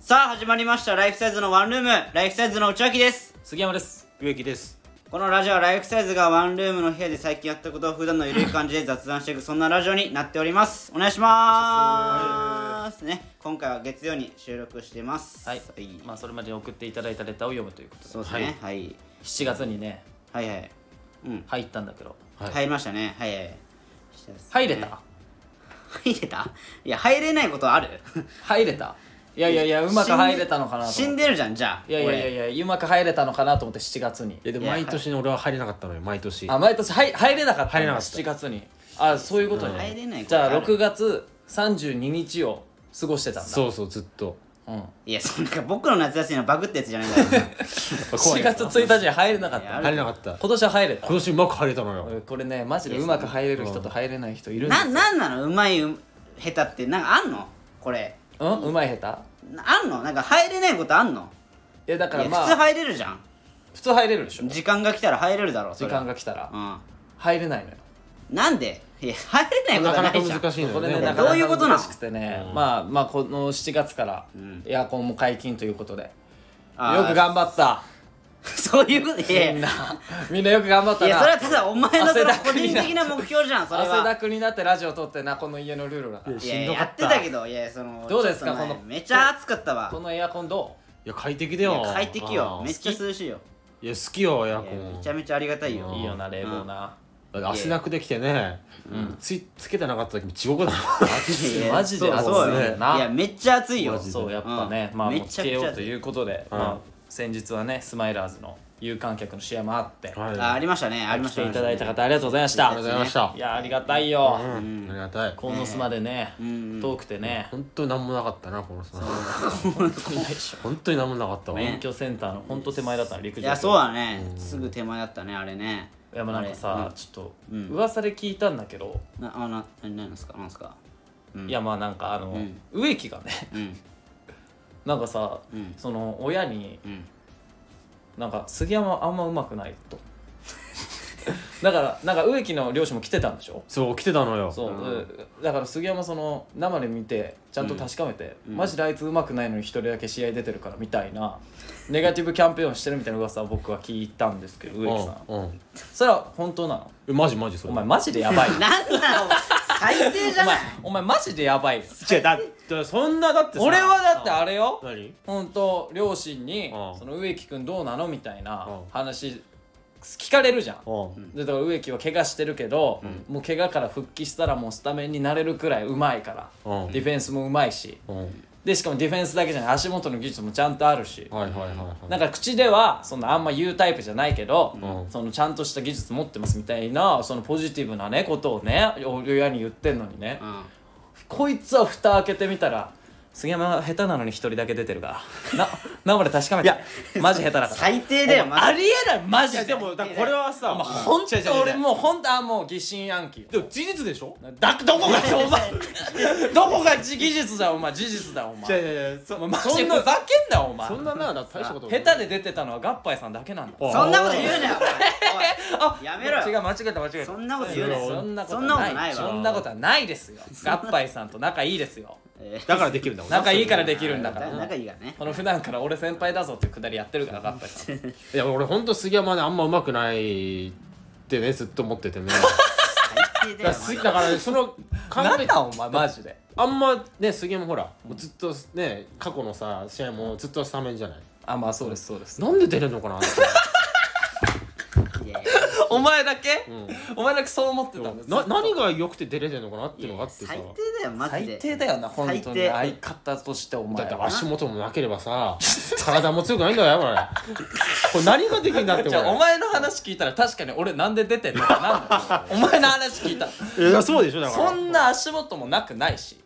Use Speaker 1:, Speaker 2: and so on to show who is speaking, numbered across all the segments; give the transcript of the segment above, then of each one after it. Speaker 1: さあ始まりましたライフサイズのワンルームライフサイズの内脇です
Speaker 2: 杉山です
Speaker 3: 植木です
Speaker 1: このラジオはライフサイズがワンルームの部屋で最近やったことを普段のゆるい感じで雑談していくそんなラジオになっておりますお願いしますね今回は月曜に収録してます
Speaker 2: はい、まあ、それまでに送っていただいたレターを読むということで
Speaker 1: そうですね、はい、
Speaker 2: 7月にね
Speaker 1: はいはいうん
Speaker 2: 入ったんだけど
Speaker 3: はい
Speaker 1: 入りましたねはいはいそうですね
Speaker 2: 入れた
Speaker 1: 入れたいや入れないことある
Speaker 2: 入れたいやいやいやうまく入れたのかなと
Speaker 1: 死
Speaker 2: 思
Speaker 1: ん
Speaker 2: っ
Speaker 1: でるじゃんじゃあ
Speaker 2: ていやいやいやいやうまく入れたのかなと思って7月に
Speaker 3: いやでも
Speaker 1: いや
Speaker 3: 毎年ね俺は入れなかったのよ毎年
Speaker 2: あ毎年はい入れなかった
Speaker 3: 入れなかった
Speaker 2: 7月にあそういうことね、
Speaker 1: 俺入れないこと
Speaker 2: じゃあ
Speaker 1: る
Speaker 2: 6月32日を過ごしてたんだ
Speaker 3: そうそうずっと
Speaker 2: う、ん、
Speaker 1: いやそんな僕の夏休みのバグったやつじゃないから
Speaker 3: 怖
Speaker 2: 7
Speaker 3: い
Speaker 2: 月1日に入れなかっ
Speaker 1: いやあ
Speaker 2: た
Speaker 1: る
Speaker 3: 入れなかった
Speaker 2: 今年は入れた
Speaker 3: 今年うまく入れたのよ
Speaker 2: これねマジでうまく入れる人と入れない人いるんで
Speaker 1: な
Speaker 2: すよ
Speaker 1: なんなのうまいう下手ってなんかあんのこれ
Speaker 2: うんうまい下
Speaker 1: なあんのなんか入れないことあんの
Speaker 2: 手いやだか
Speaker 1: いや
Speaker 2: らま
Speaker 1: 普通
Speaker 2: あ
Speaker 1: 入れるじゃん
Speaker 2: 普通入れるでしょ
Speaker 1: 時間が来たら入れるだろう
Speaker 2: 時間が来たら
Speaker 1: が
Speaker 2: 入れないのよ
Speaker 1: うんなんでいや入れない
Speaker 3: な
Speaker 1: ことは
Speaker 3: かな
Speaker 1: な
Speaker 3: か
Speaker 1: いじゃん
Speaker 3: 難しいの
Speaker 2: これ
Speaker 3: よね
Speaker 2: ね
Speaker 3: これ
Speaker 2: なか
Speaker 1: どういう
Speaker 2: な
Speaker 1: こ
Speaker 2: か
Speaker 1: となの
Speaker 2: 難しくてねまあまあこの7月からエアコンも解禁ということでよ
Speaker 1: あー
Speaker 2: く頑張った
Speaker 1: そういうこといやい
Speaker 2: みん
Speaker 1: や
Speaker 2: なみんなよく頑張っ
Speaker 1: い
Speaker 2: た
Speaker 1: やそれ
Speaker 2: な
Speaker 1: はただお前のそ
Speaker 2: 汗
Speaker 1: の
Speaker 2: だ
Speaker 1: 個
Speaker 2: くに
Speaker 1: 人
Speaker 2: な
Speaker 1: 的な目標じゃんそれ
Speaker 2: 汗だ
Speaker 1: は
Speaker 2: くになってラジオ撮ってなこの家のルールだから
Speaker 3: い
Speaker 1: いやい
Speaker 3: しん
Speaker 1: や
Speaker 3: ど
Speaker 1: や
Speaker 3: か
Speaker 1: っ
Speaker 3: ってた
Speaker 1: たけどいやその
Speaker 2: どうですか
Speaker 1: ちょっと前
Speaker 2: この
Speaker 1: めちゃ暑かったわ
Speaker 2: このエアコンど
Speaker 3: いや快適だ
Speaker 1: いや
Speaker 3: よ
Speaker 1: 快適よめっちゃ
Speaker 3: い
Speaker 1: 涼しいよ
Speaker 3: や好きよエア
Speaker 1: い
Speaker 3: コ
Speaker 1: やめ
Speaker 3: ン
Speaker 1: ちゃめちゃありがたいよ
Speaker 2: う
Speaker 3: うん
Speaker 2: いいよな冷房な
Speaker 3: だって汗だくできてねついつけてなかった時も地獄
Speaker 1: い
Speaker 3: だ
Speaker 1: やいや
Speaker 2: マジで暑い
Speaker 1: そうそ
Speaker 2: よ
Speaker 1: う
Speaker 2: ね
Speaker 1: よいやめっちゃ暑いよ
Speaker 2: そうやっぱね
Speaker 1: うん
Speaker 2: まあ
Speaker 1: め
Speaker 2: もう
Speaker 1: ち
Speaker 2: つ
Speaker 1: ゃく
Speaker 2: け
Speaker 1: ちゃ
Speaker 2: よう
Speaker 1: 暑
Speaker 2: と
Speaker 1: い
Speaker 2: いうことで
Speaker 3: うん
Speaker 2: まあ先日はねスマイラーズの有観客の試合もあって
Speaker 3: は い
Speaker 1: ああ
Speaker 3: あり
Speaker 1: りましたねありま
Speaker 2: 来
Speaker 1: したあ
Speaker 2: て
Speaker 1: りま
Speaker 2: い
Speaker 1: したね
Speaker 2: だいた方ありがとうございまし
Speaker 3: が
Speaker 2: た
Speaker 3: とうございました
Speaker 2: いやありがたいよ
Speaker 3: うんありがたい
Speaker 2: コーノスまでね
Speaker 1: うん
Speaker 2: 遠くてね
Speaker 3: 本当に何もなかったなこのさ
Speaker 2: ないでしょ
Speaker 3: 本当に何もなかったわ
Speaker 2: 免許センターのほんと手前だったの陸
Speaker 1: い
Speaker 2: 上
Speaker 1: やそうだねすぐ手前だったねあれね
Speaker 2: いやもうなんか
Speaker 1: あ
Speaker 2: さ
Speaker 1: れ
Speaker 2: ちょっと噂で聞いたんだけど
Speaker 1: うんなあな何なんですかなんですか
Speaker 2: いやまあなんかあの
Speaker 1: ん
Speaker 2: 植木がね
Speaker 1: うん
Speaker 2: なんかさ
Speaker 1: うん
Speaker 2: その親に
Speaker 1: うん
Speaker 2: なんか杉山あんまうまくないと だからなんか植木の両親も来てたんでしょ
Speaker 3: そう来てたのよ
Speaker 2: そう、うだから杉山その生で見てちゃんと確かめて、マジであいつうまくないのに一人だけ試合出てるからみたいなネガティブキャンペーンをしてるみたいな噂を僕は聞いたんですけど
Speaker 3: う
Speaker 2: 植木さん
Speaker 3: んうん
Speaker 2: それは本当なの
Speaker 3: えマジマジそ
Speaker 2: お
Speaker 3: れ
Speaker 2: 前マジでやばい
Speaker 1: なんなの最低じゃな
Speaker 2: お前
Speaker 1: い
Speaker 2: お前マジでやばいよ
Speaker 3: 違うだってそんなだって さ
Speaker 2: 俺はだってあれ
Speaker 3: うん
Speaker 2: よ
Speaker 3: 何
Speaker 2: 本当両親に
Speaker 3: うん
Speaker 2: その植木君どうなのみたいな
Speaker 3: うん
Speaker 2: 話聞かれるじゃん
Speaker 3: うん
Speaker 2: でだから植木は怪我してるけど、もう怪我から復帰したらもうスタメンになれるくらいうまいから、
Speaker 3: うん
Speaker 2: ディフェンスもうまいし
Speaker 3: うん
Speaker 2: でしかもディフェンスだけじゃない足元の技術もちゃんとあるし、
Speaker 3: はいはいはいはい
Speaker 2: なんか口ではそのあんま言うタイプじゃないけど、
Speaker 3: うん
Speaker 2: そのちゃんとした技術持ってますみたいなそのポジティブなねことをね親に言ってんのにね、
Speaker 1: うん
Speaker 2: こいつは蓋開けてみたら杉山は下手なのに一人だけ出てるからな生で確かめてマジ下手だから
Speaker 1: 最低だよマ
Speaker 2: あ
Speaker 1: ジ
Speaker 2: りえないマジで
Speaker 3: でもだからこれはさ、まあ、
Speaker 2: ほんと俺もうほんとあもう疑心暗鬼
Speaker 3: でも事実でしょ
Speaker 2: だど こがお前どこが技術だお前事実だお前
Speaker 3: いやいやそ
Speaker 2: お前マジ
Speaker 3: そ
Speaker 2: で
Speaker 3: ん
Speaker 2: ふ
Speaker 3: な
Speaker 2: ざけんなお前
Speaker 3: そんなな大したこと
Speaker 2: 下手で出てたのはガッパイさんだけなんだ
Speaker 3: お
Speaker 1: そんなこと言うなよお
Speaker 2: あ
Speaker 1: やめろよ
Speaker 2: 違う間違えた間違えた
Speaker 1: そんなこと
Speaker 3: 言うなよ
Speaker 2: そんなこと
Speaker 1: そんなことな
Speaker 2: ないい
Speaker 1: わ
Speaker 2: そんなことはないですよガッパイさんと仲いいですよ
Speaker 1: 前
Speaker 3: だからできるんだもん
Speaker 2: 仲いいから
Speaker 3: で
Speaker 2: できるんだから
Speaker 1: 仲いいから ね
Speaker 2: この普段から俺先輩だぞっていうくだりやってるからガッパイさん
Speaker 3: いや俺ほんと杉山ねあんま上手くないってねずっと思ってて ね
Speaker 1: 最低
Speaker 3: だ
Speaker 1: だよ
Speaker 3: からすだからその完
Speaker 2: 何
Speaker 3: 璧
Speaker 2: なんお前マジで
Speaker 3: あんまね杉山ほらもうずっとね過去のさ試合もずっとスタメンじゃない
Speaker 2: あまあそうですそうです
Speaker 3: なんで出れるのかなって
Speaker 1: いやい
Speaker 2: お前だけ、
Speaker 3: ん
Speaker 2: お前だけそう思ってたんです
Speaker 3: な何が良くて出れてるのかなっていうのが
Speaker 1: や
Speaker 3: あってさ
Speaker 1: 最低だよマジ
Speaker 2: 最
Speaker 1: で
Speaker 2: 低だよな本当
Speaker 1: 最
Speaker 2: に
Speaker 1: 低
Speaker 2: 相方としてお
Speaker 3: だ
Speaker 2: 前
Speaker 3: って
Speaker 2: は
Speaker 3: 足元もなければさ体も強くないんだよこれこれ何ができるんだって
Speaker 2: じゃあお
Speaker 3: こ
Speaker 2: 前の話聞いたら確かに俺なんで出てんのかなんだよお前の話聞いたら
Speaker 3: れいやそうでしょだから
Speaker 2: そんな足元もなくないし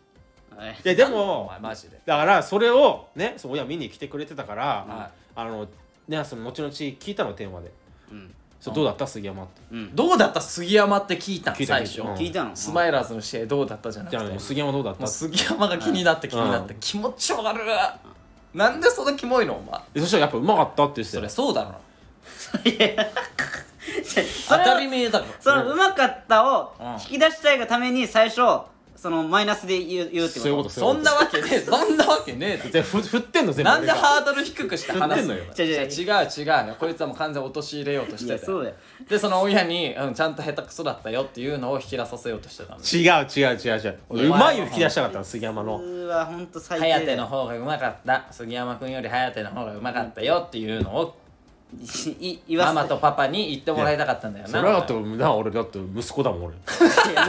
Speaker 1: おい
Speaker 3: いやで
Speaker 2: お
Speaker 3: も
Speaker 2: 前マジで
Speaker 3: だからそれをねそう親見に来てくれてたから、
Speaker 2: は
Speaker 3: あのねその後々聞いたのテーマで
Speaker 1: うん
Speaker 3: そうどうだった杉山って
Speaker 2: どうだった杉山って聞いたん
Speaker 3: 聞いた
Speaker 2: 最初
Speaker 3: うん
Speaker 1: 聞いたの
Speaker 2: スマイラーズの試合どうだったじゃなくて
Speaker 3: じゃあ
Speaker 2: も
Speaker 3: もう杉山どうだっ
Speaker 2: う
Speaker 3: たって
Speaker 2: 杉山が気になって気になって
Speaker 3: う
Speaker 2: 気持ち悪いなんでそんなキモいのお前
Speaker 3: でそしたらやっぱうまかったって言ってた
Speaker 2: そり
Speaker 3: よ
Speaker 2: ゃそうだろ
Speaker 1: それ
Speaker 2: 当た
Speaker 1: は
Speaker 2: り前だろ
Speaker 1: そのうまかったを引き出したいがために最初そのマイナスで言う言うってこと
Speaker 3: そういうこと
Speaker 2: そんなわけねえそんなわけねえ
Speaker 3: 全部振ってんの全部
Speaker 2: だろなんで
Speaker 3: 俺が
Speaker 2: ハードル低くして話すのよ
Speaker 1: 違う違う
Speaker 2: 違う違うよこいつはもう完全に陥れようとし
Speaker 1: い
Speaker 2: て
Speaker 1: や
Speaker 2: て
Speaker 1: そうだよ
Speaker 2: でその親に、うん、ちゃんと下手くそだったよっていうのを引き出させようとしてたんです
Speaker 3: 違う違う違う違う俺うまいを引き出したかったの杉山の
Speaker 1: 普通は本当最低だよ
Speaker 2: 颯の方がうまかった杉山君より颯の方がうまかったよっていうのを
Speaker 1: いい言わ
Speaker 2: マ
Speaker 1: せて
Speaker 2: マとパパに言ってもらいたかったんだよ
Speaker 3: そ
Speaker 2: な
Speaker 3: れだってな俺だって息子だもん俺
Speaker 1: いや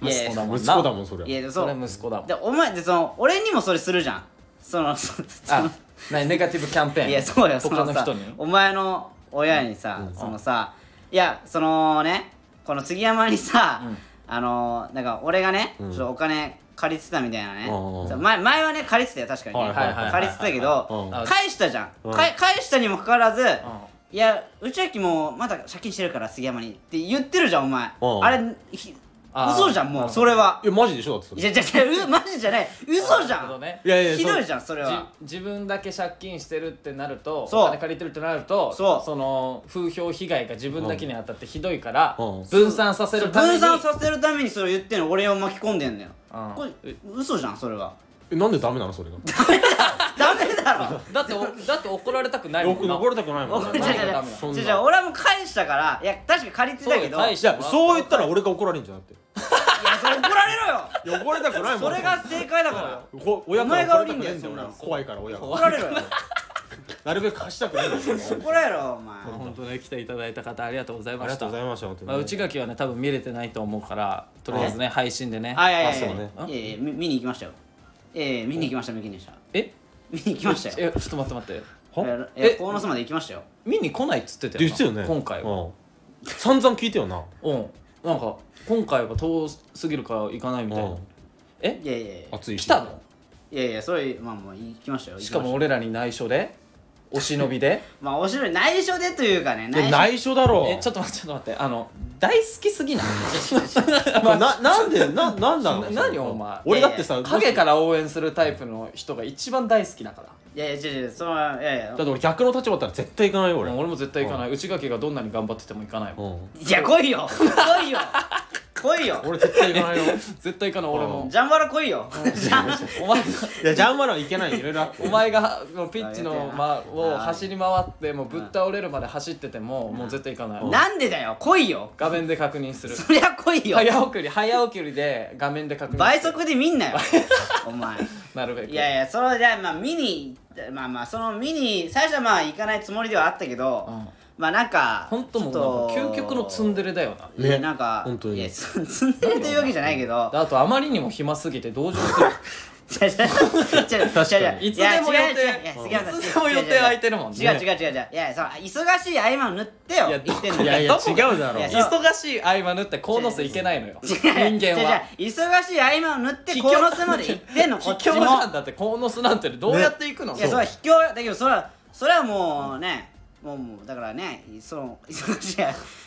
Speaker 1: むずいや
Speaker 2: 息子だもん
Speaker 3: 息
Speaker 2: な
Speaker 3: 子だもんそ
Speaker 1: い
Speaker 3: れ
Speaker 1: やそ
Speaker 2: そうれ息子だもん
Speaker 1: でお前でその俺にもそれするじゃんそのそその
Speaker 2: あ何ネガティブキャンペーン
Speaker 1: いやそうよそ
Speaker 2: 他の
Speaker 1: のさ
Speaker 2: 人に
Speaker 1: お前の親にさ、そのさいやそのねこの杉山にさ、あのなんか俺がね、ちょっとお金借りてたみたいなね、
Speaker 3: うん
Speaker 1: そう前前はね借りてたよ確かにね、
Speaker 3: はいはいはい
Speaker 1: 借りてたけど、
Speaker 3: うん
Speaker 1: 返したじゃん、
Speaker 3: ん
Speaker 1: かえ返したにもかかわらず、いや内秋もまだ借金してるから杉山にって言ってるじゃんお前、
Speaker 3: うん
Speaker 1: あれひ
Speaker 2: あー
Speaker 1: 嘘じゃん
Speaker 2: な
Speaker 1: も
Speaker 2: る
Speaker 1: う
Speaker 2: ほど
Speaker 1: それはい
Speaker 3: やマジでしょだってそ
Speaker 1: い
Speaker 3: れ
Speaker 1: やいやいやうマ ジじゃない嘘じ
Speaker 2: なる
Speaker 1: ゃ
Speaker 2: ほど
Speaker 1: ん、
Speaker 2: ね
Speaker 3: いやいや
Speaker 1: ひどいじゃ
Speaker 3: ん
Speaker 1: んそれは
Speaker 2: じ自分だけ借金してるってなると
Speaker 1: そう
Speaker 2: お金借りてるってなると
Speaker 1: そう
Speaker 2: の風評被害が自分だけに当たってひどいから、
Speaker 3: うん
Speaker 2: 分散させるために
Speaker 1: 分散させるためにそれを言ってんの俺を巻き込んでんだよ、
Speaker 2: うん
Speaker 1: これ嘘じゃんそれは
Speaker 3: えなんでダメなのそれが
Speaker 1: ダメだろ
Speaker 2: だっておだって怒られたくないも
Speaker 3: よ
Speaker 2: ん
Speaker 3: く
Speaker 2: な
Speaker 3: 残りたくないもん
Speaker 2: 怒
Speaker 1: じ
Speaker 2: ら
Speaker 1: ゃ
Speaker 2: れ
Speaker 1: じ
Speaker 2: たくない
Speaker 1: ゃ
Speaker 2: ダメだ
Speaker 1: じゃじゃ俺はもう返したからいや確かに借りてたけどい
Speaker 2: そうよ
Speaker 1: や
Speaker 2: 返
Speaker 1: そ
Speaker 2: し
Speaker 3: じゃそう言ったら俺が怒られんじゃんだって
Speaker 1: れ怒られろ よ
Speaker 3: 汚れたくないもん
Speaker 1: それが正解だからよ
Speaker 3: こ親から怒られたくないんだよ俺は怖いから親
Speaker 1: 怒
Speaker 3: が
Speaker 1: られ ろよ
Speaker 3: なるべく貸したくないんだ よ俺は
Speaker 1: 怒られろお前
Speaker 2: 本当ね来ていただいた方ありがとうござい
Speaker 3: あ
Speaker 2: ま
Speaker 3: り
Speaker 2: し
Speaker 3: がと
Speaker 2: た
Speaker 3: うございました本当に
Speaker 2: まあ、内垣はね多分見れてないと思うからとりあえずね配信でね
Speaker 1: あいやいやい
Speaker 3: あ
Speaker 1: や
Speaker 3: そう
Speaker 1: い
Speaker 3: ね
Speaker 1: やいやみ見に行きましたよええ見に行きました見に行きました
Speaker 2: え
Speaker 1: 見に行きましたよ
Speaker 2: えちょっと待って待って
Speaker 1: え
Speaker 2: え
Speaker 1: え鴻巣まで行きましたよ
Speaker 2: 見に来ないっつってたよな
Speaker 3: で言ってたよね
Speaker 2: 今回は
Speaker 3: うん散々聞いたよな
Speaker 2: うんなんか今回は遠すぎるから行かないみたいな
Speaker 3: うん
Speaker 2: え
Speaker 1: いやいやいや
Speaker 3: 熱い
Speaker 2: 来たの
Speaker 1: いやいやそれまあまあ行きましたよ
Speaker 2: しかも
Speaker 1: 行き
Speaker 2: 俺らに内緒でお忍びで
Speaker 1: ましたまあお城に内緒でというかね
Speaker 3: で
Speaker 1: 緒
Speaker 3: 内緒だろ
Speaker 2: えちょっと待ってちょっと待ってあの大好きすぎ ない
Speaker 3: まあななんでななんなの
Speaker 2: そ 何お前
Speaker 3: 俺だってさもし
Speaker 2: 影から応援するタイプの人が一番大好きだから
Speaker 1: いやいや違う違うそれはいやいや
Speaker 3: だって俺逆の立場だったら絶対行かないよ俺
Speaker 2: もう俺も絶対行かない内垣がどんなに頑張ってても行かないもん
Speaker 3: うん
Speaker 1: いや来いよ来いよ来いよ
Speaker 3: 俺絶対行 かないよ
Speaker 2: 絶対行かない俺も
Speaker 1: ジャンバラ来いよジャン
Speaker 2: お前
Speaker 3: いやジャンマラはいけないいろいろあって
Speaker 2: お前がもうピッチ
Speaker 1: あやだ
Speaker 2: の
Speaker 1: よ
Speaker 2: 間を
Speaker 1: あ
Speaker 2: 走り回ってもうぶっ倒れるまで走っててももう絶対行かない
Speaker 1: なんでだよ来いよ
Speaker 2: 画面で確認する
Speaker 1: そりゃ来いよ
Speaker 2: 早送り早送りで画面で確認する
Speaker 1: 倍速で見んなよお前
Speaker 2: なるべく
Speaker 1: いやいやそのじゃあまあ見にまあまあその見に最初はまあ行かないつもりではあったけど、
Speaker 2: うん
Speaker 1: まあなんか
Speaker 2: 本当もうなんか究極のツンデレだよな
Speaker 1: レねなんか
Speaker 3: 本当に
Speaker 1: いやつツンデレというわけじゃないけど
Speaker 2: であとあまりにも暇すぎて同情す る
Speaker 1: 違う違う違う違う違う
Speaker 2: いつ
Speaker 1: い
Speaker 2: でも予定
Speaker 1: や違う違ういや杉山さん
Speaker 2: いつでも予定空いてるもんね
Speaker 1: 違う違う違う違ういやそう忙しい合間を縫ってよ
Speaker 2: いや
Speaker 1: 言ってんの
Speaker 2: どこ
Speaker 3: い
Speaker 2: が
Speaker 3: やいや違うだろ
Speaker 1: いや
Speaker 2: 忙しい合間縫って鴻巣行けないのよ人間は
Speaker 1: 違う違う忙しい合間を縫って
Speaker 2: 卑怯
Speaker 1: コの巣まで行ってんのこ
Speaker 2: 卑
Speaker 1: っちも
Speaker 2: 怯なんだって鴻巣なんてどうやって行くの
Speaker 1: いやそれは卑怯だけどそれはそれはもうねもうもうだからねその 忙しい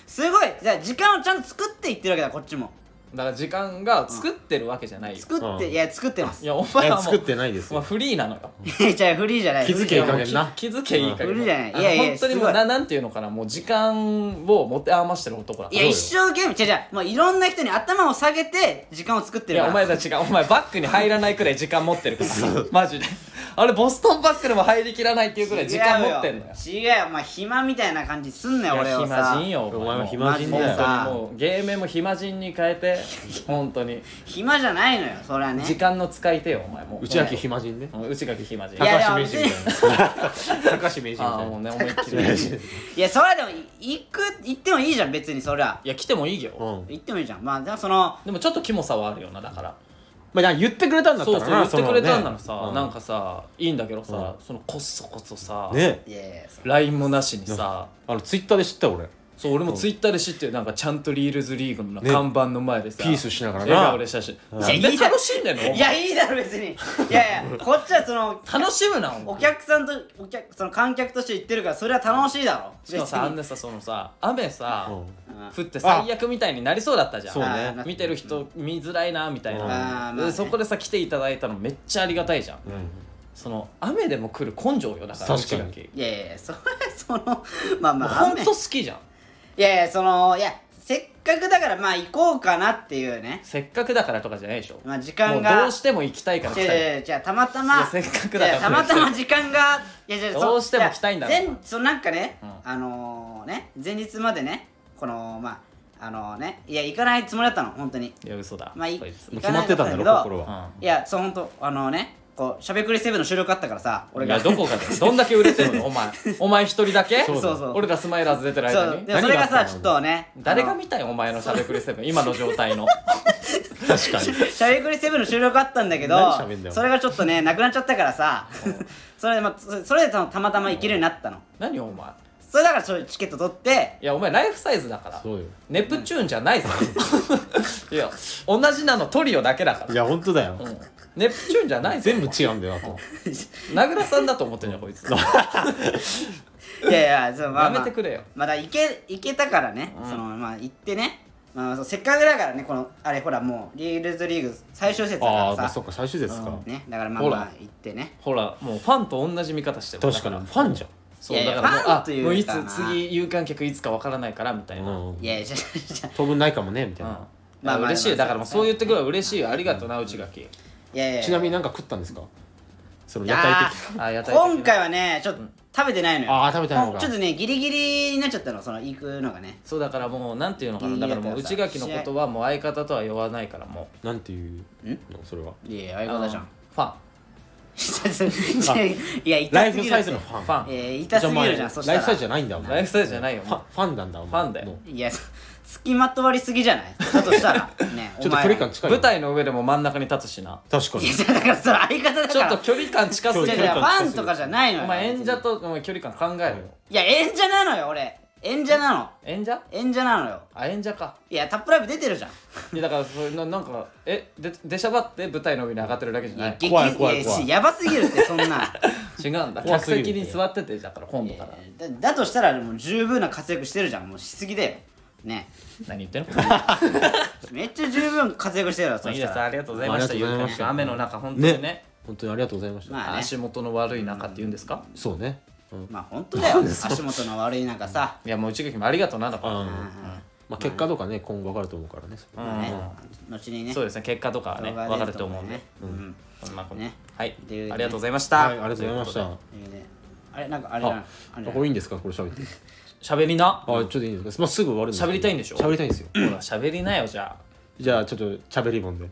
Speaker 1: すごいじゃあ時間をちゃんと作っていってるわけだこっちも
Speaker 2: だから時間が作ってるわけじゃないよ
Speaker 1: 作っ
Speaker 3: う
Speaker 1: て
Speaker 3: ん
Speaker 1: いや作ってます
Speaker 2: い
Speaker 1: いや
Speaker 2: やお前はもう
Speaker 3: 作ってないです
Speaker 2: まあ
Speaker 3: よ
Speaker 2: フリーなのよ
Speaker 1: じゃあフリーじゃない
Speaker 3: 気づけいい加減な
Speaker 2: 気づけいいから
Speaker 1: うん無理じゃない
Speaker 2: あの
Speaker 1: いやいや
Speaker 2: 本当に
Speaker 1: す
Speaker 2: も
Speaker 1: ご
Speaker 2: う
Speaker 1: い
Speaker 2: ななんていうのかなもう時間を持て余してる男だ
Speaker 1: い
Speaker 2: から
Speaker 1: や
Speaker 2: い
Speaker 1: 一生懸命じゃあじゃあもういろんな人に頭を下げて時間を作ってるか
Speaker 2: や
Speaker 1: ら
Speaker 2: お前たちがお前バッグに入らないくらい時間持ってるからマジであれボストンバッグでも入りきらないっていうくらい時間持ってんのよ
Speaker 1: 違うよ違うよお前暇みたいな感じすんなよ俺
Speaker 2: いや
Speaker 1: を
Speaker 2: 暇
Speaker 1: さ
Speaker 2: 人よお前
Speaker 3: お前は
Speaker 2: も
Speaker 1: マ
Speaker 3: 暇人
Speaker 1: ジ
Speaker 3: だ
Speaker 1: で
Speaker 3: よ
Speaker 1: さ
Speaker 2: うもう芸名も暇人に変えて本当に
Speaker 1: 暇じゃないのよそれはね
Speaker 2: 時間の使い手よお前もう
Speaker 3: 内垣暇人ね
Speaker 2: うん内垣暇人
Speaker 1: いや
Speaker 3: 高橋名人みたいな高橋名人み
Speaker 2: ああ
Speaker 3: たい
Speaker 2: もう
Speaker 3: な
Speaker 2: ね思いっきり
Speaker 1: いやそれはでも行く行ってもいいじゃん別にそりゃ
Speaker 2: いや来てもいいよ、
Speaker 3: うん
Speaker 1: 行ってもいいじゃんまあでもその
Speaker 2: でもちょっとキモさはあるよなだから
Speaker 3: まあなんか言ってくれたんだった
Speaker 2: そう
Speaker 3: らな
Speaker 2: そう言ってくれたんなら
Speaker 3: その
Speaker 2: さ
Speaker 3: ね
Speaker 2: なんかさいいんだけどさそのこそこそさ
Speaker 3: うんね
Speaker 1: いやいやそ
Speaker 2: LINE もなしにさ
Speaker 3: あのツイッターで知ったよ俺
Speaker 2: そう俺もツイッターで知ってるなんかちゃんとリールズリーグのな
Speaker 3: ね
Speaker 2: 看板の前でさ
Speaker 3: ピースしながらな
Speaker 2: 笑顔で写真
Speaker 1: ん
Speaker 2: な
Speaker 1: い
Speaker 2: ん
Speaker 1: やい
Speaker 2: で
Speaker 1: いじゃん
Speaker 2: 楽しんでんの
Speaker 1: いやいいだろ別にいやいやこっちはその
Speaker 2: 楽しむなお
Speaker 1: お
Speaker 2: 前
Speaker 1: 客さんとお客その観客として行ってるからそれは楽しいだろ
Speaker 2: しかもさあん
Speaker 1: 別
Speaker 2: なさそのさ雨さ
Speaker 3: う
Speaker 1: にうん
Speaker 2: 降って最悪みたいになりそうだったじゃ
Speaker 3: そうん
Speaker 1: あー
Speaker 3: ね
Speaker 1: な
Speaker 2: 見てる人見づらいなみたい
Speaker 3: うん
Speaker 1: あーまあ
Speaker 2: な
Speaker 1: ね
Speaker 2: でそこでさ来ていただいたのめっちゃありがたいじゃん
Speaker 3: うん
Speaker 2: その雨でも来る根性よだから
Speaker 3: 確かに
Speaker 2: 内垣
Speaker 1: いやいやそれはそのまあ
Speaker 2: もう
Speaker 1: まあ
Speaker 2: ほん
Speaker 1: 雨
Speaker 2: と好きじゃん
Speaker 1: いやいやそのいやせっかくだからまあ行こうかなっていうね
Speaker 2: せっかくだからとかじゃないでしょ
Speaker 1: まあ時間
Speaker 2: もう
Speaker 1: が
Speaker 2: どうしても行きたいから来
Speaker 1: 違う
Speaker 2: たい
Speaker 1: 違う違うじゃあたまた
Speaker 2: い
Speaker 1: ま
Speaker 2: やせっかくだから
Speaker 1: いやたまたま時間がいやじゃ
Speaker 2: どうしても来たいんだろうな
Speaker 1: そうなんかね、
Speaker 2: うん
Speaker 1: あのね前日までねこのまああのねいや行かないつもりだったの本当に
Speaker 2: いや嘘だ
Speaker 1: まあい
Speaker 2: こいつ
Speaker 1: い
Speaker 3: もう決まってたんだろ心
Speaker 2: う
Speaker 3: は
Speaker 2: ん
Speaker 1: いやそう本当あのねこうしゃべくりセブンの収録あったからさ俺
Speaker 2: い
Speaker 1: が
Speaker 2: やどこ がだよどんだけ売れてるのお前お前一人だけ
Speaker 1: そうそうそう
Speaker 2: 俺らスマイラーズ出てる
Speaker 1: そ
Speaker 2: 間
Speaker 1: う
Speaker 2: に
Speaker 1: でもそれが
Speaker 3: 何が
Speaker 1: さ
Speaker 3: あったの
Speaker 1: ちょっとね
Speaker 2: 誰が
Speaker 1: あの
Speaker 2: 見たいお前のしゃべくりセブン今の状態の
Speaker 3: 確か に
Speaker 1: しゃべくりセブンの収録あったんだけど
Speaker 3: 何喋んだよ
Speaker 1: それがちょっとねなくなっちゃったからさそれで、まあ、そそれでたまたま行けるようになったの
Speaker 2: 何お前
Speaker 1: それだからそういうチケット取って
Speaker 2: いやお前ライフサイズだから
Speaker 3: そうよ
Speaker 2: ネプチューンじゃないぞ いや同じなのトリオだけだから
Speaker 3: いや本当だよ
Speaker 2: うんネプチューンじゃないぞ
Speaker 3: 全部違うんだよあと
Speaker 2: 名倉さんだと思ってんじゃんこいつ
Speaker 1: いやいやそうまあ、ま
Speaker 2: やめ
Speaker 1: あ
Speaker 2: て、くれよ
Speaker 1: まだ行け行けたからね、そのまあ行ってね、まあ、そうせっかくだからねこのあれほらもうリールズリーグ最終節だか
Speaker 3: ああま
Speaker 1: ら
Speaker 3: あそ
Speaker 1: さ
Speaker 3: っか最終ですか
Speaker 1: ねだからまあ
Speaker 2: ほ
Speaker 1: ま
Speaker 2: ら
Speaker 1: あ行ってね
Speaker 2: ほらもうファンと同じ見方してる
Speaker 3: 確かにファンじゃん
Speaker 2: そう
Speaker 1: いやい
Speaker 2: だ
Speaker 1: や
Speaker 2: からもう
Speaker 1: ファン
Speaker 2: あ
Speaker 1: というか
Speaker 2: もういつ
Speaker 1: な
Speaker 2: 次有観客いつかわからないからみたいな、うん
Speaker 3: うん
Speaker 1: いやいやじゃあじゃあ
Speaker 3: 当分ないかもねみたいな
Speaker 2: ま
Speaker 1: まあ
Speaker 2: あ
Speaker 1: まあ
Speaker 2: 嬉しいだからもうそう言ってくれば嬉しいよありがとうな内垣
Speaker 1: いやいやいや
Speaker 3: ちなみになんか食ったんですかその
Speaker 1: い
Speaker 3: 屋
Speaker 1: や
Speaker 3: 台的
Speaker 1: ー
Speaker 2: あ屋台的な
Speaker 1: 今回はねちょっと食べてないのよ、
Speaker 3: あー食べてないのか
Speaker 1: ちょっとねギリギリになっちゃったのその行くのがね
Speaker 2: そうだからもうなんていうのか
Speaker 1: い
Speaker 2: ないだからもう
Speaker 1: やつだ
Speaker 2: 内垣のことはもう相方とは言わないからも
Speaker 3: なんていうのそれはい
Speaker 1: やいや
Speaker 2: う
Speaker 1: 相方じゃん
Speaker 2: ファン
Speaker 1: いや痛
Speaker 3: ライ
Speaker 1: す
Speaker 3: フ
Speaker 1: ぎ
Speaker 3: サ
Speaker 1: るって
Speaker 3: イズのファン
Speaker 2: ファン
Speaker 1: いや痛すぎるじゃん
Speaker 3: あ
Speaker 1: そし
Speaker 3: ラ
Speaker 1: た
Speaker 3: イ
Speaker 1: ら
Speaker 3: フサイズじゃないんだお前
Speaker 2: ライフサイズじゃないよ
Speaker 3: ファンファンなんだお前
Speaker 2: ファンだよ
Speaker 3: もう
Speaker 1: いや隙間と割りすぎじゃないだとしたらね
Speaker 3: ちょっと距離感近いよ
Speaker 2: 舞台の上でも真ん中に立つしな
Speaker 3: 確か
Speaker 1: い
Speaker 3: に
Speaker 1: やだからそれ相方だ
Speaker 2: ちょ
Speaker 1: か
Speaker 2: っと
Speaker 1: ら
Speaker 2: 距離感近すぎ
Speaker 1: いや
Speaker 2: る
Speaker 1: いやファンとかじゃないのよ
Speaker 2: お前演者とお前距離感考えるよ
Speaker 1: いや演者なのよ俺演者なの
Speaker 2: 演者
Speaker 1: 演者なのよ
Speaker 2: あ演者か
Speaker 1: いやタップライブ出てるじゃん
Speaker 2: いやだからそれななんかえで出しゃばって舞台の上に上がってるだけじゃ
Speaker 1: い
Speaker 2: な
Speaker 1: や
Speaker 2: い
Speaker 1: 激
Speaker 3: 怖い怖い
Speaker 1: や
Speaker 3: 怖い
Speaker 1: やばすぎるってそんな
Speaker 2: 違うんだ
Speaker 3: 怖
Speaker 2: 客
Speaker 3: すぎる
Speaker 2: 席に座っててだから今度から
Speaker 1: だだとしたらもう十分な活躍してるじゃんもうしすぎだよね
Speaker 2: 何言ってんの
Speaker 1: めっちゃ十分活躍してるよそ
Speaker 2: いい
Speaker 1: し
Speaker 2: で
Speaker 1: た
Speaker 2: す
Speaker 1: ら
Speaker 2: ありがとうございました
Speaker 3: ありがとうございました
Speaker 2: ゆうかに雨の中本当にね
Speaker 3: 本当にありがとうございました
Speaker 1: まあね
Speaker 2: 足元の悪い中って言うんですか、
Speaker 3: そうねうん
Speaker 1: まあ本当だよ足元の悪い中さ
Speaker 2: いやもう内垣もありがとうなだから、
Speaker 3: まあ結果とかね今後わかると思うからねそれ
Speaker 1: まあね後にね
Speaker 2: そうですね結果とかはね
Speaker 1: 動画
Speaker 2: 分か
Speaker 1: 出
Speaker 2: ると思うんで、
Speaker 1: ねうん
Speaker 2: そんなこと、
Speaker 1: ね
Speaker 2: はい
Speaker 1: というね
Speaker 2: ありがとうございまし
Speaker 3: は
Speaker 2: た
Speaker 3: いありがとうございましたあ
Speaker 1: いいねあれなんかあれじゃんあれじゃ
Speaker 3: こ
Speaker 1: ん
Speaker 3: れいいんですかこれ喋って
Speaker 2: 喋りな
Speaker 3: あちょっといいんですかまあすぐ終わるんですけど
Speaker 2: 喋りたいんでしょ
Speaker 3: 喋りたいんですよ
Speaker 2: ほら喋りなよじゃ
Speaker 3: じゃあちょっと喋り もんで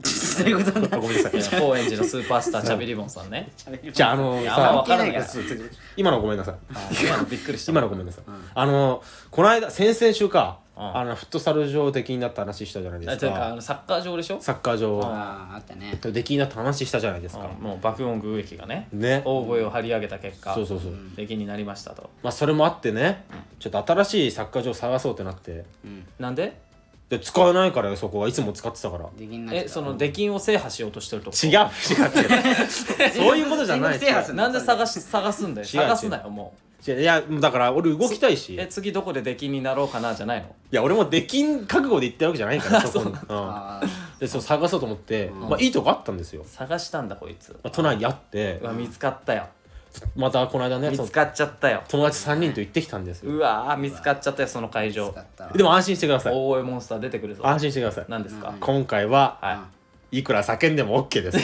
Speaker 1: そういうことなんだ
Speaker 3: あごめんなさ
Speaker 2: あ
Speaker 3: い
Speaker 2: いや高円寺のスーパースター喋りぼんさん ね
Speaker 3: じゃああの
Speaker 2: いやあんま
Speaker 3: さ
Speaker 2: 分からないから
Speaker 1: 関係
Speaker 3: 今のごめんなさい
Speaker 2: あ今のびっくりした
Speaker 3: 今のごめんなさいあのこの間先々週か
Speaker 2: うん
Speaker 3: あのフットサル場的になった話したじゃないで
Speaker 2: あ
Speaker 3: す
Speaker 2: てかあ
Speaker 3: か
Speaker 2: のサッカー場でしょ
Speaker 3: サッカー場
Speaker 1: あーあったね
Speaker 3: 出来になった話したじゃないです
Speaker 2: うん
Speaker 3: か
Speaker 2: もう爆音偶益がね
Speaker 3: ね
Speaker 2: 大声を張り上げた結果
Speaker 3: そうそうそう
Speaker 2: 出来になりましたと
Speaker 3: まあそれもあってねちょっと新しいサッカー場探そうってなって
Speaker 1: うん
Speaker 2: なんで
Speaker 3: で使えないからよそこはいつも使ってたから
Speaker 1: できんなっちゃっ
Speaker 2: え
Speaker 1: た
Speaker 2: その出禁を制覇しようとしてるとこ
Speaker 3: 違う違う違うそういうことじゃない
Speaker 1: 全部制覇する
Speaker 2: なんで探し探すんだよ
Speaker 3: 違う違う
Speaker 2: 探すなよもう
Speaker 3: 違ういやだから俺動きたいしい
Speaker 2: え次どこで出禁になろうかなじゃないの
Speaker 3: や俺もできん覚悟で行ってるわけじゃないからそこにうん
Speaker 1: あー
Speaker 3: でそう探そうと思って、まあいいとこあったんですよ、
Speaker 2: 探したんだこいつ
Speaker 3: まあ、都内にあって
Speaker 2: うわ見つかったよ
Speaker 3: またこの間ね
Speaker 2: 見
Speaker 3: その
Speaker 2: つかっちゃったよ
Speaker 3: 友達3人と行ってきたんですよ
Speaker 2: うわー見つかっちゃったよその会場
Speaker 1: 使ったわ
Speaker 3: でも安心してください
Speaker 2: 大声モンスター出てくるぞ
Speaker 3: 安心してください
Speaker 2: 何ですか
Speaker 3: 今回は
Speaker 2: はい
Speaker 3: くら叫んでも OK です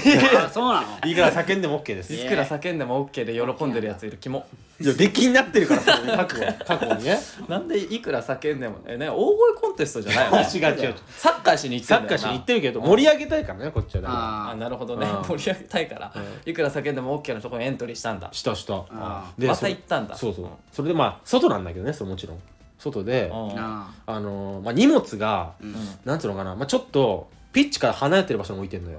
Speaker 1: あそうなの
Speaker 3: いくら叫んでも OK です
Speaker 2: い
Speaker 3: い
Speaker 2: いくら叫んでも OK で喜んでるやついるキモ
Speaker 3: や出禁になってるからそういう 覚悟覚悟にね
Speaker 2: なんでいくら叫んでもねね大声コンテストじゃないよね
Speaker 3: 違う違う違う
Speaker 2: サッカーしに行って
Speaker 3: サ
Speaker 2: んだ
Speaker 3: ッカー
Speaker 2: よ
Speaker 3: し
Speaker 2: な
Speaker 3: に行ってるけど盛り上げたいからねこっちはだか
Speaker 2: あ
Speaker 1: あ
Speaker 2: なるほどね
Speaker 3: うん
Speaker 2: 盛り上げたいからいくら叫んでも OK のところにエントリーしたんだ
Speaker 3: らしたした
Speaker 1: あ
Speaker 3: で
Speaker 2: ま
Speaker 3: そ
Speaker 2: た行ったんだ
Speaker 3: そうそう
Speaker 2: うん
Speaker 3: それでまあ外なんだけどねそれもちろん外で
Speaker 2: うん
Speaker 1: ーな
Speaker 3: あのーまあ荷物がなんつうのかなまあちょっとピッチから離れてる場所に置いてんのよ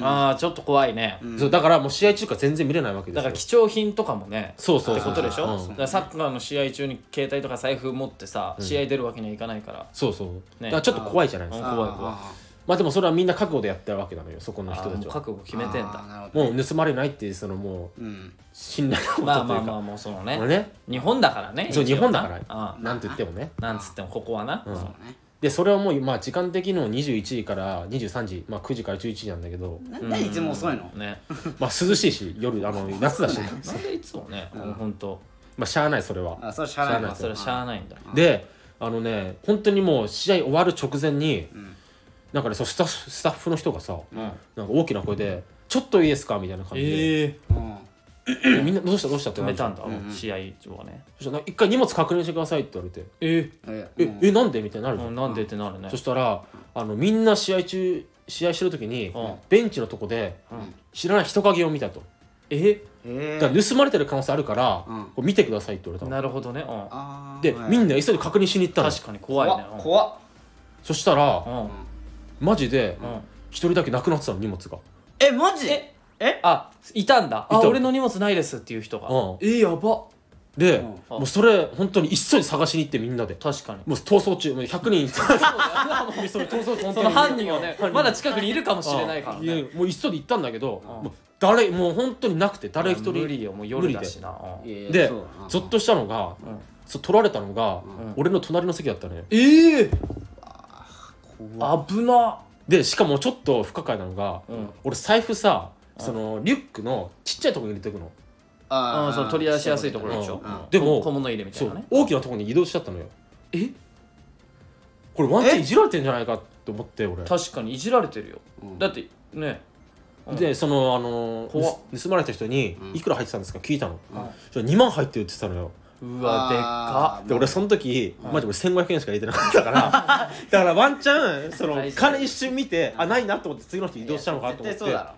Speaker 2: ああちょっと怖いね
Speaker 1: ん
Speaker 3: そうだからもう試合中から全然見れないわけです
Speaker 2: だ
Speaker 3: よ
Speaker 2: から貴重品とかもね
Speaker 3: そうそう
Speaker 2: ってことでし
Speaker 3: う
Speaker 2: ょ、
Speaker 3: ん
Speaker 2: だからサッカーの試合中に携帯とか財布持ってさ、試合出るわけにはいかないから
Speaker 3: そうそう、
Speaker 2: ね
Speaker 3: だからちょっと怖いじゃないです
Speaker 1: あ
Speaker 3: か
Speaker 2: あ怖い怖い
Speaker 1: あ
Speaker 3: まあでもそれはみんな覚悟でやってるわけなのよそこの
Speaker 2: あ
Speaker 3: 人
Speaker 2: ー
Speaker 3: た
Speaker 2: もう
Speaker 3: ちは
Speaker 2: 覚悟決
Speaker 1: ー
Speaker 2: めてん
Speaker 1: あー
Speaker 2: だ
Speaker 1: なるほど
Speaker 3: もう盗まれないっていうそのもう
Speaker 1: うん
Speaker 3: 信頼のことという
Speaker 2: ま
Speaker 3: か、
Speaker 2: あまあまあもうそのね
Speaker 3: まあね
Speaker 2: 日本だからね
Speaker 3: そう
Speaker 2: 一応
Speaker 3: 日本だ
Speaker 2: な
Speaker 3: から
Speaker 2: あ
Speaker 3: なんて言ってもね
Speaker 2: あなんつってもここはな、
Speaker 3: うん
Speaker 2: そう
Speaker 1: ね
Speaker 3: でそれはもうまあ時間的にも21時から23時、まあ、9時から11時なんだけど
Speaker 1: な何いつも遅いの
Speaker 2: ね
Speaker 3: まあ涼しいし夜あの夏だし、
Speaker 2: なんでいつもね、もうほんと
Speaker 3: まあしゃあないそれは
Speaker 1: あそれしゃあない
Speaker 3: しゃあ
Speaker 2: ま
Speaker 3: な
Speaker 2: あ
Speaker 3: い
Speaker 2: それはしゃあないんだ
Speaker 3: であのね本当にもう試合終わる直前に、
Speaker 1: ん
Speaker 3: なんかねそうスタッフスタッフの人がさ、
Speaker 2: うん
Speaker 3: なんか大きな声で「ちょっといいですか?」みたいな感じで、
Speaker 2: え
Speaker 1: うん
Speaker 3: でみんな「どうしたどうした?」って
Speaker 2: 止
Speaker 3: な
Speaker 2: め
Speaker 3: るじゃ
Speaker 2: た
Speaker 3: ん
Speaker 2: んだ、試合上はね
Speaker 3: そしたら「一回荷物確認してください」って言われて
Speaker 2: え
Speaker 1: え
Speaker 3: 「え、
Speaker 1: うん
Speaker 3: えなんで?」みたいになるじゃん、
Speaker 2: なんでってなるね
Speaker 3: そしたらあのみんな試合中試合してる時に、
Speaker 2: うん
Speaker 3: ベンチのとこで、
Speaker 2: ん
Speaker 3: 知らない人影を見たと
Speaker 2: え
Speaker 1: え
Speaker 3: だから盗まれてる可能性あるから、
Speaker 1: うん
Speaker 3: これ見てくださいって言われたの
Speaker 2: なるほどね、う
Speaker 1: あー
Speaker 3: で、
Speaker 1: はい
Speaker 3: みんな急いで確認しに行った
Speaker 2: ん、
Speaker 3: の
Speaker 2: 確かに怖いね
Speaker 1: 怖っ怖っ
Speaker 3: そしたら、
Speaker 2: うん、うん
Speaker 3: マジで
Speaker 2: うん
Speaker 3: 一人だけなくなってたの荷物が
Speaker 1: えマジえ
Speaker 2: あいたんだ
Speaker 3: い
Speaker 2: あ
Speaker 3: た
Speaker 2: 俺の荷物ないですっていう人が、
Speaker 3: うん
Speaker 2: えやば
Speaker 3: で、
Speaker 1: うん
Speaker 2: あ
Speaker 3: もうそれ本当に急いで探しに行ってみんなで
Speaker 2: 確かに
Speaker 3: もう逃走中もう100 人そう逃走中
Speaker 2: その犯人をねまだ近くにいるかもしれないから
Speaker 3: いやい
Speaker 2: ね
Speaker 3: やもう急いで行ったんだけど、
Speaker 2: うん
Speaker 3: もう誰もう本当になくて誰一人
Speaker 2: 無理よもう夜だしな、うん
Speaker 1: いやいや
Speaker 3: で
Speaker 1: そうだな
Speaker 3: ゾッとしたのが、
Speaker 2: ん
Speaker 3: そう取られたのが、
Speaker 2: ん
Speaker 3: 俺の隣の席だったね
Speaker 2: ええ
Speaker 1: 怖っ
Speaker 2: 危な
Speaker 3: でしかもちょっと不可解なのが、
Speaker 2: うん
Speaker 3: 俺財布さそのリュックのちっちゃいところに入れていくの、
Speaker 2: あ
Speaker 1: あ
Speaker 2: あ
Speaker 1: ー
Speaker 2: その取り出しやすいところでしょ、
Speaker 1: うんうん
Speaker 3: でも
Speaker 2: 小物入れみた
Speaker 3: そ
Speaker 2: いな
Speaker 3: う
Speaker 2: ね
Speaker 3: 大きなところに移動しちゃったのよ
Speaker 2: え
Speaker 3: これワンチャンいじられてんじゃないかと思って俺
Speaker 2: 確かにいじられてるよ、
Speaker 1: うん
Speaker 2: だってねうん
Speaker 3: でそのあの
Speaker 2: 怖っ
Speaker 3: 盗盗まれた人に
Speaker 1: うん
Speaker 3: いくら入ってたんですか聞いたの、
Speaker 1: うん
Speaker 3: そしたら2万入ってるって言ってたのよ
Speaker 2: うわでっか
Speaker 1: あー
Speaker 3: で俺その時、マジ俺1500円しか入れてなかったから だからワンチャンその
Speaker 2: 大事
Speaker 3: 金一瞬見てあないなと思って次の人移動したのかと思って
Speaker 1: 絶対そうだ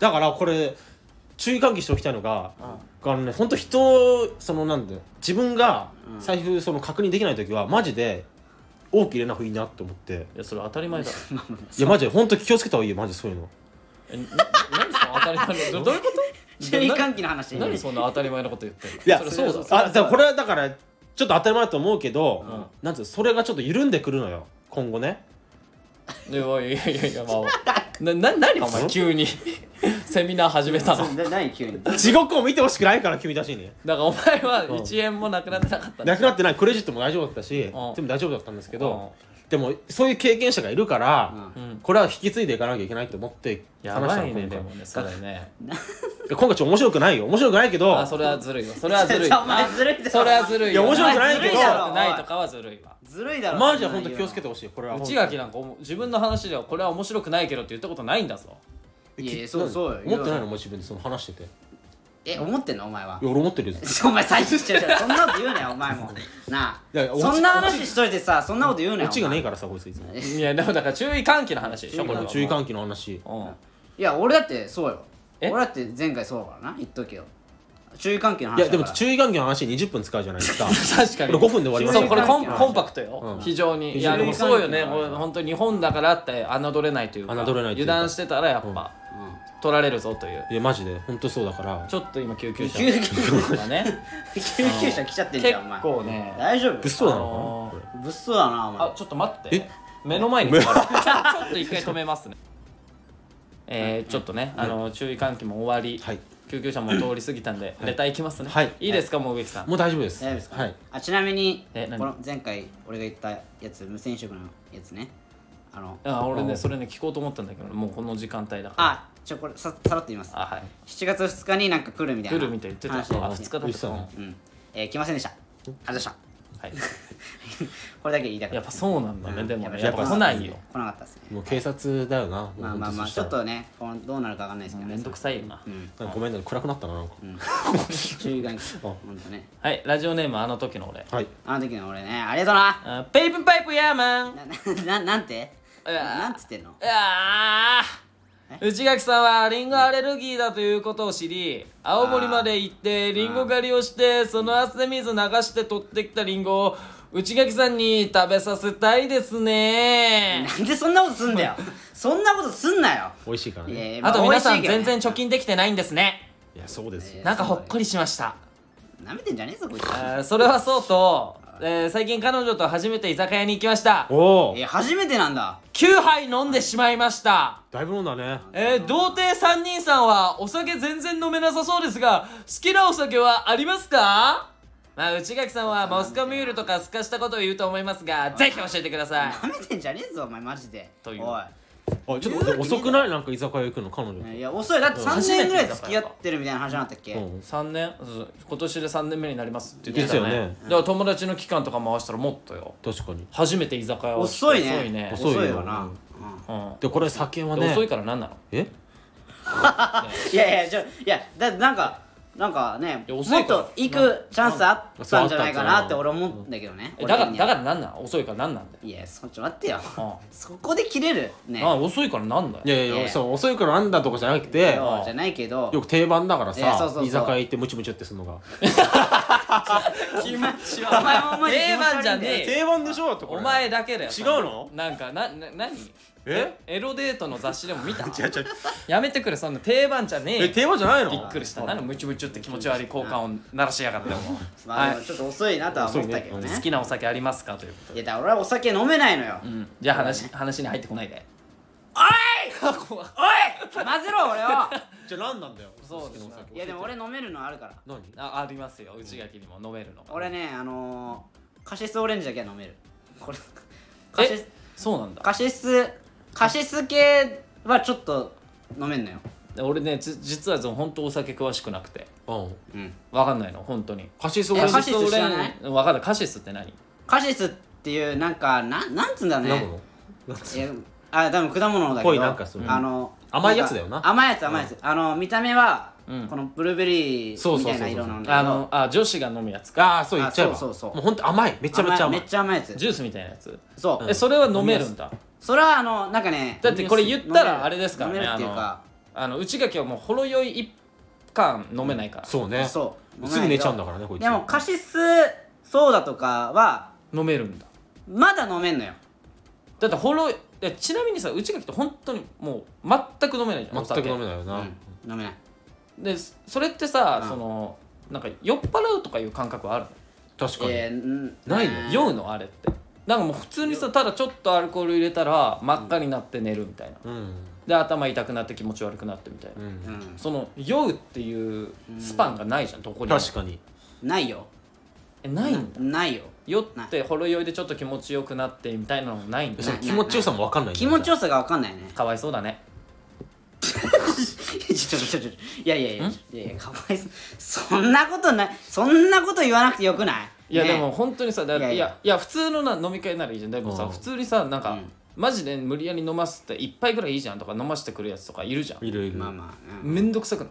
Speaker 3: だからこれ注意喚起しておきたいのが、あのね本当人そのなんで自分が財布その確認できない時はマジで多く入れなくていいなと思って
Speaker 2: いやそれ当た り前だろ
Speaker 3: いやマジで本当気をつけた方がいいよマジでそういうの
Speaker 2: えな何その当たり前のどどういうこ
Speaker 1: ろ
Speaker 2: と
Speaker 1: 注意
Speaker 2: な
Speaker 1: 喚起の話でいい
Speaker 2: 何そんな当たり前のこと言ってんの
Speaker 3: いや
Speaker 2: それそうだろ
Speaker 3: あだからこれはだからちょっと当たり前だと思うけど、なんつうのそれがちょっと緩んでくるのよ今後ね
Speaker 2: でもいやいやいやまあなな何お前急に セミナー始めた の
Speaker 1: そんな何急に
Speaker 3: 地獄を見てほしくないから君たちに
Speaker 2: だからお前は1円もなくなってなかった
Speaker 3: なくなってないクレジットも大丈夫だったし全
Speaker 2: ん
Speaker 3: 部大丈夫だったんですけどでもそういう経験者がいるから、
Speaker 1: うん
Speaker 3: これは引き継いでいかなきゃいけないと思って
Speaker 2: や
Speaker 3: 話した
Speaker 2: ば
Speaker 3: の
Speaker 2: いね
Speaker 3: 今
Speaker 2: で
Speaker 3: 回
Speaker 2: もねそれね
Speaker 3: 今回ちょっと面白くないよ面白くないけど
Speaker 2: あそれはずるいわ それはずるい
Speaker 1: ちょ
Speaker 2: わ
Speaker 1: お前ずるいだろ
Speaker 2: それはずるいわ
Speaker 3: いや面白くないけど
Speaker 2: ずるだろないとかはずるいわ
Speaker 1: ずるいだろ
Speaker 3: マジで本当気をつけて
Speaker 1: ほ
Speaker 3: ほしいこれは
Speaker 2: 内垣なんかおも自分の話ではこれは面白くないけどって言ったことないんだぞ
Speaker 1: いやいやそうそうよ
Speaker 3: 思ってないのもう自分でその話しててい
Speaker 1: え思ってんのお前は
Speaker 3: や俺思ってるよ
Speaker 1: ち ょお前最初ちゃうちゃうそんなこと言うなよお前もなあ
Speaker 3: いやいや
Speaker 1: そんな話しといてさそんなこと言うなよ
Speaker 3: オチがねえからさこいついつも
Speaker 2: いやでもだから注意喚起の話でしょ
Speaker 3: こ
Speaker 2: これ
Speaker 3: れ
Speaker 2: は
Speaker 3: 注意喚起の話
Speaker 2: うん
Speaker 1: いや俺だってそうよ
Speaker 2: え
Speaker 1: 俺だって前回そうだからな言っとけよ注意喚起の話
Speaker 3: いや
Speaker 1: だか
Speaker 3: で
Speaker 1: ら
Speaker 3: も注意喚起の話20分使うじゃないですか
Speaker 2: 確かに
Speaker 3: これ5分で終わります
Speaker 2: そ
Speaker 3: よ
Speaker 2: うこれコン
Speaker 1: 注意喚起の話
Speaker 2: コンパクトよ、
Speaker 3: うん
Speaker 2: 非常にいや
Speaker 3: 非常
Speaker 2: で
Speaker 3: に
Speaker 2: もそうよねもう本当に日本だからって侮れないというか
Speaker 3: 侮れないというか
Speaker 2: 油断してたらやっぱ、取られるぞという
Speaker 3: いやマジで本当そうだから
Speaker 2: ちょっと今救急車
Speaker 1: 救
Speaker 2: がね
Speaker 1: 救急車来ちゃってんじ
Speaker 2: 結
Speaker 1: ゃんお前
Speaker 2: 構ね
Speaker 1: 大丈夫
Speaker 3: 物騒なのかなこ
Speaker 1: 物騒だなお前
Speaker 2: あちょっと待って
Speaker 3: え
Speaker 2: 目の前にちょちょ っと一回止めますねえー、ちょっとね、あの注意喚起も終わり、
Speaker 3: はい
Speaker 2: 救急車も通り過ぎたんで、レター行きますね、
Speaker 3: はい
Speaker 2: いいですか、もう植木さん
Speaker 3: れもう大丈夫です
Speaker 1: 大丈夫ですか、
Speaker 3: はい
Speaker 1: あちなみに
Speaker 2: え何
Speaker 1: この前回俺が言ったやつ無線食のやつねあの
Speaker 2: あ俺ねそれね聞こうと思ったんだけどもうこの時間帯だから
Speaker 1: あちょこれささらっと言います
Speaker 2: あはい
Speaker 1: 7月2日になんか来るみたいな
Speaker 2: 来るみたいに言って
Speaker 1: 話
Speaker 2: たあ
Speaker 1: で
Speaker 2: 2日だ
Speaker 3: 言
Speaker 2: っ
Speaker 3: ってた
Speaker 2: た
Speaker 3: ね
Speaker 1: うんえー来ませんでしたありがとうございました
Speaker 2: はい、
Speaker 1: これだけ言いたか
Speaker 2: や
Speaker 1: っ
Speaker 2: ったぱそうなんだね、でもね
Speaker 1: や
Speaker 2: や
Speaker 1: っ
Speaker 2: っ
Speaker 1: ぱ
Speaker 2: ぱ来ないよ
Speaker 1: 来なかったですね
Speaker 3: もう警察だよな
Speaker 1: まあまあまあちょっとねこのどうなるかわかんないですけど
Speaker 2: め
Speaker 1: ね
Speaker 2: んどくさいよな、
Speaker 3: とごめんね暗くなったななんか
Speaker 1: 注意喚起ほんとね
Speaker 2: はいラジオネームあの時の俺
Speaker 3: はい
Speaker 1: あの時の俺ねありがとうな
Speaker 2: あペイプンパイプヤーマン
Speaker 1: なななんて
Speaker 2: うわ
Speaker 1: なんつってんの
Speaker 2: あー内垣さんはリンゴアレルギーだということを知り青森まで行ってリンゴ狩りをしてその汗水流して取ってきたリンゴを内垣さんに食べさせたいですね
Speaker 1: なんでそんなことすんだよそんなことすんなよ
Speaker 3: 美味しいからね
Speaker 1: いや
Speaker 2: あと
Speaker 1: ま
Speaker 2: 皆さん
Speaker 1: 美味しいけどね
Speaker 2: 全然貯金できてないんですね
Speaker 3: いやそうですよ
Speaker 2: なんかほっこりしました
Speaker 1: 舐めてんじゃねえぞこいつ
Speaker 2: あーそれはそうと、えー最近彼女と初めて居酒屋に行きました
Speaker 3: おお
Speaker 1: え初めてなんだ
Speaker 2: 9杯飲んでしまいました
Speaker 3: だいぶ飲んだね
Speaker 2: えー、童貞三人さんはお酒全然飲めなさそうですが好きなお酒はありますかまあ内垣さんはモスコミュールとかすかしたことを言うと思いますがぜひ教えてください
Speaker 1: 舐めてんじゃねえぞお前マジで
Speaker 2: という
Speaker 1: おい
Speaker 3: あちょっと遅くないなんか居酒屋行くの彼女、
Speaker 1: いや遅いだって3年ぐらい付き合ってるみたいな話じゃなかったっけ、
Speaker 3: うん、
Speaker 2: 3年そう今年で3年目になりますって言ってた
Speaker 3: ですよ
Speaker 2: ね
Speaker 3: ね
Speaker 2: だから友達の期間とか回したらもっとよ
Speaker 3: 確かに
Speaker 2: 初めて居酒屋を
Speaker 1: 遅いね
Speaker 2: 遅いね
Speaker 3: 遅いよ
Speaker 1: わな、
Speaker 2: うん
Speaker 3: でこれ酒は
Speaker 2: で
Speaker 3: ね
Speaker 2: 遅いから何なの
Speaker 3: え
Speaker 1: いやいやちょいやだってなんかなんかね
Speaker 2: いや
Speaker 1: もっ
Speaker 2: 遅いから
Speaker 1: と行くチャンスあったんじゃないかなって
Speaker 3: うん
Speaker 1: 俺思うんだけどね、
Speaker 2: えだから
Speaker 1: 俺に
Speaker 2: だ
Speaker 1: は
Speaker 2: から何なの遅いから何なんだよ
Speaker 1: いやそちょっと待ってよ、
Speaker 2: あ
Speaker 1: そこで切れるね
Speaker 2: あ遅いからなんだよ
Speaker 3: いやいやい
Speaker 1: いや
Speaker 3: やそう遅いからなんだとかじゃなく
Speaker 1: いや
Speaker 3: て
Speaker 1: じゃないけど
Speaker 3: よく定番だから
Speaker 1: いやそうそうそ
Speaker 3: さ
Speaker 1: う
Speaker 3: 居酒屋行ってムチムチってするのが
Speaker 2: 気持ち
Speaker 1: お前もお前
Speaker 2: 定番じゃねえよ
Speaker 3: 定番でしょだってこれ
Speaker 2: お前だけだよ
Speaker 3: 違うの
Speaker 2: なんかなな何
Speaker 3: え
Speaker 2: エロデートの雑誌でも見た
Speaker 3: 違う違う
Speaker 2: やめてくれそんな定番じゃねえ
Speaker 3: え
Speaker 2: よ
Speaker 3: 定番じゃないの
Speaker 2: びっくりした何ムチムチって気持ち悪い効果音鳴らしやがってもう
Speaker 1: まあ、
Speaker 2: はい
Speaker 1: ちょっと遅いなとは思ったけどね
Speaker 2: 好きなお酒ありますかということ
Speaker 1: いやだから俺はお酒飲めないのよ、
Speaker 2: うんじゃあ話話に入ってこないでお
Speaker 1: お
Speaker 2: い
Speaker 1: い混ぜろ俺を
Speaker 3: じゃあ何なんだよ
Speaker 2: そうですね
Speaker 3: 好きなお酒
Speaker 1: いやでも俺飲めるのあるから
Speaker 3: 何
Speaker 2: あありますよ内垣にも飲めるのが
Speaker 1: 俺ねあのー、カシスオレンジだけは飲めるこれカシス
Speaker 2: えそうなんだ
Speaker 1: カシスカシス系はちょっと飲めんのよ
Speaker 2: 俺ねじ実はその本当お酒詳しくなくて
Speaker 3: うん
Speaker 1: うん
Speaker 2: わかんないの本当に
Speaker 3: カシスオ
Speaker 1: い
Speaker 3: レ
Speaker 1: や
Speaker 3: ンジ
Speaker 1: カシス知ら
Speaker 2: 俺
Speaker 1: ない
Speaker 2: わかんないカシスって何
Speaker 1: カシスっていうなんかなんなんつうんだろう
Speaker 3: 何な
Speaker 1: ね
Speaker 3: のなん
Speaker 1: いやあ多分果物だけど
Speaker 3: ぽいなんかそう
Speaker 1: あの
Speaker 3: 甘いやつだよなん
Speaker 1: か甘いやつ甘いやつ、あの見た目は、
Speaker 2: うん
Speaker 1: このブルーベリ
Speaker 3: そ
Speaker 1: ー
Speaker 3: う
Speaker 1: み
Speaker 3: そう
Speaker 1: たい
Speaker 3: そ
Speaker 1: な色
Speaker 3: うそう
Speaker 1: なんだ
Speaker 2: あ
Speaker 1: けど
Speaker 2: のあ女子が飲むやつか
Speaker 3: ああそう言っちゃえば
Speaker 1: あそうそうそう
Speaker 3: もうほんと甘いめちゃめちゃ
Speaker 1: 甘
Speaker 3: 甘
Speaker 1: い
Speaker 3: い
Speaker 1: めっちゃ甘いやつ
Speaker 2: ジュースみたいなやつ
Speaker 1: そう、
Speaker 2: えそれは飲めるんだ
Speaker 1: それはあのなんかね
Speaker 2: だってこれ言ったらあれですからね
Speaker 1: 飲めるっていうか
Speaker 2: あの内垣はもうほろ酔い一缶飲めないから
Speaker 3: そうね
Speaker 1: そう飲めないけど
Speaker 3: すぐ寝ちゃうんだからねこいつ
Speaker 1: でもカシスソーダとかは
Speaker 2: 飲めるんだ
Speaker 1: まだ飲めんのよ
Speaker 2: だってほろいやちなみにさ内垣って本当にもう全く飲めないじゃんお
Speaker 3: 全
Speaker 2: 酒
Speaker 3: く飲めないよな、
Speaker 1: うん飲めない
Speaker 2: でそそれってさ、
Speaker 1: うん
Speaker 2: そのなんか酔っ払うとかいう感覚はあるの
Speaker 3: 確かに、
Speaker 1: えーん
Speaker 3: ないの
Speaker 2: 酔うのあれってなんかもう普通にさただちょっとアルコール入れたら真っ赤になって寝るみたいな
Speaker 3: うん
Speaker 2: で頭痛くなって気持ち悪くなってみたいな、
Speaker 3: うん
Speaker 1: うん
Speaker 2: その酔うっていうスパンがないじゃんどこにも
Speaker 3: 確かに
Speaker 1: ないよ
Speaker 2: えないんだ
Speaker 1: ないよ
Speaker 2: 酔ってほろ酔いでちょっと気持ちよくなってみたいなのもないんだ
Speaker 3: その
Speaker 1: ない
Speaker 3: 気持ちよさも分かんない
Speaker 1: 気持ち
Speaker 3: よ
Speaker 1: よさが分かんないね
Speaker 2: かわいそうだね
Speaker 1: ちょちょちょちょいやいやいやいやいやかわいそうそんなことないそんなこと言わなくてよくない
Speaker 2: いや
Speaker 1: ね
Speaker 2: でも本当にさだい
Speaker 1: いや
Speaker 2: や
Speaker 1: い
Speaker 2: い
Speaker 1: や
Speaker 2: やいや普通のな飲み会ならいいじゃんでもさ
Speaker 3: うん
Speaker 2: 普通にさなんか、
Speaker 1: うん
Speaker 2: マジで無理やり飲ませて一杯ぐらいいいじゃんとか飲ませてくるやつとかいるじゃん
Speaker 3: いるいる、
Speaker 1: まあまあうん
Speaker 2: めんどくさくない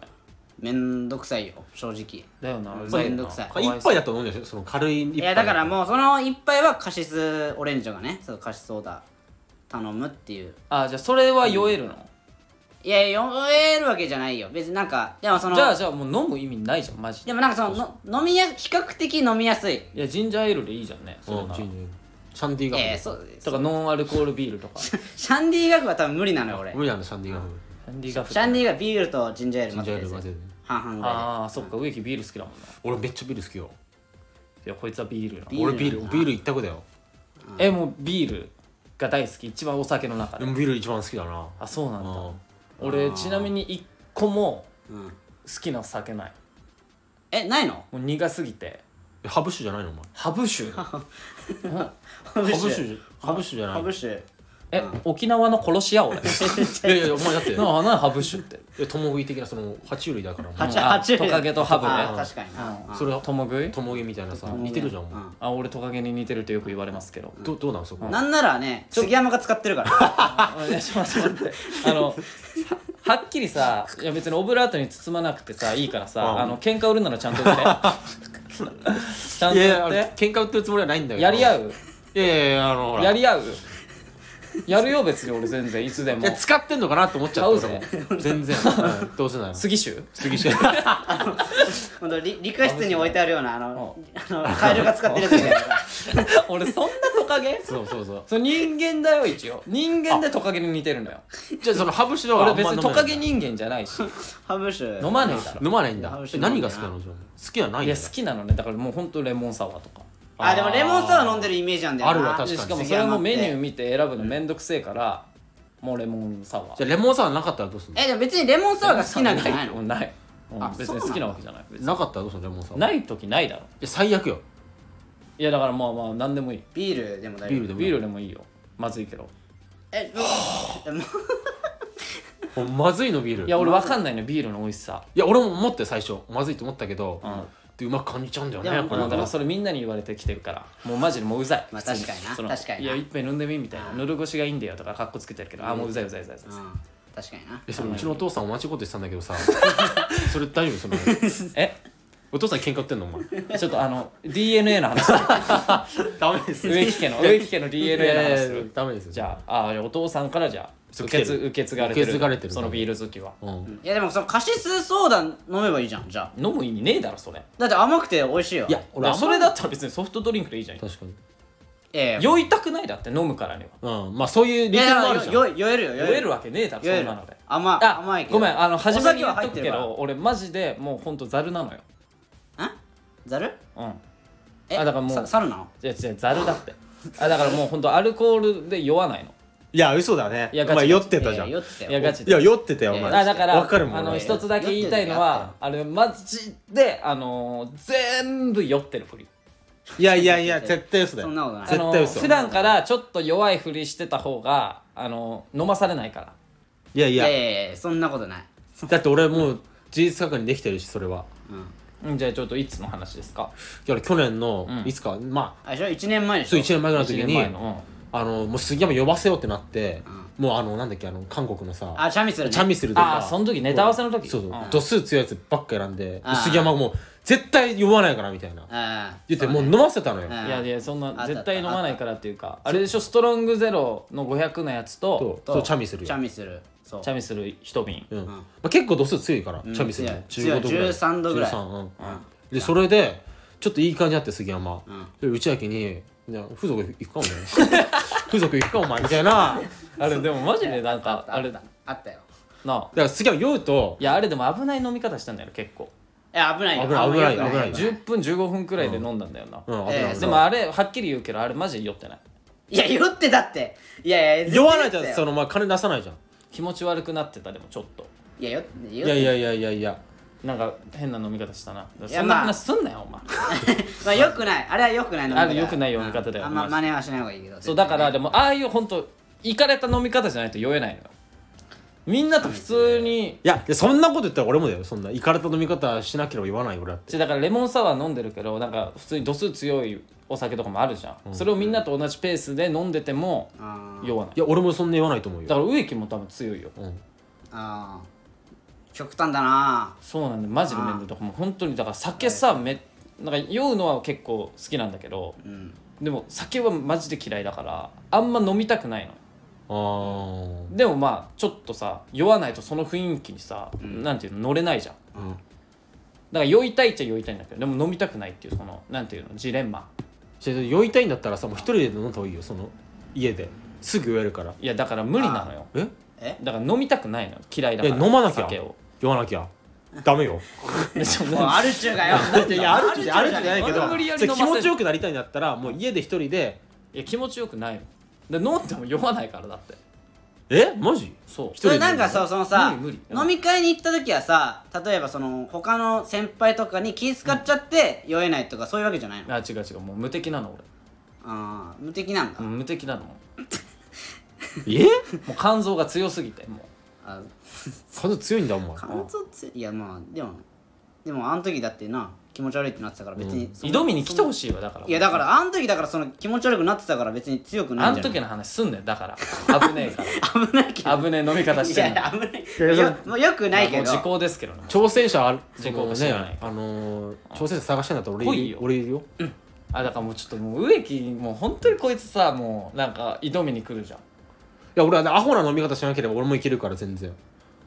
Speaker 1: めんどくさいよ正直
Speaker 2: だよな
Speaker 1: うん
Speaker 2: そうだ
Speaker 1: め
Speaker 2: よな
Speaker 1: んどくさい
Speaker 2: かわ
Speaker 3: 一
Speaker 2: そう
Speaker 3: 杯だと飲んでしょその軽い一杯
Speaker 1: いやだから
Speaker 3: う
Speaker 1: もうその一杯はカシスオレンジとかねそうカシスソーダ頼むっていう
Speaker 2: あじゃあそれは酔えるの、
Speaker 1: いやいや酔えるわけじゃないよ別になんかでもその
Speaker 2: じゃあじゃあもう飲む意味ないじゃんマジで
Speaker 1: でもなんかそのの飲みや比較的飲みやすい
Speaker 2: いやジンジャーエールでいいじゃんねそれ
Speaker 3: ん
Speaker 2: なら
Speaker 3: ジンジャーエールシャンディガフ
Speaker 1: えー、そう
Speaker 2: とかノンアルコールビール とかシ
Speaker 1: シャンディーガフは多分無理なのよ俺
Speaker 3: 無理なんだシャンディガフ
Speaker 2: ャンディガフ
Speaker 1: シャンディーガフビールとジンジャーエール
Speaker 3: ジ
Speaker 1: 混
Speaker 3: ンジャ
Speaker 1: ぜ
Speaker 3: ーエ
Speaker 1: るや
Speaker 3: ール
Speaker 1: つ
Speaker 3: 混ぜる
Speaker 1: 半々ぐらい
Speaker 2: ああそっか植木ビール好きだもんな
Speaker 3: 俺めっちゃビール好きよ
Speaker 2: いやこいつはビールな
Speaker 1: ビール
Speaker 3: 俺ビールビール一択だよ
Speaker 2: えもうビールが大好き一番お酒の中
Speaker 3: で
Speaker 2: で
Speaker 3: もビール一番好きだな
Speaker 2: あそうなんだ
Speaker 3: うん
Speaker 2: 俺ちなみに一個も
Speaker 1: うん
Speaker 2: 好きな酒ない
Speaker 1: えないの
Speaker 2: もう苦すぎて
Speaker 3: えハブ酒じゃないのお前
Speaker 2: ハブ 酒
Speaker 1: ハ
Speaker 3: ハブ酒じゃハブ酒じゃな
Speaker 1: ハ
Speaker 3: い
Speaker 1: ブ酒
Speaker 2: え沖縄の殺し屋 俺
Speaker 3: いやいやお前だっ て
Speaker 2: なあなハブ酒って
Speaker 3: え共食い的なその爬虫類だからもう
Speaker 1: ハチ
Speaker 2: あ
Speaker 1: ハチ
Speaker 2: トカゲとハブね
Speaker 1: あー確かにな
Speaker 2: う
Speaker 1: う
Speaker 2: ん
Speaker 1: ん
Speaker 3: それは
Speaker 2: 共食い
Speaker 3: 共食いみたいなさ似てるじゃんお前
Speaker 1: う
Speaker 2: あ俺トカゲに似てるってよく言われますけど
Speaker 3: どどうなのそこ
Speaker 1: なんならね杉山が使ってるから
Speaker 2: あいやちょっと待ってあのははっきりさいや別にオブラートに包まなくてさいいから
Speaker 3: うん
Speaker 2: さあの喧嘩売るならちゃんと 売ってちゃん
Speaker 3: い
Speaker 2: と
Speaker 3: やいや
Speaker 2: 売って
Speaker 3: 喧嘩売ってるつもりはないんだけど
Speaker 2: やり合
Speaker 3: う
Speaker 2: う
Speaker 3: いやいやいやあのほら
Speaker 2: やり合うやるよ別に俺全然いつで
Speaker 3: い
Speaker 2: も
Speaker 3: や使ってんのかなと思っちゃった
Speaker 2: 買うぜ
Speaker 3: 俺も全 然うんどうせなの
Speaker 2: 杉酒
Speaker 3: 杉下
Speaker 1: ほんと理理科室に置いてあるようなあのあのカエルが使ってるやつみたいな
Speaker 2: 俺そんなトカゲ
Speaker 3: そうそうそう
Speaker 2: そう人間だよ一応人間でトカゲに似てるのよ
Speaker 3: じゃあそのハブ酒だから
Speaker 2: 俺
Speaker 3: あ
Speaker 2: 別に
Speaker 3: んま飲めない
Speaker 2: トカゲ人間じゃないし
Speaker 1: ハブ酒
Speaker 2: 飲まねえだろ
Speaker 3: 飲まないん
Speaker 1: いや
Speaker 3: だ
Speaker 1: ハブ酒
Speaker 3: え
Speaker 1: 飲まない
Speaker 3: 何が好きなのじゃあ好きはないん
Speaker 2: い
Speaker 3: だ
Speaker 2: や好きなのねだからもうほんとレモンサワーとか
Speaker 1: あでもレモンサワー飲んでるイメージなんだよな
Speaker 3: あるわ確かに
Speaker 2: でしかもそれもメニュー見て選ぶのめんどくせえからもうレモンサワ
Speaker 3: じ
Speaker 2: ー
Speaker 3: ゃあレモンサワーなかったらどうすんの
Speaker 1: えでも別にレモンサワーが好きなんじゃないの
Speaker 2: ないうん
Speaker 1: あ
Speaker 2: 別
Speaker 1: そう
Speaker 2: に
Speaker 1: なの
Speaker 2: 好きなわけじゃない別に
Speaker 3: なかったらどうすんのレモンサワーい
Speaker 2: ない時ないだろ
Speaker 3: や最悪よ
Speaker 2: いやだからまあまあ何でもいい
Speaker 1: ビールでも大丈
Speaker 3: ビー
Speaker 1: 夫
Speaker 3: ルでも
Speaker 2: ビールでもいいよまずいけど
Speaker 1: えどう
Speaker 3: ほんまずいのビール
Speaker 2: いや俺わかんないのビールの美味しさ
Speaker 3: いや俺も思って最初まずいと思ったけど、でうまく感じちゃうんだよね
Speaker 1: いや
Speaker 3: こ
Speaker 1: う
Speaker 3: れ
Speaker 1: ん
Speaker 2: だからそれみんなに言われてきてるからもうマジでもううざい
Speaker 1: まあ
Speaker 2: 普
Speaker 1: 確
Speaker 2: 通
Speaker 1: かにな
Speaker 2: その
Speaker 1: 確かにない
Speaker 2: や一杯飲んでみみたいな喉越しがいいんだよとかかっこつけてるけどあもううざいうざいうざいうざい
Speaker 1: うん確かにな
Speaker 3: えそれうちのお父さん同じこと言ってたんだけどさそれ大丈夫その
Speaker 2: え
Speaker 3: お父さん喧嘩売ってんのお前
Speaker 2: ちょっとあの DNA の話
Speaker 3: ダメです
Speaker 2: 植木家の植木家の DNA の話する
Speaker 3: ダメですよ
Speaker 2: じゃああお父さんからじゃあ
Speaker 3: そう
Speaker 2: 受け継
Speaker 3: 来てる
Speaker 2: 受け継がれてる
Speaker 3: 受け継がれてる
Speaker 2: そのビール好きは
Speaker 3: うん、
Speaker 1: いやでもそのカシスソーダ飲めばいいじゃんじゃあ
Speaker 2: 飲む意味ねえだろそれ
Speaker 1: だって甘くて美味しいよ
Speaker 3: いや俺
Speaker 2: 俺それ
Speaker 3: だ
Speaker 2: だったら別にソフトドリンクでいいじゃん
Speaker 3: 確かに
Speaker 1: ええ
Speaker 2: 酔いたくないだって飲むからには
Speaker 3: うんまあそういう
Speaker 1: い
Speaker 3: 利
Speaker 1: や
Speaker 3: 点
Speaker 1: だ
Speaker 3: もあ
Speaker 1: か
Speaker 3: る
Speaker 1: ら
Speaker 3: じゃん
Speaker 1: 酔え酔えるよ
Speaker 2: 酔えるわけねえだろそ
Speaker 1: 酔え
Speaker 2: ん
Speaker 1: る
Speaker 2: なので
Speaker 1: 甘
Speaker 2: あ
Speaker 1: 甘いけど
Speaker 2: ごめんあの初めに
Speaker 1: お酒
Speaker 2: 言
Speaker 1: は
Speaker 2: っ
Speaker 1: 入
Speaker 2: と
Speaker 1: っ
Speaker 2: く
Speaker 1: て
Speaker 2: け
Speaker 1: るから
Speaker 2: ど俺マジでもうほんとざるなのよ
Speaker 1: んざる
Speaker 2: うん
Speaker 1: え
Speaker 2: あだからもう
Speaker 1: さ猿なの
Speaker 2: じゃじゃざるだってあだからもうほんとアルコールで酔わないの
Speaker 3: いや嘘だね
Speaker 2: いや
Speaker 3: お
Speaker 2: ガ
Speaker 3: 前
Speaker 2: チ
Speaker 3: 酔ってたじゃん
Speaker 1: いや酔ってたよ
Speaker 2: いやガチ
Speaker 3: いや酔ってたよお前
Speaker 2: あだから
Speaker 3: わかるもん
Speaker 2: あの
Speaker 3: 俺
Speaker 2: 一つだけ言いたいのはあれマジであの全部酔ってるふり
Speaker 3: いやいやいや絶対嘘だよ
Speaker 1: そんなことない
Speaker 2: あの
Speaker 3: 絶対嘘
Speaker 2: 普段からちょっと弱いふりしてた方があの飲まされないから
Speaker 3: いやい
Speaker 1: いや
Speaker 3: や
Speaker 1: いやいやそんなことない
Speaker 3: だって俺もう事実確認できてるしそれは
Speaker 1: うん
Speaker 2: うんじゃあちょっといつの話ですか
Speaker 3: だから去年の
Speaker 2: うん
Speaker 3: いつかま
Speaker 1: あ
Speaker 3: あ
Speaker 1: れでしょ1年前でし
Speaker 3: そ
Speaker 1: ょ
Speaker 3: う1年前ぐらいの時
Speaker 2: 一年前
Speaker 3: に
Speaker 2: の
Speaker 3: あのもう杉山呼ばせようってなってもうあのなんだっけあの韓国のさ
Speaker 1: あチャミスルね
Speaker 3: チャミスルと
Speaker 2: ああ
Speaker 3: か
Speaker 2: ーその時ネタ合わせの時
Speaker 3: そうそう
Speaker 2: うん
Speaker 3: 度数強いやつばっか選んで
Speaker 1: あー
Speaker 3: 杉山もう絶対呼ばないからみたいな
Speaker 1: ああ
Speaker 3: 言って
Speaker 1: そ
Speaker 3: もう飲ませたのよ
Speaker 1: うん
Speaker 2: いやいやそん
Speaker 1: ったあ
Speaker 2: な
Speaker 1: った
Speaker 2: 絶対飲まないからっていうかあれでしょストロングゼロの500のやつと
Speaker 3: とそうチャミスル
Speaker 1: チャ
Speaker 3: よ
Speaker 1: ミスルそう
Speaker 2: チャミする一瓶
Speaker 3: うんまあ結構度数強いからチャミスル
Speaker 1: 強い
Speaker 3: 15度ぐらい
Speaker 1: 13度ぐらい
Speaker 3: 13うんでそれでちょっといい感じになって杉山で内明に「いや風俗行くかお前 風俗行くかお前」みたいな
Speaker 2: あれでもマジでなんかあ
Speaker 1: あ
Speaker 2: れ
Speaker 1: れ
Speaker 2: だ
Speaker 1: だあったよ
Speaker 2: なあ
Speaker 3: だから杉山酔うと
Speaker 2: いやあれでも危ない飲み方したんだよ結構
Speaker 1: え危ないよ
Speaker 3: 危ない危ない
Speaker 1: あんま良く
Speaker 3: 危ない
Speaker 2: 10分15分くらいで飲んだんだよな、
Speaker 3: うん危
Speaker 1: ええ
Speaker 3: ない
Speaker 2: で
Speaker 3: 危
Speaker 2: も
Speaker 3: ない
Speaker 2: あれはっきり言うけどあれマジで酔ってない
Speaker 1: いや酔ってたっていやいや絶対
Speaker 3: 酔わないじゃ
Speaker 1: 酔
Speaker 3: ん
Speaker 1: ってた
Speaker 3: そ
Speaker 1: よ
Speaker 3: のまあ金出さないじゃん
Speaker 2: 気持ち悪くなってたでもちょっと
Speaker 1: いや酔って酔っ
Speaker 3: いやいやいやいやいや
Speaker 2: なんか変な飲み方したな
Speaker 1: やまあ
Speaker 2: そんな話すんなよお前
Speaker 1: まあよくないあれはよくない飲み方
Speaker 2: あれ良くない飲み方だよ
Speaker 1: うんあんま
Speaker 2: マジで
Speaker 1: 真似はしない方がいいけど
Speaker 2: そうだからでもああいうほんといかれた飲み方じゃないと酔えないのよみんなと普通に
Speaker 3: いやでそんなこと言ったら俺もだよそんなイカれた飲み方しなければ言わないよ俺だって
Speaker 2: ちょだからレモンサワー飲んでるけどなんか普通に度数強いお酒とかもあるじゃん、それをみんなと同じペースで飲んでても
Speaker 1: あー
Speaker 2: 酔わない
Speaker 3: いや俺もそんな言わないと思う
Speaker 2: だ
Speaker 3: よ
Speaker 2: から植木も多分強いよ
Speaker 3: うん
Speaker 1: あー極端だ な
Speaker 2: そうなんだよマジで面倒だからもう本当にだから酒さめなんか酔うのは結構好きなんだけど
Speaker 1: うん
Speaker 2: でも酒はマジで嫌いだからあんま飲みたくないの
Speaker 3: あー
Speaker 2: でもまあちょっとさ酔わないとその雰囲気にさ、なんていうの乗れないじゃん
Speaker 3: うん
Speaker 2: だから酔いたいっちゃ酔いたいんだけどでも飲みたくないっていうそのなんていうのジレンマ
Speaker 3: じゃあ酔いたいんだったらさもう一人で飲んだ方がいいよその家ですぐ酔えるから
Speaker 2: いやだから無理なのよ
Speaker 3: え
Speaker 1: え
Speaker 2: だから飲みたくないの嫌いだ
Speaker 3: い
Speaker 2: か
Speaker 3: や
Speaker 2: ら
Speaker 3: 飲まなきゃ
Speaker 2: 酒を
Speaker 3: 酔わなきゃダメよ
Speaker 2: でちょっと
Speaker 1: もうアルチューがよ
Speaker 3: いやいやあるじゃあるじゃないけど
Speaker 2: 俺無理やり
Speaker 3: それ
Speaker 2: 飲ま
Speaker 3: 気
Speaker 2: せる
Speaker 3: 持ちよくなりたいんだったらもう家で一人で
Speaker 2: いや気持ちよくないので飲んでも酔わないからだって
Speaker 3: えマジ
Speaker 2: そう
Speaker 3: 一
Speaker 1: そ
Speaker 3: 人で
Speaker 1: れなんかさそのさ
Speaker 2: 無理無理
Speaker 1: 飲み会に行った時はさ例えばその他の先輩とかに気使っちゃって酔えないとかそういうわけじゃないの
Speaker 2: あ違う違うもう無敵なの
Speaker 1: あー無敵なんだ
Speaker 2: 俺うん無敵 なのも
Speaker 3: え
Speaker 2: う肝臓が強すぎても
Speaker 1: あ
Speaker 3: 風強いんだお前
Speaker 1: 肝臓ついやまあでもでもあの時だってな気持ち悪いってなってたから別に
Speaker 2: う
Speaker 1: その
Speaker 2: 挑みに来てほしいわだから
Speaker 1: いやだからあの時だからその気持ち悪くなってたから別に強くない
Speaker 2: あ
Speaker 1: んじ
Speaker 2: の
Speaker 1: ゃない
Speaker 2: 時の話すんだよだから危ねえか
Speaker 1: 危ないけど
Speaker 2: ら危ねえ飲み方し
Speaker 1: い
Speaker 2: てんの
Speaker 1: や危ない
Speaker 3: いやいや
Speaker 1: よもうよくないけど
Speaker 2: まあもう時効ですけどね
Speaker 3: 挑戦者ある
Speaker 2: 自己
Speaker 3: その
Speaker 2: 知らない
Speaker 3: ねあのー挑戦者探してんだったら俺
Speaker 2: 来
Speaker 3: い
Speaker 2: い
Speaker 3: る
Speaker 2: よ
Speaker 3: 俺いるよ
Speaker 2: あだからもうちょっともう植木もう本当にこいつさもうなんか挑みに来るじゃん
Speaker 3: いや俺はアホな飲み方しなければ俺もいけるから全然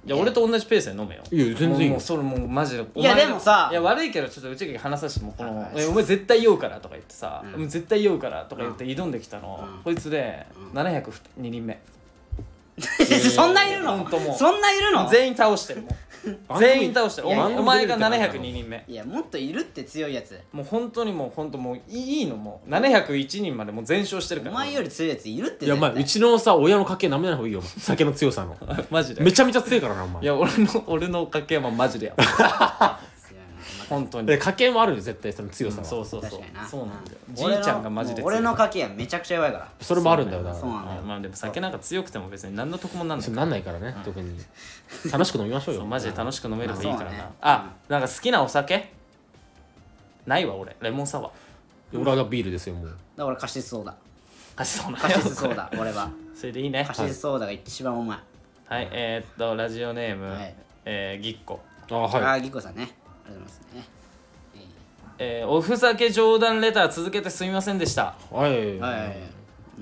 Speaker 2: いや俺と同じペースで飲めよ
Speaker 3: いや全然い
Speaker 2: も
Speaker 3: いよ
Speaker 2: うもうそれもうマジで
Speaker 1: いや
Speaker 2: お前
Speaker 1: でもさ
Speaker 2: いや悪いけどちょっとうちが話させてもうこの
Speaker 1: はい
Speaker 2: 「えお前絶対酔うから」とか言ってさ「
Speaker 1: うん
Speaker 2: もう絶対酔うから」とか言って挑んできたの、
Speaker 1: うん
Speaker 2: こいつで702人目
Speaker 1: そんないる
Speaker 2: ほ
Speaker 1: の
Speaker 2: んともう
Speaker 1: そんないるの
Speaker 2: 全員倒してるもう全員倒してる
Speaker 1: い
Speaker 2: お
Speaker 1: やい
Speaker 2: 前
Speaker 1: や
Speaker 2: お前が702人目
Speaker 1: いやもっといるって強いやつ
Speaker 2: もう本当にもう本当もういいのもう701人までもう全勝してるか
Speaker 1: お
Speaker 2: ら
Speaker 1: 前より強いやついるって
Speaker 3: いやお前う
Speaker 1: 絶
Speaker 3: ちのさ親の家系舐めない方がいいよお前酒の強さ の
Speaker 2: マジで
Speaker 3: めちゃめちゃ強いからなお前
Speaker 2: いや俺の俺の家系もマジでやばい
Speaker 1: 対強いな
Speaker 2: 本当に
Speaker 3: で家計もあるよ絶対その強さは、
Speaker 2: そうそうそう
Speaker 1: 確かにな
Speaker 2: そうなんだよ
Speaker 1: う
Speaker 2: じいちゃんがマジで
Speaker 1: 俺のもう俺の
Speaker 2: か
Speaker 1: 家計はめちゃくちゃ弱いから
Speaker 3: それもあるんだよだか
Speaker 1: そう
Speaker 3: ら
Speaker 1: なんだよ
Speaker 2: まあでも酒なんか強くても別に何の得もなんない
Speaker 3: そうなんないからね特に楽しく飲みましょう
Speaker 2: そ
Speaker 3: よ
Speaker 2: うマジで楽しく飲めればいいから
Speaker 1: まあそうだ
Speaker 2: な
Speaker 1: ね
Speaker 2: あなんか好きなお酒ないわ俺レモンサワー
Speaker 3: 俺はビールですよもう
Speaker 1: だからカシスソーダ
Speaker 2: カシスソーダ
Speaker 1: カシスソーダ俺は
Speaker 2: それでいいね
Speaker 1: カシスソーダが一番うま
Speaker 2: はいえーっとラジオネーム、
Speaker 1: はい
Speaker 2: えーぎっこ
Speaker 3: あ
Speaker 1: い、あ
Speaker 3: は
Speaker 1: あぎこさんねありがとうございますね
Speaker 2: えーおふざけ冗談レター続けてすみませんでした、
Speaker 3: いはい
Speaker 1: は
Speaker 3: はい
Speaker 1: はいはい
Speaker 3: い
Speaker 1: はい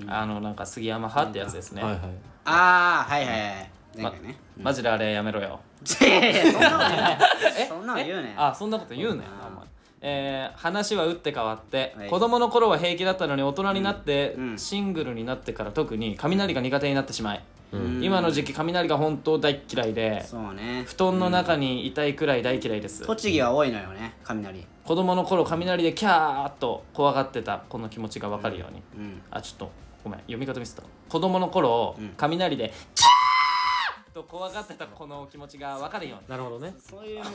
Speaker 2: あのなんか杉山派ってやつですね、
Speaker 3: はい
Speaker 1: ああはいはいはい前
Speaker 2: ま
Speaker 1: 回ね、
Speaker 2: マジであれやめろよ
Speaker 1: いやいやいやそんなこと言うね そんなの言うね
Speaker 2: あそんなこと言うねお前えー話は打って変わって、
Speaker 1: はい
Speaker 2: 子供の頃は平気だったのに大人になって、
Speaker 1: うんうん
Speaker 2: シングルになってから特に雷が苦手になってしまい、
Speaker 1: ん
Speaker 2: 今の時期雷が本当大っ嫌いで
Speaker 1: そうね
Speaker 2: 布団の中にいたいくらい大嫌いです、
Speaker 1: 栃木は多いのよね雷
Speaker 2: 子供の頃雷でキャーっと怖がってたこの気持ちが分かるように、
Speaker 1: うん
Speaker 2: あちょっとごめん読み方ミスった子供の頃、
Speaker 1: うん
Speaker 2: 雷でキャーっと怖がってたこの気持ちが分かるように
Speaker 3: なるほどね
Speaker 1: そういう見方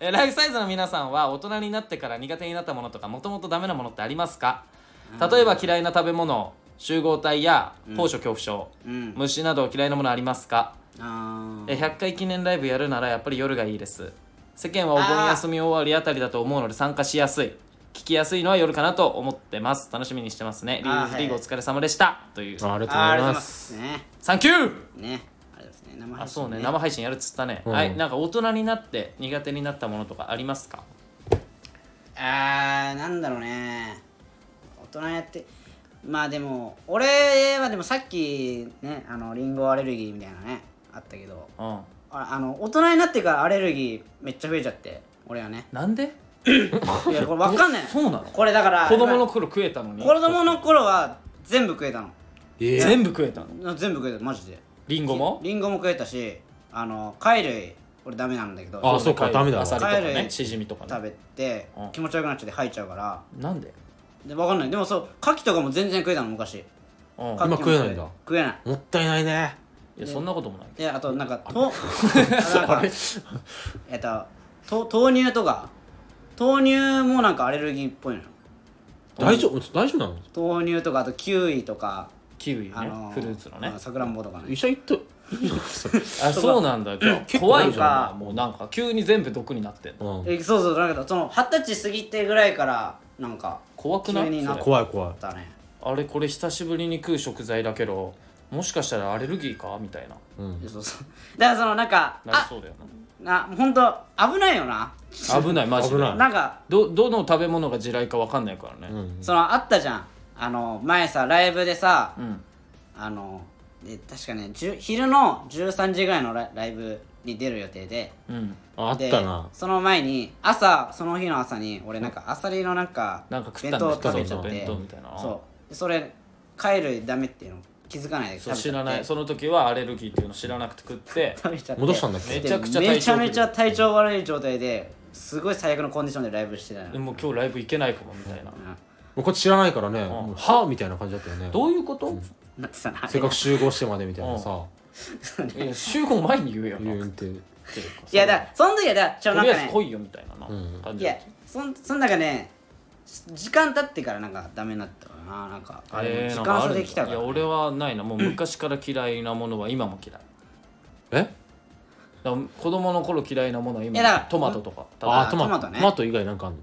Speaker 2: えーライフサイズの皆さんは大人になってから苦手になったものとかもともとダメなものってありますか例えば嫌いな食べ物集合体や高所恐怖症、
Speaker 1: うん
Speaker 2: 虫など嫌いなものありますか、
Speaker 1: あ
Speaker 2: えー100回記念ライブやるならやっぱり夜がいいです世間はお盆休み終わりあたりだと思うので参加しやすい聞きやすいのは夜かなと思ってます楽しみにしてますねリ
Speaker 1: あ
Speaker 2: ー
Speaker 1: ー
Speaker 2: グ
Speaker 1: はい
Speaker 2: リーグお疲れ様でしたという
Speaker 3: あありがとう
Speaker 1: あ
Speaker 3: ござ
Speaker 1: ありがとうござ
Speaker 3: い
Speaker 1: い
Speaker 3: ま
Speaker 1: ますすね
Speaker 2: サンキュー
Speaker 1: ねありがとうございますね生
Speaker 2: あ
Speaker 1: 配信
Speaker 2: そうね生配信やるっつったね、
Speaker 3: うん
Speaker 2: はいなんか大人になって苦手になったものとかありますか
Speaker 1: あーなんだろうね大人やってまあでも俺はでもさっきねあのリンゴアレルギーみたいなねあったけど
Speaker 2: うん
Speaker 1: ああの大人になってからアレルギーめっちゃ増えちゃって俺はね
Speaker 2: なんで
Speaker 1: いやこれ分かんない
Speaker 2: そうなの
Speaker 1: これだから
Speaker 2: 子供の頃食えたのに
Speaker 1: 子供の頃は全部食えたの
Speaker 3: え
Speaker 2: 全部食えたの
Speaker 1: 全部食えたマジで
Speaker 2: リンゴも
Speaker 1: リンゴも食えたしあの貝類俺ダメなんだけど
Speaker 3: あそうか
Speaker 2: 貝
Speaker 3: ダメだわ
Speaker 2: アサリとか
Speaker 1: 帰
Speaker 2: ね
Speaker 1: れ
Speaker 2: シジミとか
Speaker 1: 食
Speaker 2: ね
Speaker 1: べて
Speaker 2: うん
Speaker 1: 気持ち悪くなっちゃって吐いちゃうから
Speaker 2: なんで
Speaker 1: で分かんないでもそう牡蠣とかも全然食えたの昔
Speaker 2: うんい
Speaker 1: 牡蠣も
Speaker 3: 今食えないんだ
Speaker 1: 食えない
Speaker 3: もったいないね
Speaker 2: やそんなこともない
Speaker 1: であとなんかと あれえっとと豆乳とか豆乳もなんかアレルギーっぽいのよ
Speaker 3: 大丈夫大丈夫なの
Speaker 1: 豆乳とかあとキウイとか
Speaker 2: キウイね
Speaker 1: あの
Speaker 2: フルーツのね
Speaker 1: さくらんぼとかね
Speaker 3: 医者行った
Speaker 2: あそうなんだじゃあ
Speaker 3: 結構
Speaker 2: 怖い
Speaker 1: なんか
Speaker 2: じゃんもうなんか急に全部毒になってんの
Speaker 3: うん
Speaker 1: えそうそうだけどその二十歳過ぎてぐらいからなんか
Speaker 2: 怖くな
Speaker 1: 急
Speaker 2: い
Speaker 1: にな
Speaker 2: それ
Speaker 3: 怖い怖い
Speaker 1: だね
Speaker 2: あれこれ久しぶりに食う食材だけどもしかしたらアレルギーかみたいな
Speaker 1: えそうそうだからそのなんか
Speaker 2: なり
Speaker 1: あ
Speaker 2: そうだよ
Speaker 1: なほんと危ないよな
Speaker 2: な危ないマジで
Speaker 3: 危ない
Speaker 1: なんか
Speaker 2: どどの食べ物が地雷かわかんないからね
Speaker 1: そのあったじゃんあの前さライブでさ
Speaker 2: うん
Speaker 1: あのえ確かねじゅ昼の13時ぐらいのライライブに出る予定で
Speaker 2: うん
Speaker 3: ああっ
Speaker 1: で
Speaker 3: たな
Speaker 1: その前に朝その日の朝に俺なんかアサリのなんか
Speaker 2: なんか食
Speaker 1: 弁
Speaker 2: ったんだ
Speaker 1: 当
Speaker 2: よ
Speaker 1: 食べちゃっ
Speaker 2: 弁
Speaker 1: て
Speaker 2: 当みたいな
Speaker 1: そうでそれ貝類ダメっていうの気づかないで食
Speaker 2: そう
Speaker 1: べち
Speaker 2: 知
Speaker 1: ゃ
Speaker 2: ら
Speaker 1: って
Speaker 2: ないその時はアレルギーっていうの知らなくて食って
Speaker 1: 食べちゃって
Speaker 3: 戻したんだっけ
Speaker 2: めちゃくちゃ体調不良
Speaker 1: めちゃめちゃ体調悪い状態ですごい最悪のコンディションでライブしてたの
Speaker 2: でもう今日ライブ行けないかもみたいな
Speaker 3: もうこっち知らないからねもうはあみたいな感じだったよね
Speaker 2: どういうこと
Speaker 1: なってたな
Speaker 3: せっかく集合してまでみたいなさ
Speaker 2: いや集合前に言うよな
Speaker 3: 言
Speaker 2: っ
Speaker 3: うんって
Speaker 2: ていうか
Speaker 1: いやだからその時はだからちょ
Speaker 2: と
Speaker 1: なん
Speaker 2: り
Speaker 1: か
Speaker 2: あえず
Speaker 1: ね
Speaker 2: 来いよみたいなな感
Speaker 1: い
Speaker 2: じだ
Speaker 1: や
Speaker 2: った
Speaker 1: そんそん中ねし時間経ってからなんかダメになったかななんかあれ
Speaker 2: えー
Speaker 1: 時
Speaker 2: なんか
Speaker 1: 間
Speaker 2: あ
Speaker 1: 差
Speaker 2: るんだ
Speaker 1: できたか
Speaker 2: い
Speaker 1: ら
Speaker 2: や俺はないなもう昔から嫌いなものは今も嫌い
Speaker 3: え
Speaker 2: だから子供の頃嫌いなものは今
Speaker 1: いやだから
Speaker 2: トマトとかだから
Speaker 3: あトマ
Speaker 1: トマト
Speaker 3: ト
Speaker 1: ね
Speaker 3: トマト以外なんかあんの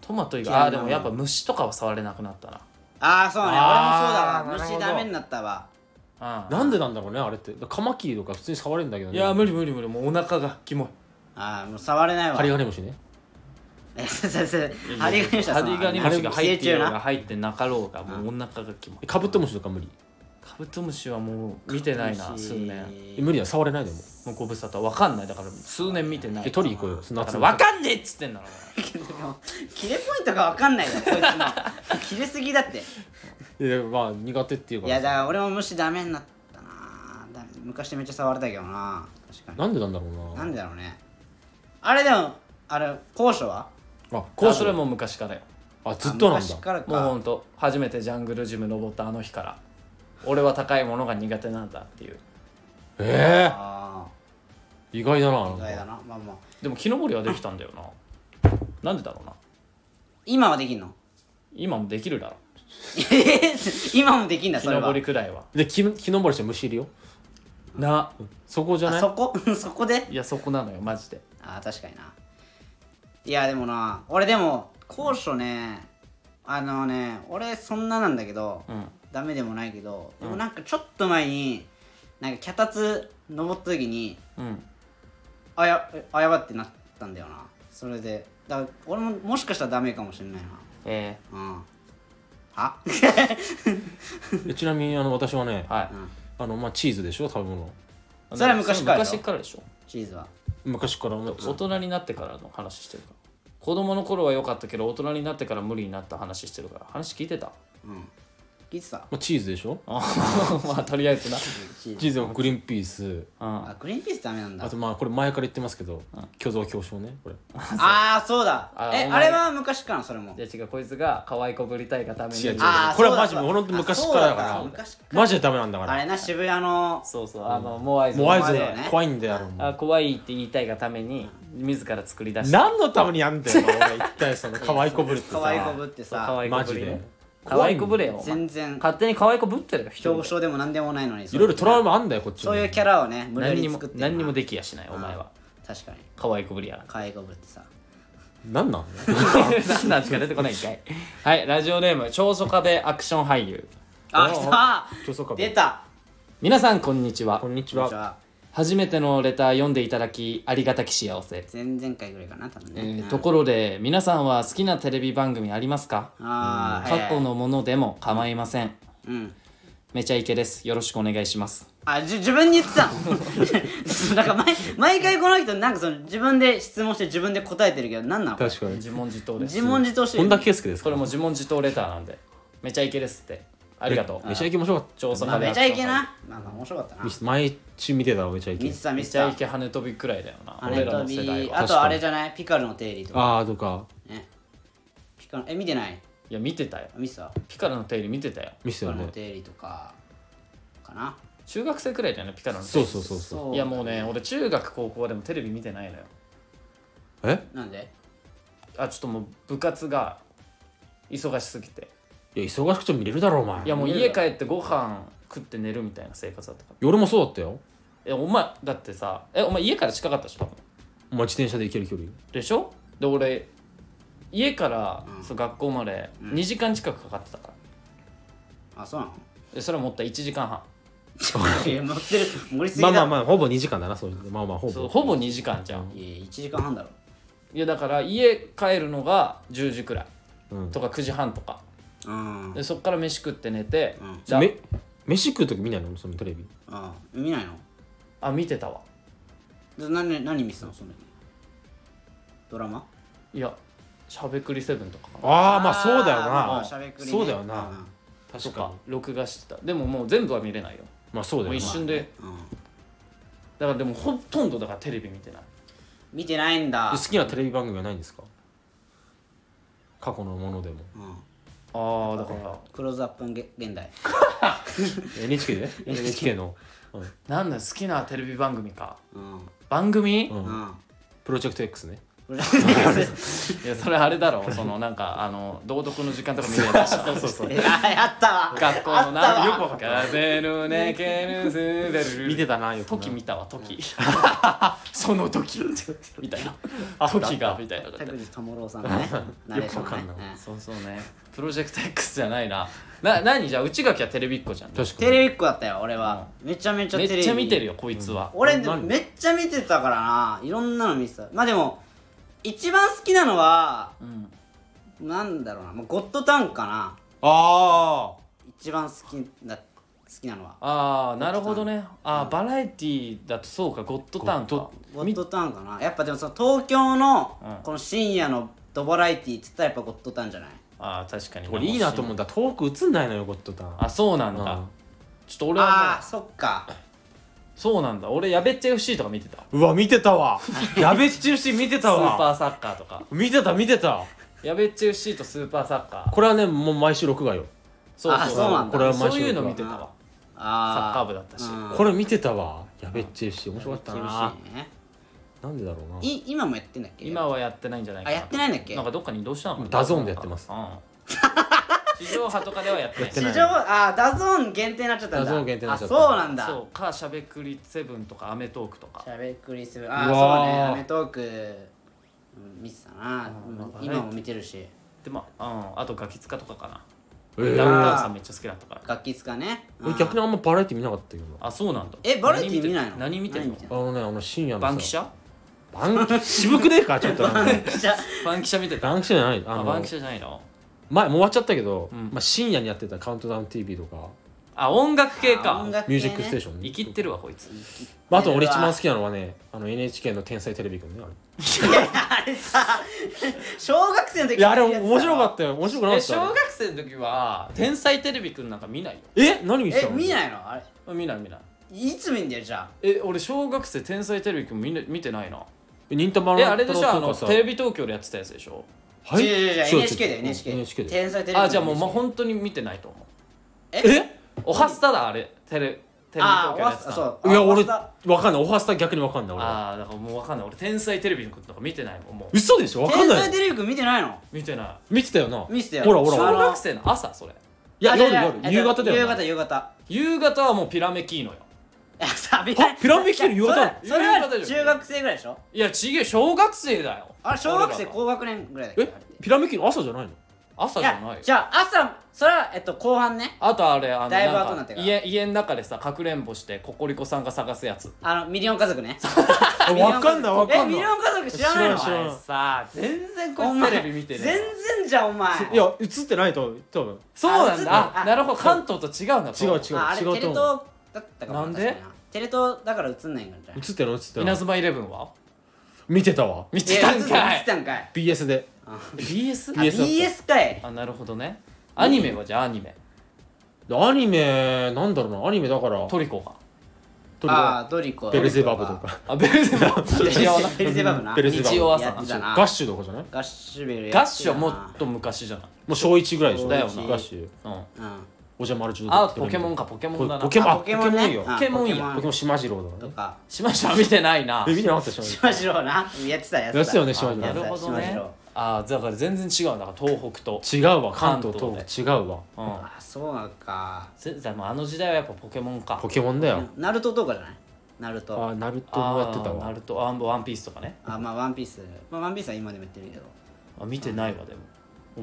Speaker 2: トマト以
Speaker 1: 嫌い
Speaker 2: 外あ
Speaker 1: な
Speaker 2: ーで
Speaker 1: も
Speaker 2: も
Speaker 1: の
Speaker 2: やっぱ虫とかは触れなくなった
Speaker 1: ああそうね
Speaker 3: あー
Speaker 1: 俺もそうだわ
Speaker 3: なるほ
Speaker 1: 虫
Speaker 3: ど
Speaker 1: ダメになったわ
Speaker 2: なうん
Speaker 3: なんでなんだろうねあれってだカマキリとか普通に触れるんだけど
Speaker 2: い
Speaker 3: ね
Speaker 2: や無理無理無理もうお腹がキモい
Speaker 1: ああもう触れないわ
Speaker 3: ハリガネムシね
Speaker 1: え そうそうそうハリガネムシは
Speaker 2: ハ
Speaker 1: そう
Speaker 2: リガネムシが入ってよ
Speaker 1: 寄生
Speaker 2: う
Speaker 1: 虫
Speaker 2: が入ってなかろうがもうお腹がキモい
Speaker 3: カブトムシとか無理
Speaker 2: カブトムシはもう見てないな数 年
Speaker 3: え無理だ触れないでも
Speaker 2: もうご無沙汰わかんないだから数年見てない
Speaker 3: え取り行こうよ
Speaker 2: だか
Speaker 3: 夏
Speaker 2: ら
Speaker 3: に
Speaker 2: わかんねえっつってんだろ
Speaker 1: キレポイントが分かんないよこいつの切れすぎだって
Speaker 3: いやまあ苦手っていうか
Speaker 1: いやだから俺も虫ダメになったなだ昔めっちゃ触れたけどな確かに
Speaker 3: なんでなんだろうな
Speaker 1: なんでだろうねあれでもあれ高所は
Speaker 3: あ
Speaker 2: こ
Speaker 3: 高
Speaker 2: うそれ
Speaker 3: 所
Speaker 2: も昔からよ
Speaker 3: あずっとなんだ
Speaker 1: 昔から
Speaker 2: もうほ
Speaker 1: か
Speaker 2: んと初めてジャングルジム登ったあの日から俺は高いものが苦手なんだっていう
Speaker 3: え
Speaker 1: あ
Speaker 3: え意外だな
Speaker 1: あ意外だ
Speaker 3: な
Speaker 1: なまあまあ
Speaker 2: でも木登りはできたんだよななんでだろうな
Speaker 1: 今はできんの
Speaker 2: 今もできるだろ
Speaker 1: 今もできんだ
Speaker 2: 木
Speaker 1: それは
Speaker 2: 登りくらいは
Speaker 3: で木木登りして虫い るよ
Speaker 2: な
Speaker 3: そこじゃな
Speaker 1: あ
Speaker 3: い
Speaker 1: そこ そこで
Speaker 2: いやそこなのよマジで
Speaker 1: あー確かにないやでもな俺でも高所ねあのね俺そんななんだけど、
Speaker 2: うん
Speaker 1: ダメでもないけどでもなんかちょっと前になんか脚立登った時に
Speaker 2: うん
Speaker 1: あやあやばってなったんだよなそれでだから俺ももしかしたらダメかもしれない
Speaker 2: え
Speaker 1: なうんは
Speaker 3: でちなみにあの私はね
Speaker 2: えはい
Speaker 3: あの、まあ、チーズでしょ食べ物
Speaker 1: それは昔からよ
Speaker 2: 昔からでしょ
Speaker 1: チーズは
Speaker 3: 昔からね
Speaker 2: 大人になってからの話してるから子供の頃は良かったけど大人になってから無理になった話してるから話聞いてた
Speaker 1: うん聞いてた
Speaker 3: まあ、チーズでしょ
Speaker 2: まあ とりあえずな
Speaker 1: チーズ
Speaker 3: チーズはグリーンピース
Speaker 2: うん
Speaker 1: あグリーンピースダメなんだ
Speaker 3: あとまあこれ前から言ってますけど虚像強症ねこれ
Speaker 1: ああそうだ
Speaker 2: あ
Speaker 1: え
Speaker 2: お
Speaker 1: あ
Speaker 2: 前
Speaker 1: れは昔からそれも
Speaker 2: で違うこいつが可愛いこぶりたいがために
Speaker 3: 違う違う
Speaker 1: あー
Speaker 3: これはマ
Speaker 1: そ
Speaker 3: ジ
Speaker 1: うだ
Speaker 3: もう本当に昔
Speaker 1: そうだ
Speaker 3: からだから
Speaker 1: そうだ昔から
Speaker 3: マジでダメなんだか
Speaker 1: あれ
Speaker 3: ら
Speaker 1: な渋谷の
Speaker 2: そうそうあのモアイ像
Speaker 3: もう合図
Speaker 2: で
Speaker 1: ね
Speaker 3: 怖いんだよあれもう
Speaker 2: あ怖いって言いたいがために自ら作り出した
Speaker 3: 何のためにやんだよお前俺一体その可愛いこぶるって
Speaker 1: 可愛いこ
Speaker 3: さ
Speaker 1: ぶって
Speaker 2: そう可
Speaker 1: さ
Speaker 2: 愛いこ
Speaker 3: マ
Speaker 2: ぶ
Speaker 3: ジ
Speaker 2: りね
Speaker 3: で
Speaker 2: 可愛いこぶれよお前
Speaker 1: 全然
Speaker 2: 勝手に可愛いこぶってるよ一人
Speaker 1: 表
Speaker 2: で
Speaker 1: 彰でも何でもないのに
Speaker 3: いろいろトラウ
Speaker 1: マ
Speaker 3: マあんだよこっちも
Speaker 1: そういうキャラをね無理
Speaker 2: 何に
Speaker 1: に
Speaker 2: も
Speaker 1: 作って
Speaker 2: 何にも
Speaker 1: で
Speaker 2: できやしないお前は
Speaker 1: 確かに
Speaker 2: 可愛いこぶりやな
Speaker 1: 可愛いこぶってさ
Speaker 3: 何なん
Speaker 2: 何なんしか出てこないんかいはいラジオネーム長所壁アクション俳優
Speaker 1: あ来た
Speaker 3: ちょそか
Speaker 1: 出た
Speaker 2: 皆さんこんにちは
Speaker 3: こんにち
Speaker 1: こんにち
Speaker 3: は
Speaker 1: は
Speaker 2: 初めてのレター読んでいただきありがたき幸せ、
Speaker 1: 前々回ぐらいかな多分
Speaker 2: え
Speaker 1: ね、
Speaker 2: ーところで皆さんは好きなテレビ番組ありますか
Speaker 1: ああ、はいは
Speaker 2: 過
Speaker 1: い
Speaker 2: 去のものでも構いません
Speaker 1: うん
Speaker 2: めちゃイケですよろしくお願いします
Speaker 1: あじ自分に言ってたの なんか毎毎回この人なんかその自分で質問して自分で答えてるけど何なの
Speaker 3: 確かに
Speaker 2: 自問自答です
Speaker 1: 自問自答してる
Speaker 3: 本田圭佑です
Speaker 2: こ
Speaker 3: か
Speaker 2: れも自問自答レターなんでめちゃイケですってありがとう
Speaker 3: めちゃイケ面白かっ
Speaker 2: 長所
Speaker 1: まあ
Speaker 2: 壁
Speaker 1: め
Speaker 2: ア
Speaker 1: ち
Speaker 2: ク
Speaker 1: ゃ
Speaker 2: ション
Speaker 1: いけなまあまあ面白かったな
Speaker 3: た毎日見てたわめちゃイ
Speaker 1: 見
Speaker 3: ケ
Speaker 1: てた
Speaker 2: め
Speaker 1: 見て
Speaker 2: ちゃ
Speaker 1: た
Speaker 2: イケ跳ね飛びくらいだよな
Speaker 1: あ
Speaker 2: 俺
Speaker 1: れ
Speaker 2: ら
Speaker 1: と
Speaker 2: の世代
Speaker 1: び
Speaker 2: は
Speaker 1: あとあれじゃないピカルの定理とか
Speaker 3: ああとか
Speaker 1: ねピカルえ見てない
Speaker 2: いや見てたよ
Speaker 1: 見てた
Speaker 2: ピカルの手入れ見てたよ
Speaker 3: 見せ
Speaker 1: ピカ
Speaker 3: たよ
Speaker 1: ルの
Speaker 3: ね
Speaker 1: 定理とかかな
Speaker 2: 中学生くらいだよねピカルの手入れ
Speaker 3: そうそうそうそう
Speaker 2: いやもうね俺中学高校でもテレビ見てないのよ
Speaker 3: え
Speaker 1: なんで
Speaker 2: あちょっともう部活が忙しすぎて
Speaker 3: いや忙しくても見れるだろお前
Speaker 2: いやもう
Speaker 1: 見
Speaker 2: 家
Speaker 1: れる
Speaker 2: 帰ってご飯食って寝るみたいな生活だったから
Speaker 3: 俺もそうだったよ
Speaker 2: えお前だってさえお前家から近かったでしょ多分
Speaker 3: お前自転車で行ける距離
Speaker 2: でしょで俺家から、そう学校まで2時間近くかかってたから
Speaker 1: あそうな の
Speaker 2: でそれもった1時間半
Speaker 1: いや乗ってる盛りすぎ
Speaker 3: ま
Speaker 1: だ
Speaker 3: あまあまあほぼ2時間だなそういうまあまあほ
Speaker 2: そう
Speaker 3: ぼ
Speaker 2: ほぼ2時間じゃん、
Speaker 1: いや1時間半だろ
Speaker 2: いやだから家帰るのが10時くらい
Speaker 3: うん
Speaker 2: とか9時半とか
Speaker 1: うんうん
Speaker 2: でそっから飯食って寝て、
Speaker 1: うん
Speaker 2: だ
Speaker 3: め飯食う時見ないのそのテレビ
Speaker 1: 見ないの
Speaker 2: あ見てたわ
Speaker 1: で何何見てたのその時ドラマ
Speaker 2: いやしゃべくりセブンとかかな
Speaker 3: ああまあそうだよ
Speaker 1: まあまあ
Speaker 3: な
Speaker 1: しゃべくりね
Speaker 3: そうだよな
Speaker 1: うん
Speaker 2: と
Speaker 3: 確か
Speaker 2: か
Speaker 3: に
Speaker 2: 録画してたでももう全部は見れないよ
Speaker 3: まあそうだ
Speaker 2: も
Speaker 3: よ
Speaker 2: う
Speaker 3: な
Speaker 2: 一瞬で
Speaker 1: うん
Speaker 2: だからでもほとんどだからテレビ見てない
Speaker 1: 見てないんだ
Speaker 3: で好きなテレビ番組はないんですか過去のものでも
Speaker 1: うん
Speaker 2: ああだから
Speaker 1: クローズアップ現現代
Speaker 3: NHK で NHK のうん
Speaker 2: なんだ好きなテレビ番組か
Speaker 1: うん
Speaker 2: 番組、
Speaker 3: うん
Speaker 1: うん
Speaker 3: プロジェクト X ね
Speaker 2: いやそれあれだろそのなんかあの道読の時間とか見れたしそうそうそう
Speaker 1: えあやったわ
Speaker 2: 学校の
Speaker 1: あった
Speaker 2: な
Speaker 1: わ
Speaker 2: く風のねけるすべる
Speaker 3: 見てたなよくな
Speaker 2: 時見たわ時 その時みたいな時がみたいな
Speaker 1: 田口智郎さんの ねナレーションがね
Speaker 3: よくわかんない
Speaker 1: うん
Speaker 2: そうそうねプロジェクト X じゃないなな何じゃあ内垣はテレビっ子じゃんね
Speaker 3: 確か
Speaker 1: テ
Speaker 3: に
Speaker 1: レビっ子だったよ俺はめちゃめちゃ
Speaker 2: め
Speaker 1: テレビ
Speaker 2: っちゃ見てるよこいつは、
Speaker 1: 俺
Speaker 3: 何
Speaker 1: めっちゃ見てたからないろんなの見てたまあでも一番好きなのは
Speaker 2: うん
Speaker 1: なんだろうな、まあ、ゴッドタンかな
Speaker 3: ああ
Speaker 1: 一番好きだ好きなのは
Speaker 2: ああなるほどねああバラエティーだとそうかゴッドタウンか
Speaker 1: ゴッドタウンかなやっぱでもその東京の
Speaker 2: うん
Speaker 1: この深夜のドボライティーっつったらやっぱゴッドタウンじゃない
Speaker 2: ああ確かに
Speaker 3: 俺いいなと思うんだ遠く映んないのよゴッドタン
Speaker 2: あそうなんだ、
Speaker 3: うん
Speaker 2: ちょっと俺は
Speaker 1: あ
Speaker 2: も
Speaker 1: あそっか
Speaker 2: うそうなんだ俺やべっちゃ FC とか見てた
Speaker 3: うわ見て たわやべっちゅうし見て
Speaker 2: ス
Speaker 3: た
Speaker 2: ーパ
Speaker 3: わ
Speaker 2: ーサッカーとか
Speaker 3: 見てた見てた
Speaker 2: やべっち FC とスーパーサッカー
Speaker 3: これはねもう毎週録画よ
Speaker 2: そう
Speaker 1: あ
Speaker 2: そう
Speaker 1: そうなんだ
Speaker 2: これは
Speaker 3: 毎週
Speaker 2: そういうの見てたわサ
Speaker 1: あ
Speaker 2: ッカー部だったし
Speaker 1: うん
Speaker 3: これ見てたわやべっちゅうし面白かった
Speaker 1: 厳
Speaker 3: な
Speaker 1: しいね
Speaker 3: なんでだろうない
Speaker 1: 今もやってんだっけ
Speaker 2: 今はやってないんじゃないかな
Speaker 1: あやってないんだっけ
Speaker 2: なんかどっかに移動したのかな
Speaker 3: ダゾーンでやってます
Speaker 2: うん地上波とかではやってない
Speaker 3: て
Speaker 1: 地
Speaker 3: ない
Speaker 1: 上あーダゾーン限定になっちゃったんだ
Speaker 3: ダゾーン限定になっちゃった
Speaker 1: あそうなんだ
Speaker 2: そうかしゃべくりセブンとかアメトークとか
Speaker 1: しゃべくりするあー
Speaker 3: う
Speaker 1: そう
Speaker 3: わー
Speaker 1: ねアメトークうん見てたな
Speaker 2: うん
Speaker 1: うん今も見てるし
Speaker 2: でまあ、うん、あとガキツカとかかな、
Speaker 3: え
Speaker 2: ダウン
Speaker 3: ー
Speaker 2: タウンさんめっちゃ好きだったから
Speaker 1: 楽器使うねうん
Speaker 3: 俺逆にあんまバラエティ見なかったけどな
Speaker 2: あそうなんだ
Speaker 1: えバラエティー見ないの
Speaker 2: 何見てんの
Speaker 1: 何見てん
Speaker 3: あのねあの深夜のさ
Speaker 2: バンキシャ
Speaker 3: バンキ渋くねえかちょっとなんか
Speaker 1: じゃあ
Speaker 2: バンキシャ見てた
Speaker 3: バンキシャじゃないあ
Speaker 2: あ
Speaker 3: の
Speaker 2: バンキシャじゃないの
Speaker 3: 前もう終わっちゃったけど、
Speaker 2: うん
Speaker 3: まあ、深夜にやってた「カウントダウン t v とか
Speaker 2: あ音楽系
Speaker 1: あ
Speaker 2: か
Speaker 1: 音
Speaker 3: 「
Speaker 1: 楽
Speaker 3: ミ
Speaker 1: 系
Speaker 3: ュ
Speaker 1: ね
Speaker 3: ージックステーション
Speaker 2: 生
Speaker 3: ね」
Speaker 2: きってるわこいつ
Speaker 3: まあ、あと俺一番好きなのはねあの NHK の「天才テレビくんねあれ
Speaker 1: いやあれさ小学生の時
Speaker 3: いやあれ面白かったよ面白くなか
Speaker 2: え
Speaker 3: った
Speaker 2: 小
Speaker 3: あ
Speaker 2: 学生の時は「天才テレビくん」なんか見ないよ
Speaker 3: れえ何見て
Speaker 1: え
Speaker 3: たの
Speaker 1: 見ないのあれ
Speaker 2: あ見ない見ない
Speaker 1: いつ見んだよじゃあ
Speaker 2: え俺小学生「天才テレビくん」見な見てないな
Speaker 3: え忍たま
Speaker 2: え
Speaker 3: 乱
Speaker 2: あれ
Speaker 3: 太
Speaker 2: で
Speaker 3: 郎
Speaker 2: し
Speaker 3: と
Speaker 2: ょあの
Speaker 3: かさ
Speaker 2: テレビ東京でやってたやつでしょ
Speaker 3: はい
Speaker 1: 違う違う違う
Speaker 3: 違う違う
Speaker 1: NHK だよ NHK
Speaker 3: うん NHK だよ
Speaker 1: 天才テレビ
Speaker 2: あじゃあもう、ま、本当に見てないと思う
Speaker 1: え
Speaker 2: おはスタだあれテレテレビ東
Speaker 1: あー
Speaker 2: 京で
Speaker 1: わ
Speaker 2: やってた
Speaker 1: すそう
Speaker 3: い
Speaker 1: あ
Speaker 3: や俺
Speaker 1: わすだ
Speaker 3: わかんないオファースター逆にわかんない俺
Speaker 2: ああだからもうわかんない俺天才テレビのこととか見てないもんもう
Speaker 3: 嘘でしょわかん
Speaker 1: 天
Speaker 3: な
Speaker 1: 才
Speaker 3: い
Speaker 1: テレビくん見てないの
Speaker 2: 見てな
Speaker 3: 見てたよな
Speaker 1: 見せてよ
Speaker 3: ほらほ
Speaker 2: い
Speaker 3: ら
Speaker 2: 小
Speaker 3: ほら
Speaker 1: あの
Speaker 2: 学生の朝それ
Speaker 3: いや
Speaker 1: あじゃあ
Speaker 3: 夜
Speaker 1: じゃあ
Speaker 3: 夜夕方だよ
Speaker 1: 夕
Speaker 3: な
Speaker 1: 方夕方
Speaker 2: 夕方はもうピラメキーノよ
Speaker 1: あさび
Speaker 3: あピラミッドより夕方なの
Speaker 1: それは
Speaker 2: 夕方じゃん
Speaker 1: 中学生ぐらいでしょ
Speaker 2: いやちげえ小学生だよ
Speaker 1: あれ小学生
Speaker 2: 俺らが
Speaker 1: 高学年ぐらいだっけ
Speaker 3: えピラミッドの朝じゃないの
Speaker 2: 朝
Speaker 1: い
Speaker 2: じゃない
Speaker 1: や
Speaker 2: よ
Speaker 1: じゃあ朝それはえっと後半ね
Speaker 2: あとあれあの
Speaker 1: だいぶ
Speaker 2: なん
Speaker 1: 後
Speaker 2: か
Speaker 1: になってから
Speaker 2: 家家の中でさかくれんぼしてココリコさんが探すやつ
Speaker 1: あのミリオン家族ね
Speaker 3: あ わかんないわか
Speaker 1: え
Speaker 3: ん
Speaker 1: ミ
Speaker 3: ない
Speaker 1: リオン家族知らないの
Speaker 3: 知
Speaker 2: あ
Speaker 3: ら
Speaker 2: れさ全然こ
Speaker 1: お
Speaker 2: い
Speaker 1: 前
Speaker 2: つテレビ見てね
Speaker 1: 全然じゃんお前
Speaker 3: いや映ってないと多分
Speaker 2: そうな
Speaker 1: あずっと
Speaker 2: んだ
Speaker 1: あ
Speaker 2: あなるほど関東と違うんだ
Speaker 3: 違う違う
Speaker 1: ああれ
Speaker 3: 違うと思う
Speaker 1: テレ東だったかも
Speaker 2: なんで
Speaker 1: 確かにテレ東だから映んないんじゃない
Speaker 3: 映ってるの映ってる
Speaker 2: 稲
Speaker 3: の
Speaker 2: 妻イレブンは
Speaker 3: 見てたわ
Speaker 2: 見
Speaker 1: い
Speaker 2: て
Speaker 1: や
Speaker 2: た
Speaker 1: 映
Speaker 2: ん
Speaker 1: ってた
Speaker 2: か
Speaker 1: 映って
Speaker 2: い
Speaker 1: たんかい
Speaker 3: BS で
Speaker 1: あ
Speaker 2: BS?
Speaker 1: あ BS かい
Speaker 2: あなるほどねアニメはじゃあアニメ
Speaker 3: アニメなんだろうなアニメだから
Speaker 2: トリコが
Speaker 3: トリ
Speaker 1: ああドリコ
Speaker 3: コベルゼバブとか
Speaker 2: あベルゼバブ
Speaker 1: ベルゼ
Speaker 2: 違うな
Speaker 1: ベルゼバブな
Speaker 3: ベルゼバブ
Speaker 2: 日曜朝
Speaker 1: やってたな
Speaker 3: ガッシュとかじゃない
Speaker 1: ガッシュベルやってたな
Speaker 2: ガッシュはもっと昔じゃない
Speaker 3: もう小一ぐらいでしょ
Speaker 2: だよな
Speaker 3: ガッシュ
Speaker 2: うん
Speaker 1: うん
Speaker 3: おじゃまるちゅう
Speaker 2: あポケモンかポケモンだな
Speaker 3: ポケモン
Speaker 1: あ
Speaker 3: あ
Speaker 1: ポケモン
Speaker 3: ポケモン
Speaker 1: ね
Speaker 3: よ
Speaker 1: あ
Speaker 2: ポケモンよ
Speaker 3: ポケモン島次郎だから
Speaker 1: と
Speaker 3: ね
Speaker 1: か
Speaker 2: しました見てないな
Speaker 3: え見てなかったでしょ
Speaker 1: 島次郎なやってたやつだ
Speaker 3: やってたよね島
Speaker 2: あ
Speaker 3: 次
Speaker 2: な
Speaker 1: や
Speaker 2: る
Speaker 1: つ
Speaker 3: 郎
Speaker 1: だ
Speaker 2: ほど
Speaker 1: 島次
Speaker 2: ね
Speaker 1: 郎
Speaker 2: あーだから全然違うんだから東北と
Speaker 3: 違うわ関東
Speaker 2: 関
Speaker 3: 東北違うわ
Speaker 2: うん
Speaker 1: あそうなのか
Speaker 2: 全然もうあの時代はやっぱポケモンか
Speaker 3: ポケモンだよ
Speaker 1: ナルトとかじゃないナルト
Speaker 3: あナルト
Speaker 2: あ
Speaker 3: も
Speaker 2: ー
Speaker 3: やってた
Speaker 2: ナ
Speaker 3: わ
Speaker 2: ルトワンワンピースとかね
Speaker 1: あまあワンピースまあワンピースは今でもやってるけど
Speaker 2: あ見てないわでも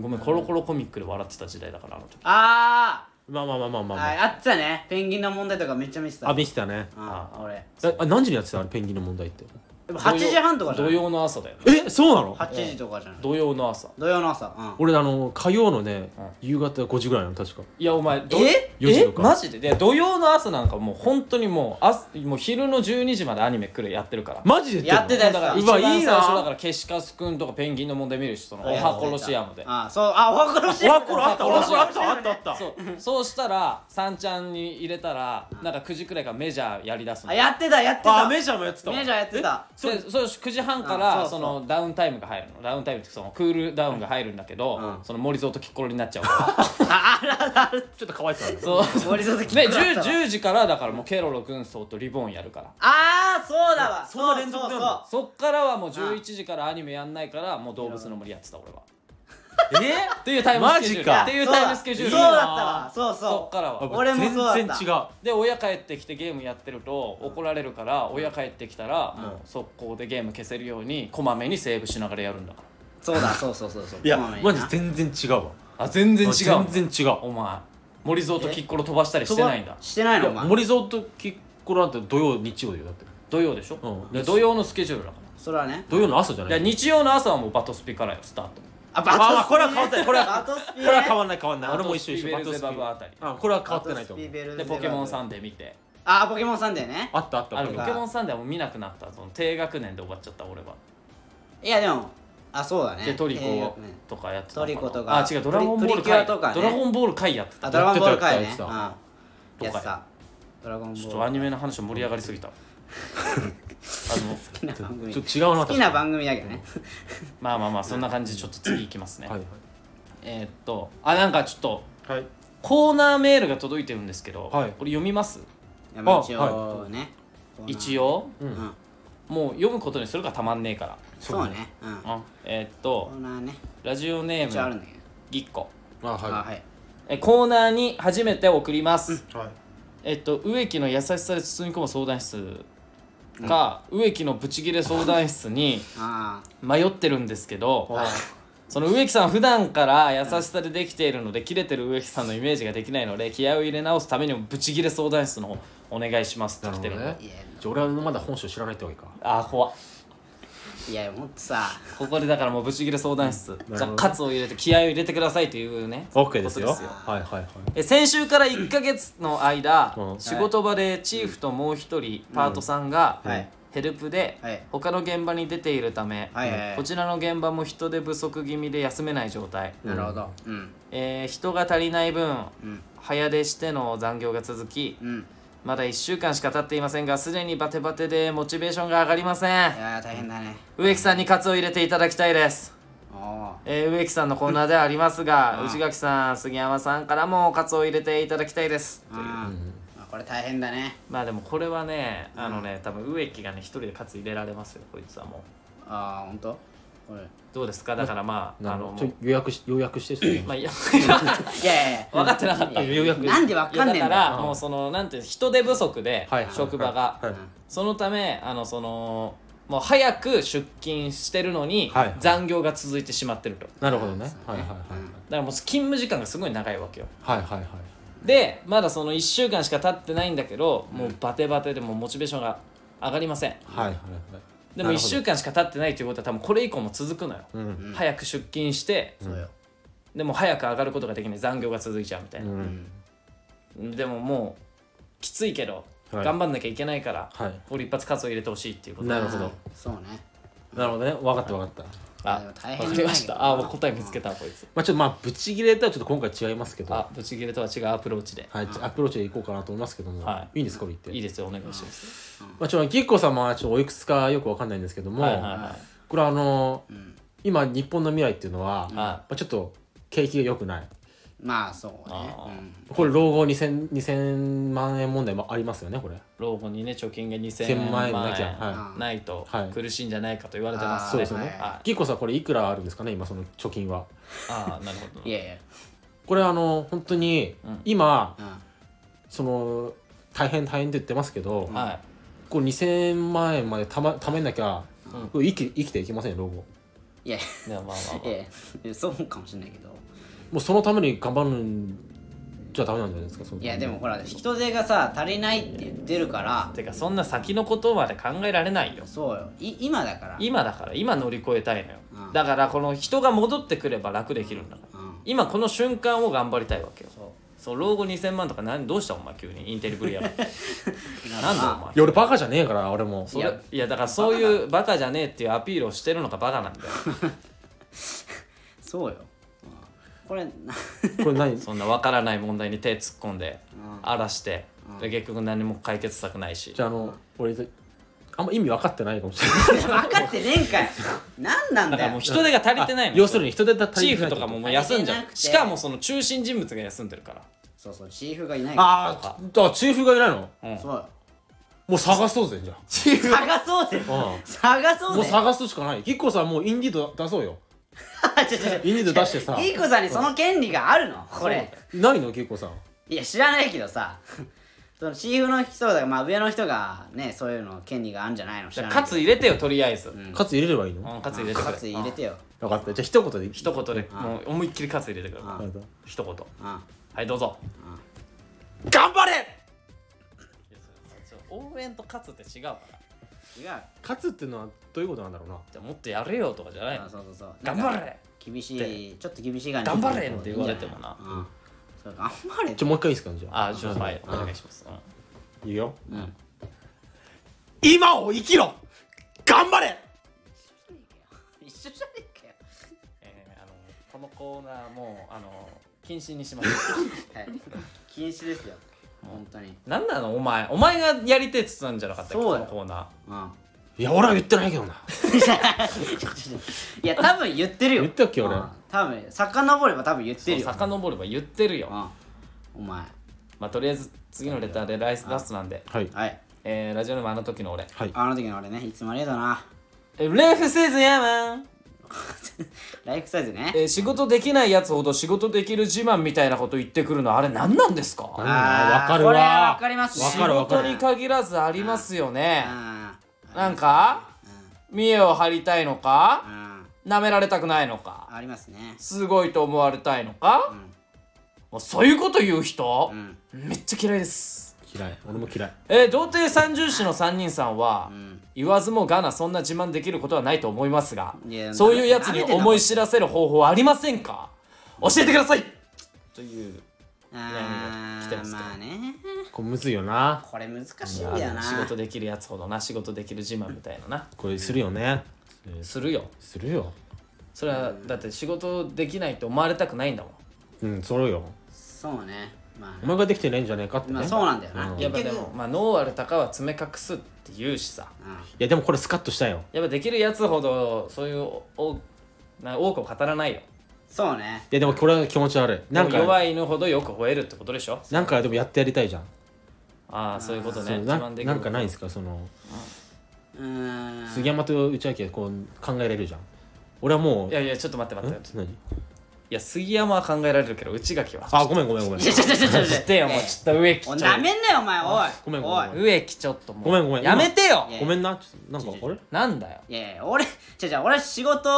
Speaker 2: ごめんコロコロコミックで笑ってた時代だからあの時
Speaker 1: あ
Speaker 3: まあまあまあまあ
Speaker 1: ー
Speaker 3: まあまあ
Speaker 1: ああってたねペンギンの問題とかめっちゃ見せた
Speaker 3: あ見てたね
Speaker 1: あー俺
Speaker 3: えあ何時にやってたあれペンギンの問題って
Speaker 1: でも8時半とかじゃ
Speaker 2: 土
Speaker 1: ない
Speaker 2: 曜の朝だよね
Speaker 3: えそうなの
Speaker 1: 8時とかじゃない
Speaker 2: 土曜の朝
Speaker 1: 土曜の朝うん
Speaker 3: 俺あの火曜のね夕方5時ぐらいなの確か
Speaker 2: いやお前ど
Speaker 1: え
Speaker 3: 4時
Speaker 2: え
Speaker 3: とか
Speaker 2: マジでで土曜の朝なんかもう本当にもうあもう昼の12時までアニメ来るやってるから
Speaker 3: マジで
Speaker 1: やってたやつ
Speaker 2: だから
Speaker 1: だ
Speaker 2: 一
Speaker 3: うわ
Speaker 2: 番
Speaker 3: いいな
Speaker 2: 最初だからケシカスくんとかペンギンの問題見るしその
Speaker 1: あ
Speaker 2: お
Speaker 1: やってた
Speaker 2: はこロシアムで
Speaker 1: あそうあおはころし
Speaker 3: オワコロあった
Speaker 2: オ
Speaker 3: オ
Speaker 2: ワ
Speaker 3: ワ
Speaker 2: コ
Speaker 3: コ
Speaker 2: ロ
Speaker 3: ロ
Speaker 2: あ
Speaker 3: あ
Speaker 2: っ
Speaker 3: ったあったあった
Speaker 2: そうそうしたらさんちゃんに入れたらなんか9時くらいからメジャーやりだすの
Speaker 1: あやってたやって
Speaker 3: あ
Speaker 1: た
Speaker 3: ーメジャーもやってたわ
Speaker 1: メジャーやってた
Speaker 2: でそう9時半か
Speaker 1: あ
Speaker 2: ら
Speaker 1: そ
Speaker 2: そう
Speaker 1: そう
Speaker 2: のダウンタイムが入るのダウンタイムってそのクールダウンが入るんだけど
Speaker 1: うん
Speaker 2: その森蔵とキッコロになっちゃ うから
Speaker 1: ああらら
Speaker 3: ちょっとかわいそうだね
Speaker 2: そう
Speaker 1: 森里
Speaker 2: で
Speaker 1: 君
Speaker 2: 10 10時からだからもうケロロ軍曹とリボンやるから
Speaker 1: ああそうだわ
Speaker 3: そんな連続
Speaker 1: そう
Speaker 3: な
Speaker 1: そ
Speaker 3: ん
Speaker 1: うそう
Speaker 3: だ
Speaker 2: そっからはもう11時からアニメやんないからもう動物の森やってた俺はえっていうタイムスケジュー
Speaker 3: マジ
Speaker 2: ル
Speaker 3: か
Speaker 2: っていうタイムスケジュー
Speaker 1: そ
Speaker 2: ル
Speaker 1: うだったわそうそう
Speaker 2: そっからは
Speaker 1: 俺もそうだった
Speaker 3: 全然違う
Speaker 2: で親帰ってきてゲームやってると怒られるから親帰ってきたらもう速攻でゲーム消せるようにこまめにセーブしながらやるんだから
Speaker 1: そうだそうそうそうそう
Speaker 3: いや
Speaker 1: こまめに
Speaker 3: マ
Speaker 1: な
Speaker 3: ジ全然違うわ
Speaker 2: あ全然違う
Speaker 3: 全然違う
Speaker 2: お前森蔵とキッコロ飛ばしたりしてないんだ
Speaker 1: してないのお
Speaker 3: いや
Speaker 1: 前
Speaker 3: 森蔵とキッコロなんて土曜日曜だよだって
Speaker 2: 土曜でしょ、
Speaker 3: うん
Speaker 2: で土曜のスケジュールだか
Speaker 1: それはね
Speaker 3: 土曜の朝じゃ
Speaker 2: ら
Speaker 3: ない
Speaker 2: で日曜の朝はもうバトスピからよスタート
Speaker 1: あバトスピね
Speaker 3: ああこれは変わってないこれ
Speaker 1: バ
Speaker 3: は
Speaker 1: トスピ
Speaker 3: これは変
Speaker 1: わ
Speaker 3: わんない変わんない俺も一緒一緒
Speaker 2: バトスピベルゼバブあたり
Speaker 3: あこれは変わってないと思う
Speaker 2: でポケモンサ
Speaker 1: ん
Speaker 2: ンデー見て
Speaker 1: あポケモンサンデーね
Speaker 3: あったあった
Speaker 2: あ
Speaker 3: あ
Speaker 2: の
Speaker 3: れ
Speaker 2: ポケモンサンデーはもう見なくなったその低学年で終わっちゃった俺はい
Speaker 1: やでもあそうだね
Speaker 2: でトリ
Speaker 1: えー
Speaker 2: コとかやってたの
Speaker 1: トリコとか
Speaker 2: あ違うドラゴンボール
Speaker 1: プリプリキュア
Speaker 2: 会
Speaker 1: とかね
Speaker 2: ドラゴンボール会やってた
Speaker 1: あドラゴンボール界ね
Speaker 3: やってた
Speaker 1: うん
Speaker 3: や
Speaker 1: や
Speaker 2: た
Speaker 1: ってたドラゴンボ
Speaker 2: ちょっ
Speaker 1: ー
Speaker 2: とア
Speaker 1: ル
Speaker 2: ニメの話盛り上がり すぎた
Speaker 1: 好
Speaker 2: あの
Speaker 1: きな番組
Speaker 3: ちょっと違うな
Speaker 1: 好きな番組だけどね
Speaker 2: まあまあまあそんな感じでちょっと次いきますね、
Speaker 3: はい
Speaker 2: えーっとあなんかちょっと
Speaker 3: はい
Speaker 2: コーナーメールが届いてるんですけど、
Speaker 3: はい
Speaker 2: これ読みます
Speaker 1: いやまあ一応ね
Speaker 2: 一応
Speaker 3: うん
Speaker 1: うん
Speaker 2: もう読むことにするからたまんねえか
Speaker 1: そうねうん
Speaker 2: ら、うん、えーっと
Speaker 1: コーナーね
Speaker 2: ラジオネ
Speaker 1: 一応あ
Speaker 2: ー
Speaker 1: るん
Speaker 2: ム
Speaker 1: だけど
Speaker 2: ぎっこ
Speaker 3: あは
Speaker 1: あはい
Speaker 2: えコーナーに初めて送ります、
Speaker 3: いはい
Speaker 2: えっと植木の優しさで包み込む相談室か、植木のブチギレ相談室に
Speaker 1: あ
Speaker 2: 迷ってるんですけど、
Speaker 1: あはい
Speaker 2: その植木さん普段から優しさでできているので切れてる植木さんのイメージができないので気合を入れ直すためにもブチギレ相談室の方お願いしますって来てるの
Speaker 3: なるほどね
Speaker 1: いや
Speaker 3: じゃあ俺はまだ本性知らないってわけか
Speaker 2: ああ怖っ
Speaker 1: いやもっとさ
Speaker 2: ここでだからもうブチギレ相談室、
Speaker 3: ど
Speaker 2: じゃあ喝を入れて気合を入れてくださいというね
Speaker 3: OK ですよ
Speaker 2: こと
Speaker 3: はいはいはい
Speaker 2: え先週から1ヶ月の間、
Speaker 3: うん
Speaker 2: 仕事場でチーフともう一人パートさんが
Speaker 1: はい
Speaker 2: ヘルプで
Speaker 1: はい
Speaker 2: 他の現場に出ているため、
Speaker 1: はいはいはい
Speaker 2: こちらの現場も人手不足気味で休めない状態、
Speaker 1: なるほどうん
Speaker 2: えー人が足りない分、
Speaker 1: ん
Speaker 2: 早出しての残業が続き
Speaker 1: うん
Speaker 2: まだ1週間しか経っていませんがすでにバテバテでモチベーションが上がりません
Speaker 1: いやー大変だね
Speaker 2: 植木さんに喝を入れていただきたいです
Speaker 1: おお
Speaker 2: えー植木さんのコーナーではありますが
Speaker 1: うん
Speaker 2: 内垣さん杉山さんからも喝を入れていただきたいです
Speaker 1: あーまあこれ大変だね
Speaker 2: まあでもこれはねあのね多分植木がね一人で喝入れられますよこいつはもう
Speaker 1: ああほんとこれ
Speaker 2: どうですかだからまあ
Speaker 3: な
Speaker 2: あ
Speaker 3: る
Speaker 2: の
Speaker 3: ほど
Speaker 2: も
Speaker 3: ちょ
Speaker 2: う
Speaker 3: 予約し予約してそれ
Speaker 2: まあいや
Speaker 1: いやいやいや
Speaker 2: 分かってなかった
Speaker 3: 予約
Speaker 1: なんでわかんねえん
Speaker 2: いやだか
Speaker 1: だ
Speaker 2: らもうそのなんていうの人手不足で
Speaker 3: はいはい
Speaker 2: 職場が
Speaker 3: はい
Speaker 2: そのためあのそのもう早く出勤してるのに
Speaker 3: はい
Speaker 2: 残業が続いてしまってるとだか
Speaker 3: なるほどね
Speaker 1: そう
Speaker 3: はい
Speaker 1: ね
Speaker 3: はいはい
Speaker 2: らもう勤務時間がすごい長いわけよ
Speaker 3: はいはいはい
Speaker 2: でまだその1週間しか経ってないんだけどもうバテバテでもうモチベーションが上がりません
Speaker 3: はいはい
Speaker 2: でも1週間しか経ってないということは多分これ以降も続くのよ、
Speaker 3: ん
Speaker 2: 早く出勤して
Speaker 1: そうよ
Speaker 2: でも早く上がることができない残業が続いちゃうみたいな、
Speaker 3: ん
Speaker 2: でももうきついけど、
Speaker 3: はい
Speaker 2: 頑張んなきゃいけないから、
Speaker 3: はい
Speaker 2: これ一発喝を入れてほしいっていうこと
Speaker 3: なるほど
Speaker 1: そうね
Speaker 3: なるほどね分かった分かった
Speaker 2: あ
Speaker 1: でも
Speaker 2: わ
Speaker 1: 大変
Speaker 2: かりましたあもう答え見つけたわこいつ
Speaker 3: まあちょっとまあブチギレとはちょっと今回違いますけど
Speaker 2: あブチギレとは違うアプローチで、
Speaker 3: はいアプローチでいこうかなと思いますけども
Speaker 2: はい
Speaker 3: いんですかこれ言って
Speaker 2: いいですよお願いします、
Speaker 3: まあちょっとぎっこさんはちょっとおいくつかよくわかんないんですけども
Speaker 2: はいはいは
Speaker 3: これはあの
Speaker 1: ん
Speaker 3: 今日本の未来っていうのは
Speaker 2: ん
Speaker 3: まあちょっと景気が良くない
Speaker 1: まあそうね
Speaker 2: あ
Speaker 1: う
Speaker 2: ー
Speaker 1: ん
Speaker 3: これ老後 2000, 2000万円問題もありますよねこれ
Speaker 2: い老後にね貯金が2000
Speaker 3: 1000万円
Speaker 2: 万
Speaker 3: なきゃ
Speaker 2: 円
Speaker 3: は
Speaker 2: ないと
Speaker 3: はい
Speaker 2: 苦しいんじゃないかと言われてます
Speaker 3: そう
Speaker 2: ね
Speaker 3: ですよね
Speaker 2: はい
Speaker 3: ぎっこさんこれいくらあるんですかね今その貯金は
Speaker 2: ああなるほど
Speaker 1: いやいや
Speaker 3: これあの本当に
Speaker 2: うん
Speaker 3: 今
Speaker 1: うん
Speaker 3: その大変大変って言ってますけど、
Speaker 2: はい
Speaker 3: これ2000万円までたま貯めなきゃ、
Speaker 2: うん
Speaker 3: これ生き生きていけませんよ老後
Speaker 1: いやい
Speaker 2: ではまあまあまあ
Speaker 1: やいやそうかもしれないけど
Speaker 3: もうそのために頑張るんじゃダメなんじゃないですかその
Speaker 1: いやでもほら人手がさ足りないって言ってるから
Speaker 2: てかそんな先のことまで考えられないよ
Speaker 1: そうよい今だから
Speaker 2: 今だから今乗り越えたいのよ、
Speaker 1: うん
Speaker 2: だからこの人が戻ってくれば楽できるんだから、
Speaker 1: うん
Speaker 2: 今この瞬間を頑張りたいわけよそう老後2000万とか何どうしたお前急にインテリぶりやがってなんだお前
Speaker 3: いや俺バカじゃねえから俺も
Speaker 2: そ
Speaker 1: い
Speaker 2: れ
Speaker 1: や
Speaker 2: いやだからそういうバカじゃねえっていうアピールをしてるのがバカなんだよ
Speaker 1: そうようんこ れな
Speaker 3: これ何
Speaker 2: そんなわからない問題に手突っ込んで
Speaker 1: うん
Speaker 2: 荒らしてで結局何も解決策ないし
Speaker 3: じゃああの俺あんま意味分かってないかもしれない
Speaker 1: 分かってねえんかい何なんだ
Speaker 2: だからも
Speaker 1: よ
Speaker 2: う人手が足りてないの
Speaker 3: 要するに人手だった
Speaker 2: チーフとかももう休んじゃ
Speaker 1: 足りてなく
Speaker 2: う
Speaker 1: て
Speaker 2: しかもその中心人物が休んでるから
Speaker 1: そうそうチーフがいないか
Speaker 3: あーあチーフがいないの
Speaker 1: らそうよ
Speaker 3: もう探そうぜじゃ
Speaker 1: 探そうぜ
Speaker 3: あ、
Speaker 1: 探
Speaker 3: う
Speaker 1: そ
Speaker 3: ん、
Speaker 1: う
Speaker 3: もう
Speaker 1: ぜ
Speaker 3: 探すしかないぎっこさんもうインディード出そうよ
Speaker 1: ちょちょちょ
Speaker 3: インディード出してさ
Speaker 1: いい子さんにその権利があるのこれ
Speaker 3: 何のぎっこさん
Speaker 1: いや知らないけどさそのチーフの人だからまあ上の人がねそういうの権利があるんじゃないの知
Speaker 2: じ
Speaker 1: ら
Speaker 2: ゃあ
Speaker 1: ないけ
Speaker 2: 喝入れてよとりあえず、
Speaker 3: カツ入れればいいの、
Speaker 2: うん、喝入れ
Speaker 1: ど
Speaker 2: てく
Speaker 1: カツ
Speaker 2: れ
Speaker 1: 入れてよ
Speaker 3: 分かったじゃあ一言で一
Speaker 2: 一言でもう思いっきり喝入れてくれ
Speaker 1: あ
Speaker 2: 一言
Speaker 1: うん
Speaker 2: はいどうぞ
Speaker 3: 頑張れ
Speaker 2: 応援と喝って違うから
Speaker 1: 違うあ
Speaker 3: 勝つっていうのはどういうことなんだろうな
Speaker 2: じゃあもっとやれよとかじゃないの
Speaker 1: そうそうそう
Speaker 2: 頑張れ
Speaker 1: 厳しいちょっと厳しい感じ
Speaker 2: 頑張れって言われてもな
Speaker 1: うんそう頑張れ
Speaker 3: ちょもう一回いいですかじゃあ
Speaker 2: あちょっとはいお願いします、うん
Speaker 3: いいよ、
Speaker 1: ん
Speaker 3: 今を生きろ頑張れ
Speaker 1: 一緒じゃねえ
Speaker 2: えーあのこのコーナーもうあの禁止にします
Speaker 1: かよはい禁止ですよ本当に
Speaker 2: 何なのお前お前がやりてえっつったんじゃなかったっ
Speaker 1: そ
Speaker 2: け
Speaker 1: う
Speaker 2: こ
Speaker 1: だ
Speaker 2: の
Speaker 1: よ
Speaker 2: コーナ
Speaker 1: うん
Speaker 3: いや俺は言ってないけどない
Speaker 1: や多分言ってるよ
Speaker 3: 言ったっけ俺
Speaker 1: うん多分遡れば多分言っ
Speaker 2: ー
Speaker 1: てる
Speaker 2: そう
Speaker 1: よ
Speaker 2: 遡れば言ってるよ
Speaker 1: うんお前
Speaker 2: まあとりあえず次のレターでライスラストなんで
Speaker 3: はい
Speaker 1: はい
Speaker 2: えー、ラジオネームあの時の俺
Speaker 3: はい
Speaker 1: あの時の俺ねいつもありがとうな
Speaker 2: えレフセーズンやマン
Speaker 1: ライフサイズね
Speaker 2: えー仕事できないやつほど仕事できる自慢みたいなこと言ってくるのあれ何なんです
Speaker 3: あ
Speaker 2: か
Speaker 3: ー
Speaker 1: あー
Speaker 3: わかる
Speaker 1: これ
Speaker 3: わ
Speaker 1: わかりますね
Speaker 3: わかるわか
Speaker 2: 人
Speaker 3: る
Speaker 2: に限らずありますよね
Speaker 1: あ
Speaker 2: なんか見栄を張りたいの
Speaker 1: ー
Speaker 2: か
Speaker 1: あ
Speaker 2: 舐められたくないのか
Speaker 1: ーありますね
Speaker 2: すごいと思われたいのかもうそういうこと言う人
Speaker 1: うん
Speaker 2: めっちゃ嫌いです
Speaker 3: 嫌い俺も嫌い
Speaker 2: えー童貞三重士の3人さんは
Speaker 1: うん
Speaker 2: 言わずもがなそんな自慢できることはないと思いますが
Speaker 1: いや
Speaker 2: そういうやつに思い知らせる方法はありませんか教えてくださいという
Speaker 1: あ
Speaker 2: 来てま
Speaker 1: ー
Speaker 2: すけど
Speaker 1: まあね
Speaker 3: これむずいよな
Speaker 1: これ難しいんだよな
Speaker 2: 仕事できるやつほどな仕事できる自慢みたいなな
Speaker 3: これするよね
Speaker 2: するよ
Speaker 3: するよ
Speaker 2: それはだって仕事できないって思われたくないんだもん
Speaker 3: うんそろよ
Speaker 1: そうねまあ
Speaker 3: お
Speaker 1: ね
Speaker 3: 前ができてないんじゃないかってね、
Speaker 1: まあそうなんだよな
Speaker 3: うん
Speaker 2: やっぱ
Speaker 1: 結
Speaker 2: で
Speaker 1: 局
Speaker 2: も、まあ、ノーアルタカは爪隠すって言うしさ
Speaker 1: うん
Speaker 3: いやでもこれスカッとしたよ
Speaker 2: やっぱできるやつほどそういうおな多くを語らないよ
Speaker 1: そうね
Speaker 3: いやでもこれは気持ち悪い
Speaker 2: な
Speaker 3: なんん
Speaker 2: か
Speaker 3: か
Speaker 2: 弱い犬ほどよく吠えるってことでしょ
Speaker 3: なんかでもやってやりたいじゃん
Speaker 2: ああそういうこと
Speaker 3: そ
Speaker 2: ね
Speaker 3: う
Speaker 2: 自
Speaker 3: な
Speaker 2: 慢できる
Speaker 3: なんかないん
Speaker 2: い
Speaker 3: ですかその
Speaker 1: うーん
Speaker 3: 杉山と内明はこう考えられるじゃん俺はもう
Speaker 2: いやいやちょっと待って待って待って
Speaker 3: ん何
Speaker 2: いや杉山は考えられるけど内垣は
Speaker 3: あごめんごめんごめん
Speaker 1: ちょちょちょちょちょ
Speaker 2: 知ってよもうちょっと植木ち
Speaker 1: お
Speaker 2: ょ
Speaker 1: い
Speaker 2: っ
Speaker 1: なめんなよお前おい
Speaker 3: ごめんごめん
Speaker 1: おい
Speaker 3: ごめん
Speaker 2: 植木ちょっともう
Speaker 3: ごめんごめん
Speaker 2: やめてよ
Speaker 1: 今
Speaker 3: ごめんなちょっとなんかあれ
Speaker 2: なんだよ
Speaker 1: いやいや俺じゃじゃ俺仕事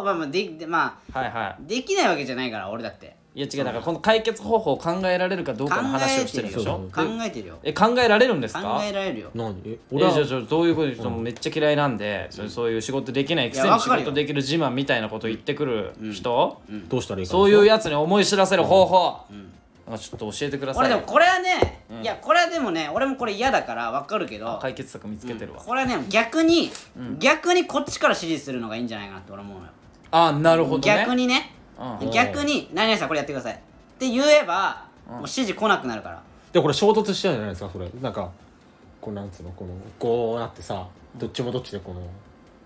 Speaker 1: をまあまあででまあ
Speaker 2: はいは
Speaker 1: できないわけじゃないから俺だって
Speaker 2: いいや違うだからこの解決方法を考えられるかどう
Speaker 1: 考
Speaker 2: かの話
Speaker 1: え
Speaker 2: をして
Speaker 1: て
Speaker 2: るん
Speaker 1: る
Speaker 2: でし
Speaker 1: よ
Speaker 2: ょ
Speaker 1: 考えてるよ
Speaker 2: え考えられるんです
Speaker 1: 考
Speaker 2: か
Speaker 1: えられるよ
Speaker 3: 何え
Speaker 2: え
Speaker 3: 俺は
Speaker 2: じゃあじゃあどういうことでもうめっちゃ嫌いなんで、そそういう仕事できないくせ
Speaker 1: いや
Speaker 2: に
Speaker 1: わ
Speaker 2: 仕
Speaker 1: かるよ
Speaker 2: 事できる自慢みたいなこと言ってくる人、
Speaker 3: どうしたらいいか
Speaker 2: そういうやつに思い知らせる方法、なんかちょっと教えてくださ
Speaker 1: 俺
Speaker 2: い
Speaker 1: でもこれはね、いやこれはでもね俺もこれ嫌だからわかるけど
Speaker 2: 解決策見つけてるわ、
Speaker 1: これはね逆に、逆にこっちから指示するのがいいんじゃないかなって俺思うのよ、
Speaker 2: あなるほどね
Speaker 1: 逆にね、
Speaker 2: う
Speaker 1: 逆に「何々さんこれやってください」って言えば、もう指示来なくなるから
Speaker 3: でこれ衝突しちゃうじゃないですかそれなんかこうなんつうのこのこうなってさどっちもどっちでこの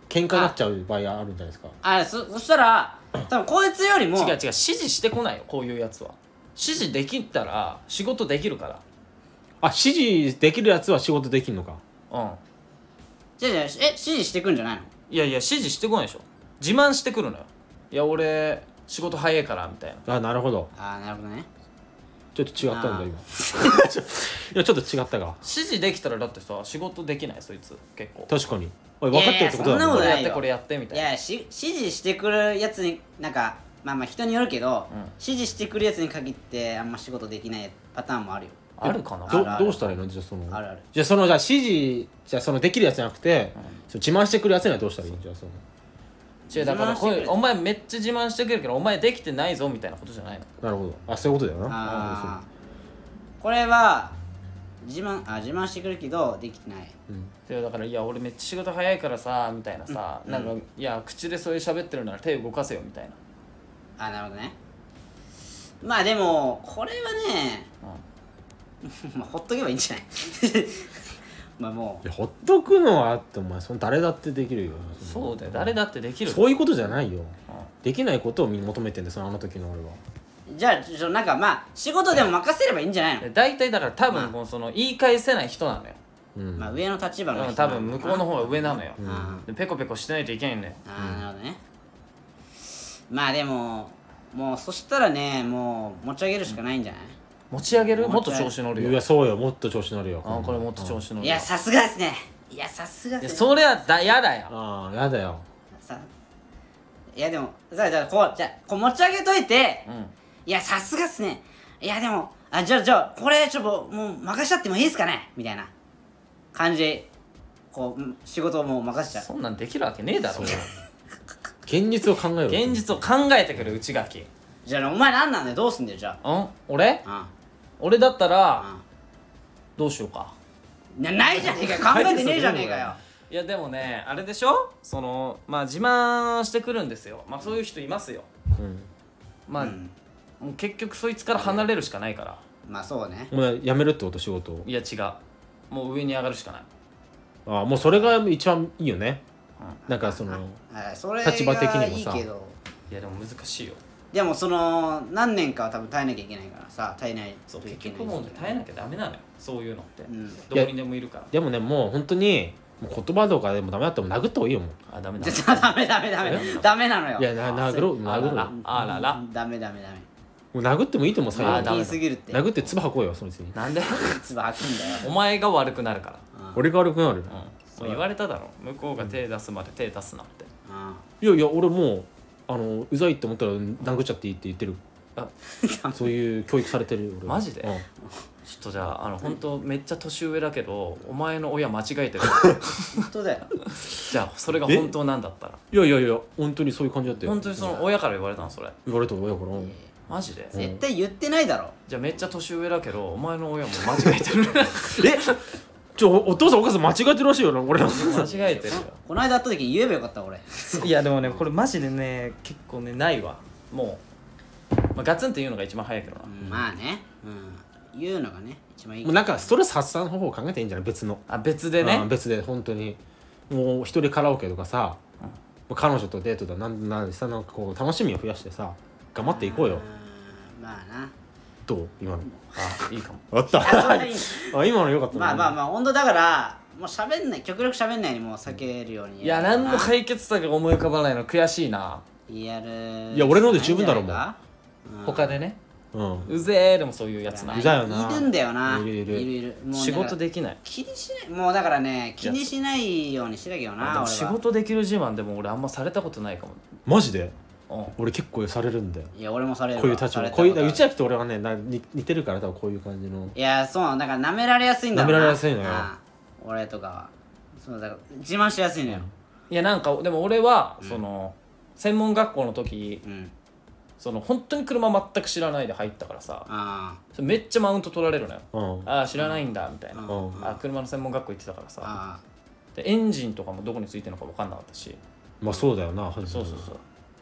Speaker 3: 喧嘩になっちゃう場合があるんじゃないですか
Speaker 1: あそそしたら多分こいつよりも
Speaker 2: 違う違う指示してこないよこういうやつは指示できたら仕事できるか
Speaker 3: あ指示できるやつは仕事できるのから
Speaker 2: うん
Speaker 1: じゃじゃえ指示してくんじゃないの
Speaker 2: いやいや指示してこないでしょ自慢してくるのよいや俺仕事早いからみたいな
Speaker 3: あなるほど
Speaker 1: ああなるほどね
Speaker 3: ちょっと違ったん
Speaker 1: あ
Speaker 3: だ
Speaker 1: ー
Speaker 3: 今 いやちょっと違ったが
Speaker 2: 指示できたらだってさ仕事できないそいつ結構
Speaker 3: 確かにおい分かってるってことだ
Speaker 1: い
Speaker 3: もん
Speaker 2: こ
Speaker 1: や
Speaker 2: れ
Speaker 1: いやそんなことない
Speaker 2: やっ
Speaker 1: よ
Speaker 2: てこれやってみた
Speaker 1: い
Speaker 2: いな
Speaker 1: やし指示してくるやつになんかまあまあ人によるけど、指示してくるやつに限ってあんま仕事できないパターンもあるよ
Speaker 2: あるかな
Speaker 1: あるあ
Speaker 3: ど
Speaker 1: る
Speaker 3: どうしたらいいのじゃあその
Speaker 1: あるある
Speaker 3: じゃあそのじゃあ指示じゃあそのできるやつじゃなくて、その自慢してくるやつにはどうしたらいいのじゃあその
Speaker 2: 違うだから
Speaker 1: 自慢してくる
Speaker 2: これお前めっちゃ自慢してくるけどお前できてないぞみたいなことじゃないの
Speaker 3: なるほどあそういうことだよな
Speaker 1: あーこれは自慢あ自慢してくるけどできてない
Speaker 2: でだからいや俺めっちゃ仕事早いからさみたいなさ、なんかいや口でそういう喋ってるなら手動かせよみたいな
Speaker 1: あなるほどねまあでもこれはね、 まあほっとけばいいんじゃないまあも
Speaker 3: いやほっとくのはあってお前その誰だってできるよその
Speaker 2: そうだよ誰だってできる
Speaker 3: そういうことじゃないよできないことをみんな求めてんだよそのあの時の俺は
Speaker 1: うじゃあちょなんかまあ仕事でも任せればいいんじゃないの、
Speaker 2: で大体だから多分もうその言い返せない人なのよ
Speaker 1: まあ上の立場の
Speaker 2: うん
Speaker 1: 人
Speaker 2: 多分向こうの方が上なのよ、
Speaker 1: ん
Speaker 2: でペコペコしてないといけないんだよ
Speaker 1: ああなるほどねまあでももうそしたらねもう持ち上げるしかないんじゃない、
Speaker 2: 持ち上げる
Speaker 1: 持
Speaker 2: もっ
Speaker 1: ち上
Speaker 2: と
Speaker 1: げ
Speaker 2: 調子乗る
Speaker 3: い
Speaker 2: よ
Speaker 3: やそうよもっと調子乗るよ
Speaker 2: あこれもっと調子乗る
Speaker 1: い
Speaker 2: よ
Speaker 1: やさすがですねいやさすが
Speaker 2: い
Speaker 1: で
Speaker 2: や
Speaker 1: すね
Speaker 2: それはだやだよ
Speaker 3: ああやだよ
Speaker 1: さいやでもさあじゃあこうじゃあこう持ち上げといて、いやさすがっすねいやでもあじゃあじゃあこれちょっともう任しちゃってもいいですかねみたいな感じでこううん仕事をもう任せちゃう
Speaker 2: そんなんできるわけねえだろ
Speaker 3: 現実を考えろ
Speaker 2: 現実を考えてくる内垣
Speaker 1: じゃあお前何なんだよどうすんだよじゃ
Speaker 2: うん俺
Speaker 1: あ
Speaker 2: 俺だった
Speaker 1: う
Speaker 2: ら
Speaker 1: ん
Speaker 2: どうしようか
Speaker 1: なないじゃねえかよ考えてねえじゃねえかよ
Speaker 2: いやでもねあれでしょそのまあ自慢してくるんですよまあそういう人いますよ
Speaker 3: うん
Speaker 2: まあ、もう結局そいつから離れるしかないから
Speaker 1: まあそうね
Speaker 3: お前辞めるってこと仕事を
Speaker 2: いや違うもう上に上がるしかない
Speaker 3: ああもうそれが一番いいよねなんかその
Speaker 1: あそれ
Speaker 3: 立場的
Speaker 1: が
Speaker 3: にも
Speaker 1: いい
Speaker 3: さ
Speaker 1: けど
Speaker 2: いやでも難しいよ
Speaker 1: でもその何年かは多分耐えなきゃいけないからさ耐えないと
Speaker 2: そう
Speaker 1: い
Speaker 2: 結
Speaker 1: けない
Speaker 2: 局もうね耐えなきゃダメなのよそういうのって、
Speaker 1: ん
Speaker 2: どこにでもいるから
Speaker 3: でもねもう本当にもう言葉とかでもダメだったらもう殴った方がいいよもう
Speaker 2: あダメなの
Speaker 1: 絶対ダメダメダメダメなのよ
Speaker 3: いやな殴ろう
Speaker 2: あ
Speaker 3: 殴
Speaker 2: ら
Speaker 3: ろう
Speaker 2: ら
Speaker 3: よ
Speaker 2: あらら
Speaker 1: ダメダメダメ
Speaker 3: もう殴ってもいいと思う最
Speaker 2: あー
Speaker 1: 気
Speaker 2: ダメ
Speaker 1: に
Speaker 2: だ
Speaker 1: すぎるって
Speaker 3: 殴って唾吐こうよそいつに
Speaker 2: なんで
Speaker 1: 唾吐くんだよ
Speaker 2: お前が悪くなるから
Speaker 3: 俺が悪くなる、
Speaker 2: そう言われただろ向こうが手出すまで手出すなって
Speaker 1: あ
Speaker 3: いやいや俺もうあのうざいって思ったら殴っちゃっていいって言ってる
Speaker 2: あ
Speaker 3: そういう教育されてる俺は
Speaker 2: マジで
Speaker 3: うん
Speaker 2: ちょっとじゃああの本当めっちゃ年上だけどお前の親間違えてる
Speaker 1: ー本当だよ
Speaker 2: じゃあそれが本当なんだったら
Speaker 3: いやいやいや本当にそういう感じだったよ
Speaker 2: 本当にその親から言われたのそれ
Speaker 3: 言われた親から
Speaker 2: マジで
Speaker 1: 絶対言ってないだろ
Speaker 2: じゃあめっちゃ年上だけどお前の親も間違 えてる
Speaker 3: えちょおお父さんお母さん間違ってるらしいよ な俺ら
Speaker 2: 間違えてるよ
Speaker 1: この間会った時に言えばよかった俺
Speaker 2: いやでもねこれマジでね結構ねないわもう、まあ、ガツンって言うのが一番早いけどな
Speaker 1: まあねうん言うのがね一番いい
Speaker 3: もうなんかストレス発散方法を考えていいんじゃない別の
Speaker 2: あ別で
Speaker 3: うん
Speaker 2: ね
Speaker 3: 別で本当にもう一人カラオケとかさ、彼女とデートだなんなんでさなんかこう楽しみを増やしてさ頑張っていこうよ
Speaker 1: うんまあな
Speaker 3: どう今の
Speaker 2: あいいかも
Speaker 3: あった
Speaker 1: あそんなに
Speaker 3: あ今のよかったね
Speaker 1: まあまあまあ本当だからもう喋んない極力喋んないようにもう避けるように
Speaker 2: いや何の解決策が思い浮かばないの悔しいな
Speaker 1: やる
Speaker 3: いや俺ので十分だろもう
Speaker 2: 他でね
Speaker 3: うん
Speaker 2: うぜーでもそういうやつな
Speaker 3: うざいよない
Speaker 1: るんだよないい
Speaker 3: るいる
Speaker 1: いるいるもうだから
Speaker 2: 仕事できない
Speaker 1: 気にしないもうだからね気にしないようにしてたけど
Speaker 2: あで
Speaker 1: な
Speaker 2: も
Speaker 1: 俺
Speaker 2: 仕
Speaker 1: は
Speaker 2: 事できる自慢でも俺あんまされたことないか
Speaker 3: マジで
Speaker 2: も、
Speaker 3: 俺結構されるんだよ
Speaker 1: いや俺もされるわ
Speaker 3: こういう立
Speaker 1: され
Speaker 3: 場
Speaker 1: た
Speaker 3: こういう
Speaker 1: とある
Speaker 3: 内秋と俺はねな似似てるから多分こういう感じの
Speaker 1: いやそうなんだから舐められやすいんだろうな
Speaker 3: 舐められやすいのよ
Speaker 1: ああ俺とかはそうだから自慢しやすいのよ
Speaker 2: うん、いやなんかでも俺は、その専門学校の時
Speaker 1: うん
Speaker 2: その本当に車全く知らないで入ったからさ
Speaker 1: あ
Speaker 2: それめっちゃマウント取られるのよ
Speaker 3: うん
Speaker 2: ああ知らないんだみたいな、
Speaker 1: うん
Speaker 3: うん
Speaker 2: あ車の専門学校行ってたから
Speaker 1: あ
Speaker 2: さ
Speaker 1: あ
Speaker 2: でエンジンとかもどこについてるのか分かんなかったし
Speaker 3: まあそうだよな
Speaker 2: そうそうそう、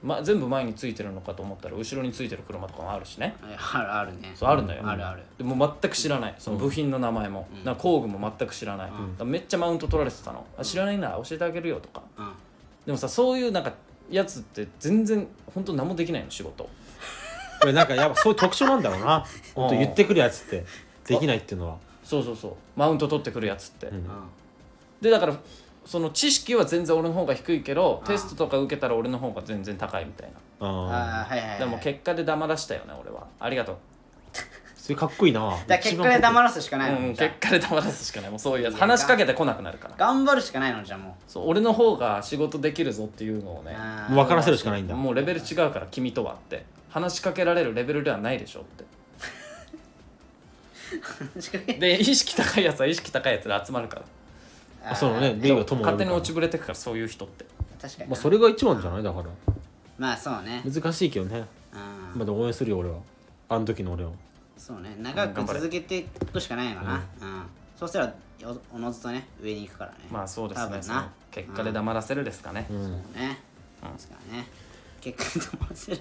Speaker 2: ま、全部前についてるのかと思ったら後ろについてる車とかもあるしね
Speaker 1: あいやあるあるね
Speaker 2: そうあるのよ、
Speaker 1: あるある
Speaker 2: でもう全く知らないその部品の名前も、なんか工具も全く知らない、だからめっちゃマウント取られてたの、あ知らないなら教えてあげるよとか
Speaker 1: うん
Speaker 2: でもさそういうなんかやつって全然本当何もできないの仕事
Speaker 3: これなんかやっぱそういう特徴なんだろうな本当言ってくるやつってできないっていうのは
Speaker 2: そうそうそうマウント取ってくるやつって、
Speaker 3: ん
Speaker 1: うん
Speaker 2: でだからその知識は全然俺の方が低いけどテストとか受けたら俺の方が全然高いみたいな
Speaker 3: あ
Speaker 1: ああはいはいはい
Speaker 2: でも結果で黙らしたよね俺はありがとう、
Speaker 3: ーそれかっこいいな
Speaker 1: だから結果で黙らすしかないの、
Speaker 2: うん、
Speaker 1: じゃあ
Speaker 2: 結果で黙らすしかないもうそういうやつ
Speaker 1: いや
Speaker 2: 話しかけてこなくなるから
Speaker 1: 頑張るしかないのじゃあも
Speaker 2: そう俺の方が仕事できるぞっていうのをね
Speaker 1: あー
Speaker 3: もう分からせるしかないんだ
Speaker 2: もうレベル違うから君とはって話しかけられるレベルではないでしょって
Speaker 1: うしかない
Speaker 2: で意識高いやつは意識高いやつで集まるから
Speaker 1: あー
Speaker 3: あそうだねレイが友を呼ぶから
Speaker 2: 勝手に落ちぶれてくからそういう人って
Speaker 1: 確かに
Speaker 3: まあ
Speaker 1: な
Speaker 3: それが一番じゃないだから
Speaker 1: まあそうね
Speaker 3: 難しいけどね
Speaker 1: うん
Speaker 3: まだ応援するよ俺はあの時の俺を
Speaker 1: そうね長く続けていくしかないのなうんそうしたらおおのずとね上に行くからね
Speaker 2: まあそうです
Speaker 1: 多
Speaker 2: ね
Speaker 1: 分
Speaker 2: その
Speaker 1: な
Speaker 2: 結果で黙らせるですかね、
Speaker 1: そうねですからね結果で黙らせる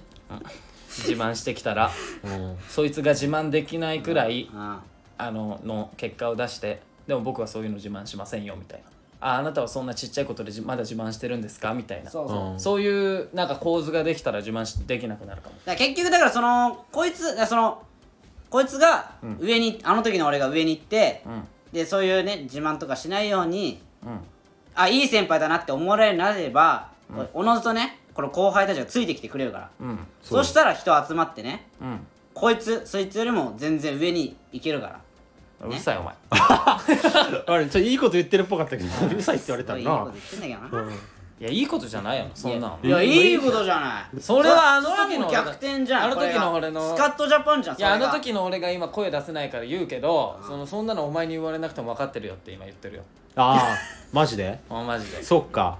Speaker 2: 自慢してきたら
Speaker 3: うん
Speaker 2: そいつが自慢できないくらい
Speaker 1: うん
Speaker 2: あのの結果を出してでも僕はそういうの自慢しませんよみたいなああなたはそんなちっちゃいことでじまだ自慢してるんですかみたいな
Speaker 1: そうそう
Speaker 3: うん
Speaker 2: そういうなんか構図ができたら自慢しできなくなるかも
Speaker 1: だから結局だからそのこいつだからそのこいつが上に、あの時の俺が上に行って、
Speaker 2: ん
Speaker 1: でそういうね自慢とかしないように
Speaker 2: うん
Speaker 1: あいい先輩だなって思われるようになれば、おのずとねこの後輩たちがついてきてくれるから、
Speaker 2: うん
Speaker 1: そしたら人集まってね
Speaker 2: うん
Speaker 1: こいつそいつよりも全然上に行けるから
Speaker 2: うるさいお前
Speaker 3: あれちょっといいこと言ってるっぽかったけどうるさいって言われた
Speaker 1: すごいいい
Speaker 3: ら
Speaker 1: こと
Speaker 3: な
Speaker 1: 言ってんだけどな、
Speaker 2: いやいいことじゃないよなそんなの
Speaker 1: いやいいことじゃない
Speaker 2: それはあの時の
Speaker 1: それはもう逆転じゃん
Speaker 2: あの時の俺の
Speaker 1: これがスカッとジャパンじゃん
Speaker 2: いやあ
Speaker 1: それ
Speaker 2: の
Speaker 1: が
Speaker 2: 時の俺が今声出せないから言うけどそのそんなのお前に言われなくても分かってるよって今言ってるよ
Speaker 3: ああマジで
Speaker 2: あマジで
Speaker 3: そっか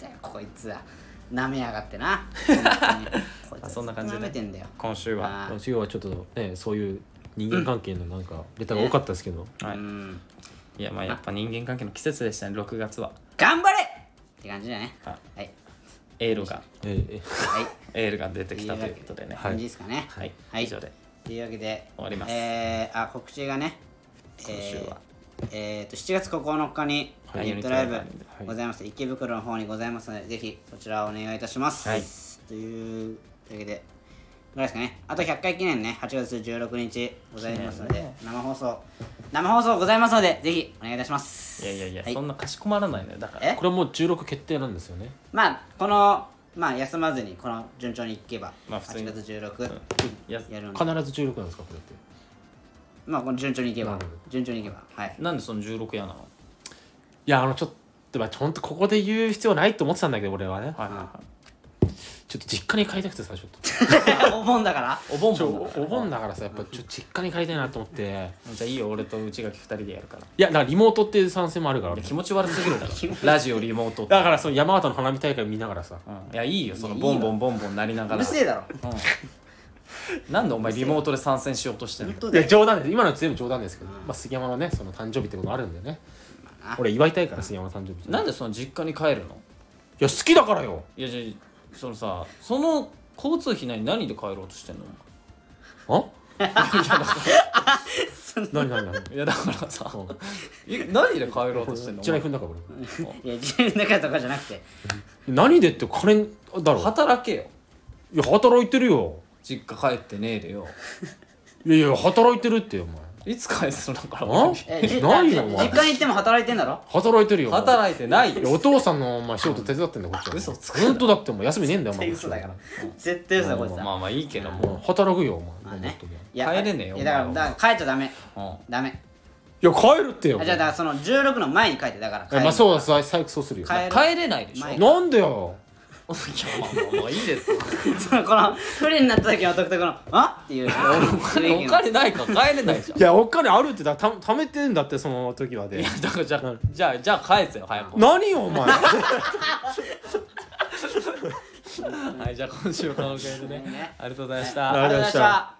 Speaker 1: だよこいつは舐めやがって な本当にこいつは
Speaker 2: そんな感じで
Speaker 1: 舐めてんだよ
Speaker 2: 今週は
Speaker 1: あー
Speaker 3: 今日はちょっとねそういう人間関係のなんかレターが多かったですけど
Speaker 2: は
Speaker 1: うん
Speaker 2: いいやまあやっぱ人間関係の季節でしたね6月は
Speaker 1: 頑張れって感じだね
Speaker 2: は
Speaker 1: はい
Speaker 2: エールが
Speaker 3: ええ
Speaker 1: はい
Speaker 2: エールが出てきたということでね
Speaker 1: 感じですかね
Speaker 2: はい、
Speaker 1: はい
Speaker 2: 以上で
Speaker 1: というわけで
Speaker 2: 終わります
Speaker 1: えー、あ告知がね
Speaker 2: 今週は
Speaker 1: えーえーと7月9日に
Speaker 2: はい
Speaker 1: ユニットライブ
Speaker 2: はい
Speaker 1: ございます、池袋の方にございますのでぜひそちらをお願いいたします、
Speaker 2: はい
Speaker 1: というわけでぐらいですかねあと100回記念ね8月16日ございますので、生放送生放送ございますのでぜひお願いいたします
Speaker 2: いやいやいや、
Speaker 1: はい
Speaker 2: そんなかしこまらないのよだから
Speaker 1: え
Speaker 3: これはもう収録決定なんですよね
Speaker 1: まあこのまあ休まずにこの順調にいけば、
Speaker 2: まあ普通
Speaker 1: 8
Speaker 2: に
Speaker 1: 月16
Speaker 2: いや
Speaker 1: やるので
Speaker 3: 必ず収録なんですかこれって
Speaker 1: まあこの順調にいけば
Speaker 3: なるほど
Speaker 1: 順調にいけばはい
Speaker 2: なんでその16やなの
Speaker 3: いやあのちょっとまあほんとここで言う必要ないと思ってたんだけど俺はね
Speaker 2: はいはいは
Speaker 3: ちょっと実家に帰りたくてさちょっと
Speaker 1: お盆だから
Speaker 2: いお盆
Speaker 3: ち
Speaker 2: も
Speaker 3: ょお盆だからさやっぱちょっと実家に帰りたいなと思って
Speaker 2: じゃあいいよ俺と内垣2人でやるから
Speaker 3: いやだからリモートっていう賛成もあるから
Speaker 2: いや
Speaker 3: 俺
Speaker 2: 気持ち悪すぎるだろラジオリモートって
Speaker 3: だからその山形の花火大会見ながらさ
Speaker 2: うんいやいいよそのボンボンボンボンなりな
Speaker 1: う
Speaker 2: が
Speaker 1: る
Speaker 2: ら
Speaker 1: せえだろ
Speaker 2: なんでお前リモートで参戦しようとしてんの
Speaker 1: 本当
Speaker 3: い
Speaker 1: だ
Speaker 3: や
Speaker 1: よ
Speaker 3: 冗談です今の全部冗談ですけど、まあ、杉山のねその誕生日ってことあるんでね俺祝いたいから杉山の誕生日
Speaker 2: なん
Speaker 3: い
Speaker 2: でその実家に帰るの
Speaker 3: や好きだからよ
Speaker 2: いやじゃあそのさその交通費何何で帰ろうとしてんの
Speaker 3: あ何何何
Speaker 2: いやだからさえ何で帰ろうとしてんの
Speaker 3: 地雷踏んだから
Speaker 1: いや自分だからとかじゃなくて
Speaker 3: 俺何でって金だ
Speaker 2: お
Speaker 3: ろ
Speaker 2: 前働けよ
Speaker 3: いや働いてるよ
Speaker 2: 実家帰ってねえでよ
Speaker 3: いやいや働いてるってよお前
Speaker 2: いつ返すのだから
Speaker 3: あ
Speaker 1: えじ
Speaker 3: ないよお
Speaker 1: 実
Speaker 3: 前
Speaker 1: 家に行っても働いてんだろ
Speaker 3: 働いてるよ
Speaker 2: 働いてない
Speaker 3: いや
Speaker 2: よ
Speaker 3: お父さんのお前仕事手伝ってんだよこっちは
Speaker 2: 嘘つくな
Speaker 3: 本当だってお前休みねえんだよお 前
Speaker 1: 絶対嘘だから絶対嘘だこいつ
Speaker 2: ま
Speaker 1: は
Speaker 2: あまあいいけど
Speaker 3: うん
Speaker 2: も
Speaker 3: 働くよお前、
Speaker 1: まあね
Speaker 3: 本当に
Speaker 1: いや
Speaker 2: 帰れねえよ
Speaker 1: いやだから
Speaker 2: お前は
Speaker 1: だから帰っちゃダメ
Speaker 2: う、うん
Speaker 1: ダメ
Speaker 3: いや帰るってよ
Speaker 1: あじゃあだからその16の前に帰ってだから帰
Speaker 3: えまあそうださ最悪そうするよ
Speaker 1: 帰る
Speaker 2: 帰れないでしょ
Speaker 1: 前
Speaker 2: いや
Speaker 3: なんでよ
Speaker 2: まあまあまあいいですよ
Speaker 1: そ のこの不利になった時の独特の「あっ?」ていう
Speaker 2: お金ないから帰れないじゃん
Speaker 3: いやお金あるってだた貯めてんだってその時はいで
Speaker 2: やだからじゃあじゃあじゃあ返せよ早く
Speaker 3: 何よお前
Speaker 2: はいじゃあ今週はこのくらいでね
Speaker 1: ね
Speaker 2: ありがとうございまし
Speaker 1: あ
Speaker 2: た
Speaker 1: りがとうございました